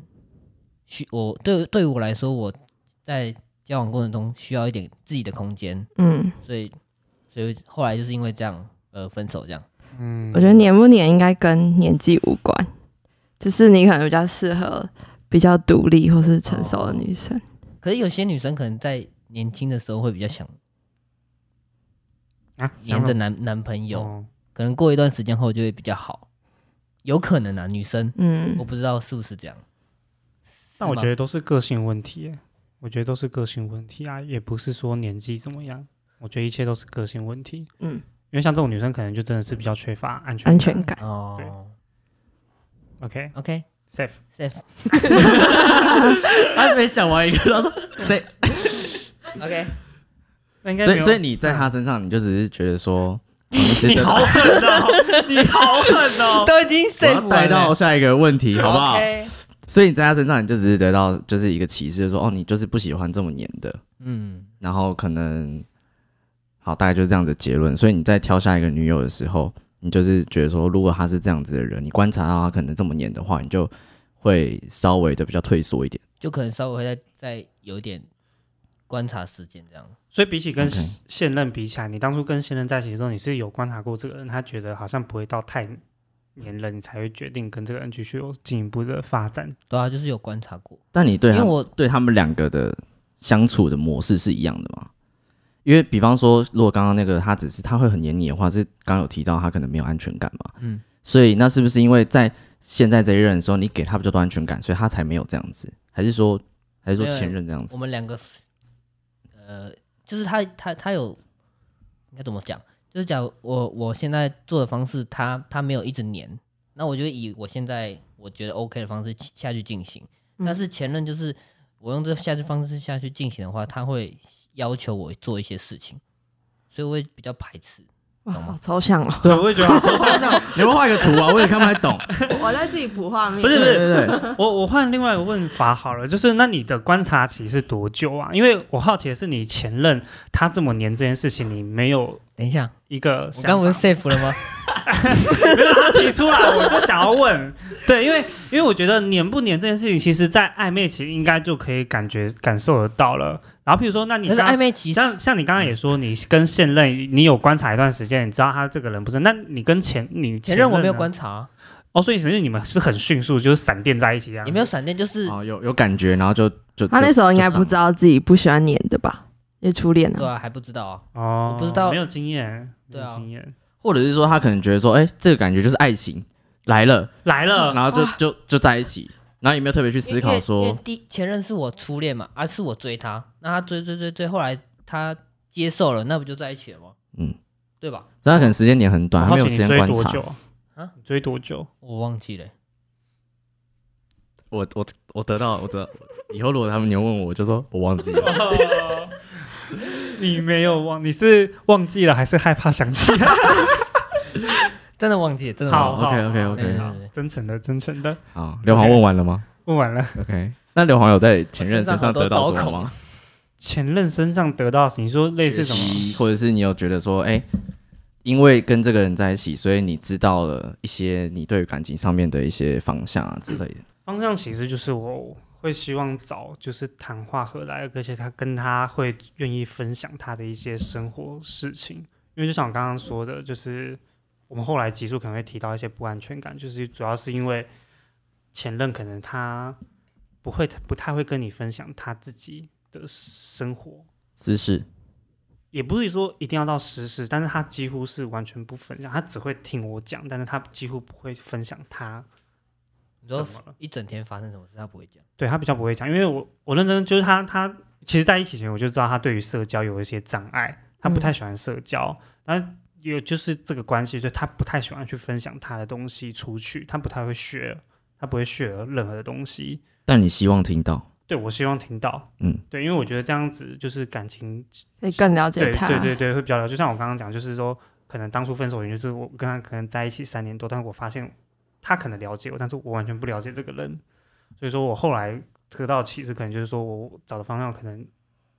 [SPEAKER 3] 需我对对于我来说，我在交往过程中需要一点自己的空间，
[SPEAKER 4] 嗯，
[SPEAKER 3] 所以所以后来就是因为这样呃分手这样。
[SPEAKER 2] 嗯
[SPEAKER 4] 我觉得黏不黏应该跟年纪无关，就是你可能比较适合比较独立或是成熟的女生。
[SPEAKER 3] 可是有些女生可能在年轻的时候会比较想
[SPEAKER 2] 啊，
[SPEAKER 3] 黏
[SPEAKER 2] 想
[SPEAKER 3] 着
[SPEAKER 2] 法
[SPEAKER 3] 男男朋友，
[SPEAKER 2] 哦
[SPEAKER 3] 可能过一段时间后就会比较好，有可能啊，女生
[SPEAKER 4] 嗯
[SPEAKER 3] 我不知道是不是这样。
[SPEAKER 2] 但我觉
[SPEAKER 3] 得
[SPEAKER 2] 得都是个性问题耶，我觉得都是个性问题啊，也不是说年纪怎么样，我觉得一切都是个性问题。
[SPEAKER 4] 嗯，
[SPEAKER 2] 因为像这种女生，可能就真的是比较缺乏安全
[SPEAKER 4] 安全。感。
[SPEAKER 2] 对
[SPEAKER 3] 哦
[SPEAKER 2] OK，safe、
[SPEAKER 3] ，OK safe
[SPEAKER 1] 他没讲完一个，他 说谁
[SPEAKER 3] OK，
[SPEAKER 2] 那应该
[SPEAKER 1] 所
[SPEAKER 2] 没
[SPEAKER 1] 以，
[SPEAKER 2] 有
[SPEAKER 1] 所以你在他身上，你就只是觉得 说，哦你值
[SPEAKER 2] 你
[SPEAKER 1] 得
[SPEAKER 2] 好
[SPEAKER 1] 把
[SPEAKER 2] 狠 哦，你好狠 哦。
[SPEAKER 3] 都已经
[SPEAKER 1] 我要
[SPEAKER 3] safe
[SPEAKER 1] 带
[SPEAKER 3] 完了
[SPEAKER 1] 到下一个问题，好不好
[SPEAKER 3] OK
[SPEAKER 1] 所以你在他身上，你就只是得到就是一个启示，就是说哦，你就是不喜欢这么黏的，
[SPEAKER 3] 嗯，
[SPEAKER 1] 然后可能好，大概就是这样子的结论。所以你在挑下一个女友的时候，你就是觉得说，如果他是这样子的人，你观察到他可能这么黏的话，你就会稍微的比较退缩一点。
[SPEAKER 3] 就可能稍微会再再有一点观察时间这样。
[SPEAKER 2] 所以比起跟
[SPEAKER 1] OK
[SPEAKER 2] 现任比起来，你当初跟现任在一起的时候，你是有观察过这个人，他觉得好像不会到太黏了，你才会决定跟这个人继续有进一步的发展。
[SPEAKER 3] 对啊，就是有观察过，
[SPEAKER 1] 但你对啊
[SPEAKER 3] 因
[SPEAKER 1] 他
[SPEAKER 3] 为我
[SPEAKER 1] 对他们两个的相处的模式是一样的吗？因为比方说，如果刚刚那个他只是他会很黏你的话，是刚刚有提到他可能没有安全感嘛？嗯
[SPEAKER 3] 嗯，
[SPEAKER 1] 所以那是不是因为在现在这一任的时候，你给他比较多安全感，所以他才没有这样子？还是说，还是说
[SPEAKER 3] 没有
[SPEAKER 1] 前任这样子
[SPEAKER 3] 我？们两个，呃，就是他他他有应该怎么讲？就是讲我我现在做的方式，他他没有一直黏，那我就以我现在我觉得 OK 的方式下去进行。
[SPEAKER 4] 嗯
[SPEAKER 3] 但是前任就是我用这下去方式下去进行的话，他会要求我做一些事情，所以我会比较排斥。
[SPEAKER 4] 哇，
[SPEAKER 3] 懂吗
[SPEAKER 4] 好抽象哦！
[SPEAKER 2] 对，我也觉得好抽象。
[SPEAKER 1] 你要不要画一个图啊？我也看不太懂。
[SPEAKER 4] 我在自己补画面。
[SPEAKER 2] 不是 不
[SPEAKER 1] 对
[SPEAKER 2] 是，
[SPEAKER 1] 对对，
[SPEAKER 2] 我我换另外一个问法好了，就是那你的观察期是多久啊？因为我好奇的是，你前任他这么黏这件事情，你没有
[SPEAKER 3] 等一下，
[SPEAKER 2] 一个
[SPEAKER 3] 我
[SPEAKER 2] 想法
[SPEAKER 3] 刚不是 safe 了吗？
[SPEAKER 2] 没有他提出来，我就想要问，对，因为因为我觉得黏不黏这件事情，其实在暧昧期应该就可以感觉感受得到了。然后，譬如说，那你
[SPEAKER 3] 可是
[SPEAKER 2] 刚
[SPEAKER 3] 暧昧期
[SPEAKER 2] 像像你刚刚也说，你跟现任你有观察一段时间，你知道他这个人不是？那你跟前你
[SPEAKER 3] 前任我没有
[SPEAKER 2] 呢
[SPEAKER 3] 观察，啊
[SPEAKER 2] 哦，所以其实你们是很迅速，就是闪电在一起啊，
[SPEAKER 3] 也没有闪电， 就是
[SPEAKER 1] 哦，有有感觉，然后就就
[SPEAKER 4] 他那时候应该
[SPEAKER 1] 就
[SPEAKER 4] 不知道自己不喜欢黏的吧？也初恋
[SPEAKER 3] 对
[SPEAKER 4] 啊，
[SPEAKER 3] 啊，还不知道啊。
[SPEAKER 2] 哦，
[SPEAKER 3] 我不知道
[SPEAKER 2] 没有经验，没
[SPEAKER 3] 对
[SPEAKER 2] 有
[SPEAKER 3] 啊
[SPEAKER 2] 经验
[SPEAKER 1] 或者是说他可能觉得说，哎、这个感觉就是爱情来了，
[SPEAKER 2] 来
[SPEAKER 3] 嗯
[SPEAKER 2] 了，
[SPEAKER 1] 然后就就就在一起，然后也没有特别去思
[SPEAKER 3] 因
[SPEAKER 1] 考
[SPEAKER 3] 为因为
[SPEAKER 1] 说，
[SPEAKER 3] 第前任是我初恋嘛，啊而、是我追他，那他追追追追，后来他接受了，那不就在一起了吗？
[SPEAKER 1] 嗯，
[SPEAKER 3] 对吧？
[SPEAKER 1] 所以他可能时间点很短，
[SPEAKER 2] 我
[SPEAKER 1] 他
[SPEAKER 2] 好
[SPEAKER 1] 没有时
[SPEAKER 2] 奇
[SPEAKER 1] 间
[SPEAKER 2] 你追
[SPEAKER 1] 观
[SPEAKER 2] 多
[SPEAKER 1] 察。
[SPEAKER 2] 久
[SPEAKER 3] 啊？
[SPEAKER 2] 你追多久？
[SPEAKER 3] 我忘记了，
[SPEAKER 1] 我我我得到，我得到以后如果他们你问我，我就说我忘记 了。
[SPEAKER 2] 哦你没有忘，你是忘记了还是害怕想 起来？
[SPEAKER 3] 真的忘记了，真的忘
[SPEAKER 2] 好
[SPEAKER 3] 记
[SPEAKER 1] 好
[SPEAKER 2] 好
[SPEAKER 1] OK，OK，OK
[SPEAKER 3] 对对对
[SPEAKER 2] 真诚的，真诚的。
[SPEAKER 1] 好，哦刘皇问完了吗
[SPEAKER 2] 问完了，
[SPEAKER 1] ？OK，那刘皇有在前任身上得到
[SPEAKER 3] 我身上
[SPEAKER 1] 什
[SPEAKER 3] 好
[SPEAKER 1] 么
[SPEAKER 3] 多刀
[SPEAKER 1] 吗？
[SPEAKER 2] 前任身上得到你说类
[SPEAKER 1] 学
[SPEAKER 2] 似什么？
[SPEAKER 1] 习，或者是你有觉得说，哎、因为跟这个人在一起，所以你知道了一些你对于感情上面的一些方向啊之类的。
[SPEAKER 2] 方向其实就是我会希望找就是谈话合来，而且他跟他会愿意分享他的一些生活事情，因为就像我刚刚说的，就是我们后来集数可能会提到一些不安全感，就是主要是因为前任可能他不会不太会跟你分享他自己的生活，
[SPEAKER 1] 姿势，
[SPEAKER 2] 也不是说一定要到实时，但是他几乎是完全不分享，他只会听我讲，但是他几乎不会分享他
[SPEAKER 3] 你
[SPEAKER 2] 怎
[SPEAKER 3] 说
[SPEAKER 2] 么了。
[SPEAKER 3] 一整天发生什么事他不会讲，
[SPEAKER 2] 对他比较不会讲，因为我我认真就是他他其实在一起前我就知道他对于社交有一些障碍，他不太喜欢社交，然后有就是这个关系，就他不太喜欢去分享他的东西出去，他不太会学，他不会学任何的东西。
[SPEAKER 1] 但你希望听到，
[SPEAKER 2] 对我希望听到，
[SPEAKER 1] 嗯，
[SPEAKER 2] 对，因为我觉得这样子就是感情
[SPEAKER 4] 可以更了解
[SPEAKER 2] 对
[SPEAKER 4] 他。
[SPEAKER 2] 对对对，会比较了解。就像我刚刚讲，就是说，可能当初分手原因就是我跟他可能在一起三年多，但是我发现他可能了解我，但是我完全不了解这个人。所以说我后来得到的启示，可能就是说我找的方向，可能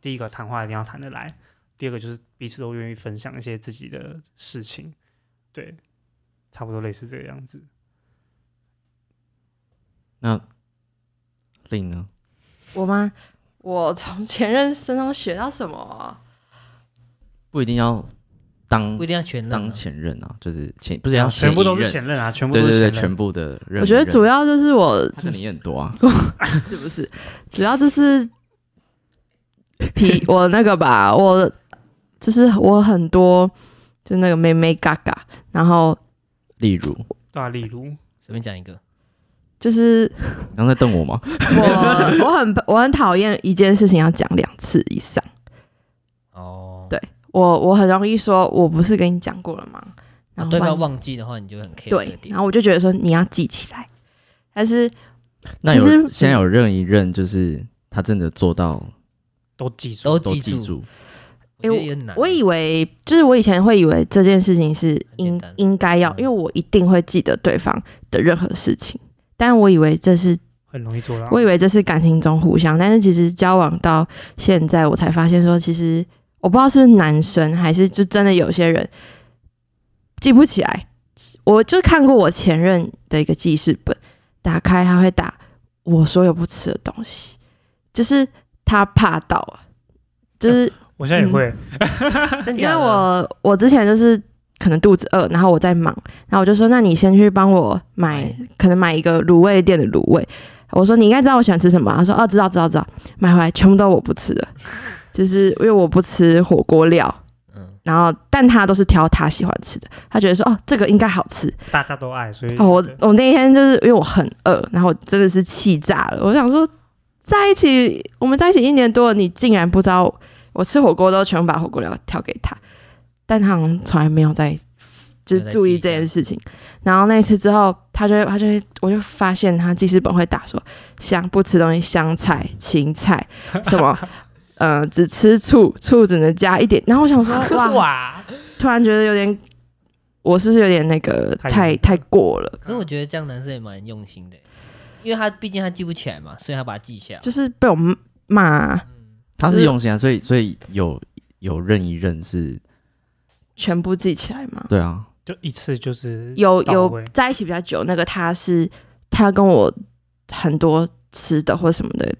[SPEAKER 2] 第一个谈话一定要谈得来，第二个就是彼此都愿意分享一些自己的事情，对，差不多类似这个样子。
[SPEAKER 1] 令呢？
[SPEAKER 4] 我吗？我从前任身上学到什么啊、
[SPEAKER 1] 不一定要当
[SPEAKER 3] 不一定要全任、
[SPEAKER 1] 当
[SPEAKER 3] 啊。
[SPEAKER 1] 前任啊，就是前不是要
[SPEAKER 2] 全部
[SPEAKER 1] 前
[SPEAKER 2] 都是
[SPEAKER 1] 一任
[SPEAKER 2] 前任啊，全部
[SPEAKER 1] 对
[SPEAKER 2] 都
[SPEAKER 1] 对
[SPEAKER 2] 是
[SPEAKER 1] 对，
[SPEAKER 2] 前任。
[SPEAKER 1] 全部的任。
[SPEAKER 4] 我觉得主
[SPEAKER 1] 任
[SPEAKER 4] 要就是我
[SPEAKER 1] 他跟你也很多啊，
[SPEAKER 4] 是不是？ 主要就是 皮我那个吧，我就是我很多就那个妹妹嘎嘎，然后
[SPEAKER 1] 例如，
[SPEAKER 2] 对啊，例如
[SPEAKER 3] 随便讲一个，
[SPEAKER 4] 就是
[SPEAKER 1] 你刚才瞪我吗？
[SPEAKER 4] 我我很我很讨厌一件事情要讲两次以上，
[SPEAKER 3] 哦，
[SPEAKER 4] 对我我很容易说我不是跟你讲过了吗？然后
[SPEAKER 3] 那哦啊对
[SPEAKER 4] 换
[SPEAKER 3] 方忘记的话，你嗯就很 care 这个
[SPEAKER 4] 对，
[SPEAKER 3] 点
[SPEAKER 4] 然。后我就觉得说你要记起来，但是
[SPEAKER 1] 那
[SPEAKER 4] 其
[SPEAKER 1] 有
[SPEAKER 4] 实
[SPEAKER 1] 现在有认一认，就是他真的做到
[SPEAKER 2] 都记住，
[SPEAKER 3] 都
[SPEAKER 1] 都
[SPEAKER 3] 记
[SPEAKER 1] 记
[SPEAKER 3] 住，
[SPEAKER 1] 住，
[SPEAKER 3] 我觉得也很难。
[SPEAKER 4] 我以为就是我以前会以为这件事情是
[SPEAKER 3] 很简
[SPEAKER 4] 应
[SPEAKER 3] 单
[SPEAKER 4] 应该要，
[SPEAKER 3] 嗯
[SPEAKER 4] 因为我一定会记得对方的任何事情，但我以为这是
[SPEAKER 2] 很容易做到。
[SPEAKER 4] 我以为这是感情中互相，但是其实交往到现在，我才发现说，其实我不知道是不是男生，还是就真的有些人记不起来。我就看过我前任的一个记事本，打开他会打我所有不吃的东西，就是他怕到啊，就是
[SPEAKER 2] 我
[SPEAKER 1] 嗯
[SPEAKER 2] 现在也会，
[SPEAKER 3] 真
[SPEAKER 4] 因为
[SPEAKER 3] 假的
[SPEAKER 4] 我我之前就是可能肚子饿，然后我在忙，然后我就说，那你先去帮我买，可能买一个卤味店的卤味。我说你应该知道我喜欢吃什么吧，他说哦知道知道知道，买回来全部都我不吃的，就是因为我不吃火锅料，
[SPEAKER 3] 嗯，
[SPEAKER 4] 然后但他都是挑他喜欢吃的，他觉得说哦这个应该好吃，
[SPEAKER 2] 大家都爱，所以
[SPEAKER 4] 哦，我我那天就是因为我很饿，然后我真的是气炸了。我想说，在一起，我们在一起一年多了，你竟然不知道我吃火锅都全部把火锅料挑给他，但他好像从来没有在就是注意这件事情。然后那一次之后，他就会他就会，我就发现他记事本会打说香不吃东西，香菜、芹菜什么，呃，只吃醋，醋只能加一点。然后我 想说，哇，
[SPEAKER 2] 哇，
[SPEAKER 4] 突然觉得有点，我是不是有点那个
[SPEAKER 2] 太
[SPEAKER 4] 太太过了？
[SPEAKER 3] 可是我觉得这样男生也蛮用心的，欸因为他毕竟他记不起来嘛，所以他把它记下。嗯
[SPEAKER 4] 就是被我骂
[SPEAKER 1] 他
[SPEAKER 4] 就是是
[SPEAKER 1] 用心啊，所以所以有有认一认是，
[SPEAKER 4] 全部记起来嘛。
[SPEAKER 1] 对啊，
[SPEAKER 2] 就一次就是
[SPEAKER 4] 有
[SPEAKER 2] 到
[SPEAKER 4] 有
[SPEAKER 2] 位
[SPEAKER 4] 在一起比较久，那个他是他跟我很多吃的或什么的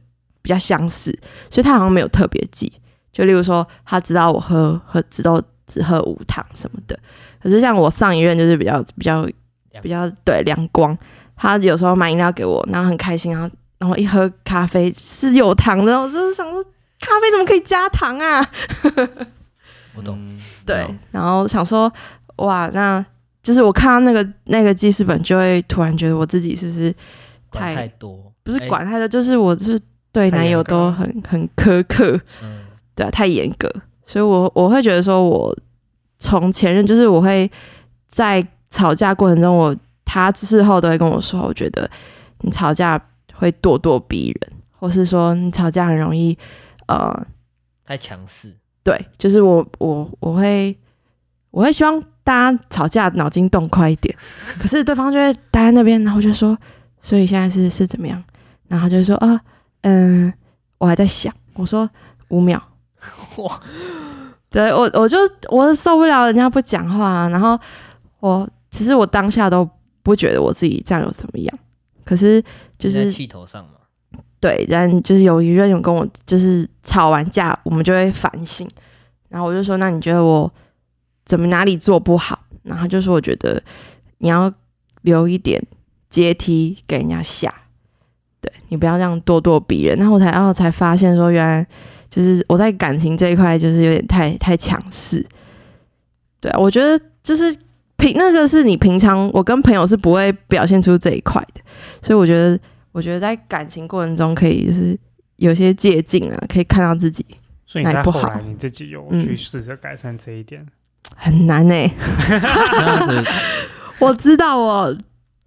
[SPEAKER 4] 比较相似，所以他好像没有特别记。就例如说，他知道我喝喝只都只喝无糖什么的，可是像我上一任就是比较比较比较对亮光，他有时候买饮料给我，然后很开心，然后然后一喝咖啡是有糖的，我就是想说咖啡怎么可以加糖啊？
[SPEAKER 3] 我懂，
[SPEAKER 1] 嗯
[SPEAKER 4] 对，然后想说，哇，那就是我看到那个那个记事本，就会突然觉得我自己是不是
[SPEAKER 3] 管
[SPEAKER 4] 太
[SPEAKER 3] 太多
[SPEAKER 4] 不是
[SPEAKER 3] 哎
[SPEAKER 4] 管太多，就是我是对
[SPEAKER 2] 太
[SPEAKER 4] 男
[SPEAKER 2] 严
[SPEAKER 4] 友
[SPEAKER 2] 格
[SPEAKER 4] 都
[SPEAKER 2] 了
[SPEAKER 4] 很很苛刻，
[SPEAKER 3] 嗯，
[SPEAKER 4] 对、啊，太严格，所以我我会觉得说我从前任，就是我会在吵架过程中，我他事后都会跟我说，我觉得你吵架呃会咄咄逼人，或是说你吵架很容易呃
[SPEAKER 3] 太强势，
[SPEAKER 4] 对，就是我我我会我会希望大家吵架脑筋动快一点，可是对方就会待在那边，然后我就说，所以现在是是怎么样？然后他就会说啊，嗯、我还在想。我说五秒，
[SPEAKER 3] 哇，
[SPEAKER 4] 对我我就我受不了人家不讲话、啊然后我其实我当下都不觉得我自己这样有怎么样，可是就
[SPEAKER 3] 在
[SPEAKER 4] 是
[SPEAKER 3] 气头上嘛，
[SPEAKER 4] 对，但就是有一任有跟我就是吵完架，我们就会反省，然后我就说，那你觉得我怎么哪里做不好？然后他就说，我觉得你要留一点阶梯给人家下，对你不要这样咄咄逼人。然后我才然后才发现说，原来就是我在感情这一块就是有点太太强势。对啊，我觉得就是平那个是你平常我跟朋友是不会表现出这一块的，所以我觉得我觉得在感情过程中可以就是有些借鉴啊，可以看到自己
[SPEAKER 2] 所以你
[SPEAKER 4] 哪
[SPEAKER 2] 在
[SPEAKER 4] 里不
[SPEAKER 2] 后
[SPEAKER 4] 好
[SPEAKER 2] 来你自己有
[SPEAKER 4] 嗯
[SPEAKER 2] 去试着改善这一点，
[SPEAKER 4] 很难哎、
[SPEAKER 1] 那是
[SPEAKER 4] 我知道我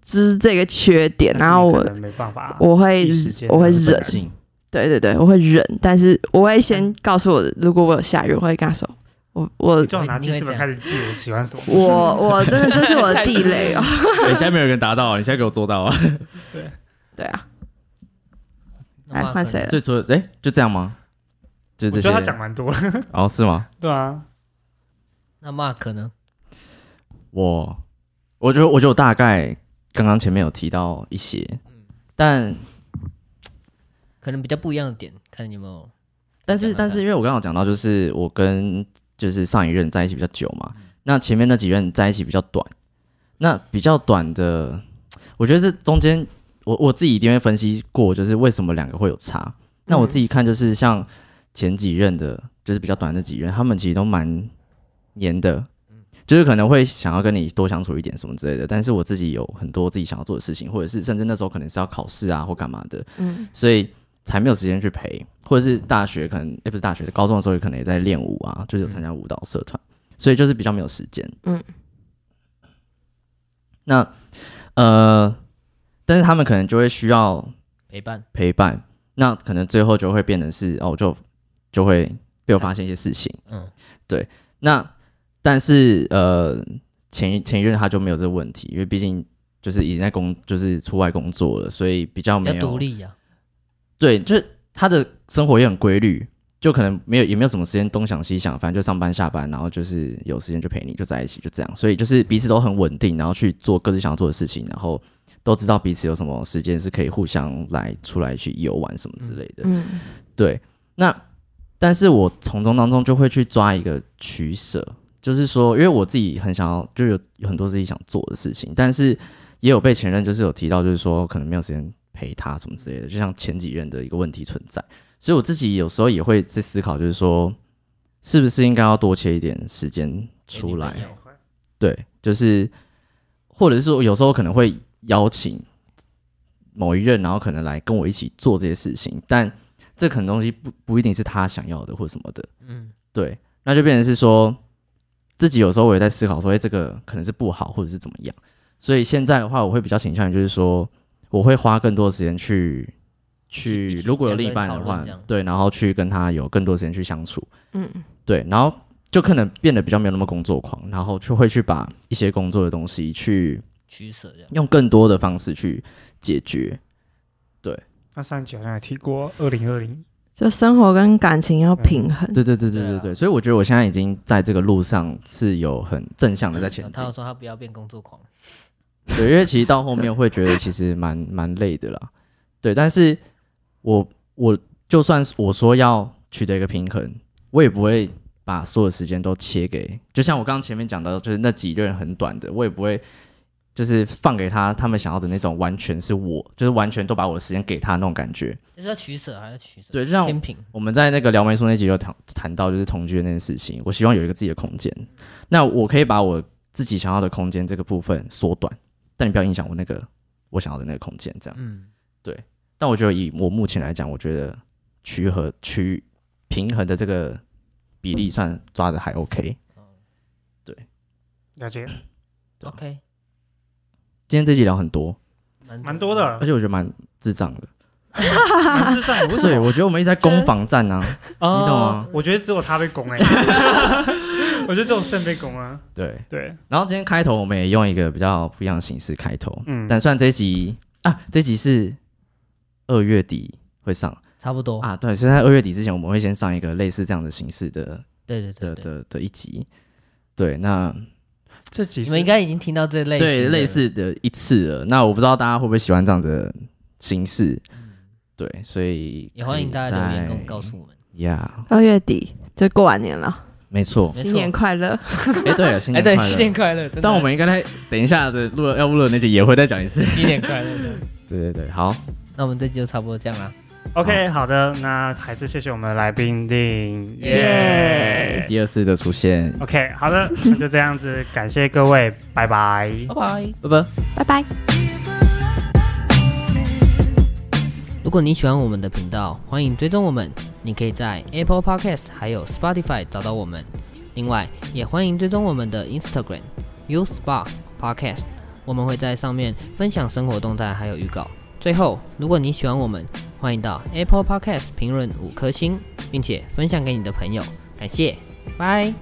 [SPEAKER 4] 知这个缺点，
[SPEAKER 2] 但是
[SPEAKER 4] 然后
[SPEAKER 2] 你可
[SPEAKER 4] 我
[SPEAKER 2] 能没办法，
[SPEAKER 4] 我会
[SPEAKER 2] 一时间
[SPEAKER 4] 我会
[SPEAKER 2] 没办
[SPEAKER 4] 忍
[SPEAKER 1] 本， 性，
[SPEAKER 4] 对对对，我会忍，但是我会先告诉我，如果我有下雨，我会跟他说，我 我
[SPEAKER 2] 你最好拿记事本
[SPEAKER 3] 你会这样
[SPEAKER 2] 开始记我喜欢什么，
[SPEAKER 4] 我我真的这是我的地雷哦，
[SPEAKER 1] 你哎现在没有人达到，你现在给我做到啊！
[SPEAKER 4] 对啊，
[SPEAKER 3] 那
[SPEAKER 4] 来
[SPEAKER 3] 话
[SPEAKER 4] 换
[SPEAKER 3] 可
[SPEAKER 4] 谁
[SPEAKER 3] 能
[SPEAKER 4] 了？
[SPEAKER 1] 所以除了哎，就这样吗？就
[SPEAKER 2] 我
[SPEAKER 1] 这
[SPEAKER 2] 觉
[SPEAKER 1] 些
[SPEAKER 2] 得他讲蛮多了，
[SPEAKER 1] 哦，是吗？
[SPEAKER 2] 对啊，
[SPEAKER 3] 那 Mark 呢？
[SPEAKER 1] 我我觉得，我觉得我大概刚刚前面有提到一些，
[SPEAKER 2] 嗯
[SPEAKER 1] 但
[SPEAKER 3] 可能比较不一样的点，看你有没有
[SPEAKER 1] 但是
[SPEAKER 3] 讲到
[SPEAKER 1] 但是，因为我刚刚有讲到，就是我跟就是上一任在一起比较久嘛，
[SPEAKER 3] 嗯
[SPEAKER 1] 那前面那几任在一起比较短，那比较短的，我觉得这中间我我自己一定会分析过，就是为什么两个会有差。那我自己看就是像
[SPEAKER 3] 嗯
[SPEAKER 1] 前几任的，就是比较短的那几任，他们其实都蛮黏的，就是可能会想要跟你多相处一点什么之类的。但是我自己有很多自己想要做的事情，或者是甚至那时候可能是要考试啊或干嘛的，
[SPEAKER 4] 嗯，
[SPEAKER 1] 所以才没有时间去陪，或者是大学可能也、不是大学，高中的时候也可能也在练舞啊，就是有参加舞蹈社团，所以就是比较没有时间。
[SPEAKER 4] 嗯，
[SPEAKER 1] 那呃，但是他们可能就会需要
[SPEAKER 3] 陪伴，
[SPEAKER 1] 陪伴，那可能最后就会变成是哦，就就会被我发现一些事情。
[SPEAKER 3] 嗯，
[SPEAKER 1] 对。那但是呃，前一前一任他就没有这个问题，因为毕竟就是已经在工，就是出外工作了，所以比较
[SPEAKER 3] 比
[SPEAKER 1] 没
[SPEAKER 3] 较
[SPEAKER 1] 有
[SPEAKER 3] 独立啊呀、
[SPEAKER 1] 对，就是他的生活也很规律，就可能没有也没有什么时间东想西想，反正就上班下班，然后就是有时间就陪你，就在一起，就这样。所以就是彼此都很稳定，然后去做各自想要做的事情，然后都知道彼此有什么时间是可以互相来出来去游玩什么之类的。
[SPEAKER 4] 嗯
[SPEAKER 1] 对，那但是我从中当中就会去抓一个取舍，就是说，因为我自己很想要，就有有很多自己想做的事情，但是也有被前任就是有提到，就是说可能没有时间陪他什么之类的，就像前几任的一个问题存在，所以我自己有时候也会在思考，就是说，是不是应该要多切一点时间
[SPEAKER 3] 给
[SPEAKER 1] 出
[SPEAKER 3] 女
[SPEAKER 1] 来
[SPEAKER 3] 朋？友
[SPEAKER 1] 对，就是或者是说有时候可能会邀请某一任，然后可能来跟我一起做这些事情，但这可能东西不不一定是他想要的或什么的，
[SPEAKER 3] 嗯，
[SPEAKER 1] 对，那就变成是说自己有时候我也在思考说，哎、这个可能是不好，或者是怎么样。所以现在的话，我会比较倾向于就是说，我会花更多的时间去
[SPEAKER 3] 一
[SPEAKER 1] 去，
[SPEAKER 3] 起
[SPEAKER 1] 如果有
[SPEAKER 3] 两
[SPEAKER 1] 另
[SPEAKER 3] 个
[SPEAKER 1] 一
[SPEAKER 3] 人
[SPEAKER 1] 半
[SPEAKER 3] 讨
[SPEAKER 1] 的
[SPEAKER 3] 论
[SPEAKER 1] 话
[SPEAKER 3] 这样，
[SPEAKER 1] 对，然后去跟他有更多时间去相处，
[SPEAKER 4] 嗯
[SPEAKER 1] 对，然后就可能变得比较没有那么工作狂，然后就会去把一些工作的东西去
[SPEAKER 3] 取舍这样。
[SPEAKER 1] 用更多的方式去解决。
[SPEAKER 2] 那上一集好像也提过，二零二零
[SPEAKER 4] 就生活跟感情要平衡。
[SPEAKER 1] 对对对对
[SPEAKER 3] 对
[SPEAKER 1] 对
[SPEAKER 3] 啊
[SPEAKER 1] 对，所以我觉得我现在已经在这个路上是有很正向的在前
[SPEAKER 3] 啊他
[SPEAKER 1] 进
[SPEAKER 3] 有。说他不要变工作狂，
[SPEAKER 1] 对，因为其实到后面会觉得其实蛮蛮累的啦。对，但是我我就算是我说要取得一个平衡，我也不会把所有时间都切给，就像我刚刚前面讲到，就是那几任很短的，我也不会就是放给他他们想要的那种，完全是我，就是完全都把我的时间给他那种感觉。
[SPEAKER 3] 就是要取舍还是取舍？
[SPEAKER 1] 对就像
[SPEAKER 3] 天平，
[SPEAKER 1] 我们在那个聊媒书那集有谈谈到就是同居的那件事情，我希望有一个自己的空间。那我可以把我自己想要的空间这个部分缩短，但你不要影响我那个我想要的那个空间。这样，
[SPEAKER 3] 嗯，
[SPEAKER 1] 但我觉得以我目前来讲，我觉得区和区平衡的这个比例算抓的还 OK。
[SPEAKER 2] 了解
[SPEAKER 1] 对啊
[SPEAKER 3] OK，
[SPEAKER 1] 今天这集聊很多，
[SPEAKER 3] 蛮
[SPEAKER 2] 蛮多，的
[SPEAKER 1] 而，
[SPEAKER 4] 嗯
[SPEAKER 1] 且我觉得蛮智障的。
[SPEAKER 2] 蛮智障的。为什
[SPEAKER 1] 对，
[SPEAKER 2] 么？
[SPEAKER 1] 我觉得我们一直在攻防战啊。
[SPEAKER 2] 哦
[SPEAKER 1] 你懂吗？
[SPEAKER 2] 我觉得只有他被拱 哎，我觉得只有肾被拱啊。
[SPEAKER 1] 对，
[SPEAKER 2] 对，
[SPEAKER 1] 然后今天开头我们也用一个比较不一样的形式开头，
[SPEAKER 2] 嗯，
[SPEAKER 1] 但虽然这一集啊，这一集是二月底会上
[SPEAKER 3] 差不多。
[SPEAKER 1] 啊，对，所以在二月底之前，我们会先上一个类似这样的形式的
[SPEAKER 3] 对
[SPEAKER 1] 的
[SPEAKER 3] 对对对，
[SPEAKER 1] 的的一集。对，那
[SPEAKER 2] 这集
[SPEAKER 3] 你
[SPEAKER 2] 是
[SPEAKER 3] 们应该已经听到这类型
[SPEAKER 1] 对
[SPEAKER 3] 的
[SPEAKER 1] 类似的一次了，那我不知道大家会不会喜欢这样子的形式。对，所以
[SPEAKER 3] 也欢迎大家留言跟我们告
[SPEAKER 1] 我。
[SPEAKER 3] 诉我们。
[SPEAKER 1] 呀、
[SPEAKER 4] 二月底就过完年了，
[SPEAKER 1] 没错。
[SPEAKER 3] 没错
[SPEAKER 4] 新年快乐！
[SPEAKER 1] 哎、对了，新
[SPEAKER 3] 哎，
[SPEAKER 1] 年快
[SPEAKER 3] 对，
[SPEAKER 1] 乐。
[SPEAKER 3] 新年快乐！真的
[SPEAKER 1] 但我们应该在等一下的录要录的那集也会再讲一次。
[SPEAKER 3] 新年快乐。真的
[SPEAKER 1] 对对对，好，
[SPEAKER 3] 那我们这集就差不多这样啦。
[SPEAKER 2] OK，好的，那还是谢谢我们的来宾令
[SPEAKER 3] 耶
[SPEAKER 2] 耶。
[SPEAKER 1] 第二次的出现，
[SPEAKER 2] OK，好的，那就这样子，感谢各位，拜拜。
[SPEAKER 3] 拜拜。
[SPEAKER 1] 拜拜。
[SPEAKER 4] 拜拜。
[SPEAKER 3] 如果你喜欢我们的频道，欢迎追踪我们。你可以在 Apple Podcast 还有 Spotify 找到我们。另外，也欢迎追踪我们的 Instagram U Spa Podcast，我们会在上面分享生活动态还有预告。最后，如果你喜欢我们，欢迎到 Apple Podcast 评论五颗星，并且分享给你的朋友。感谢，拜。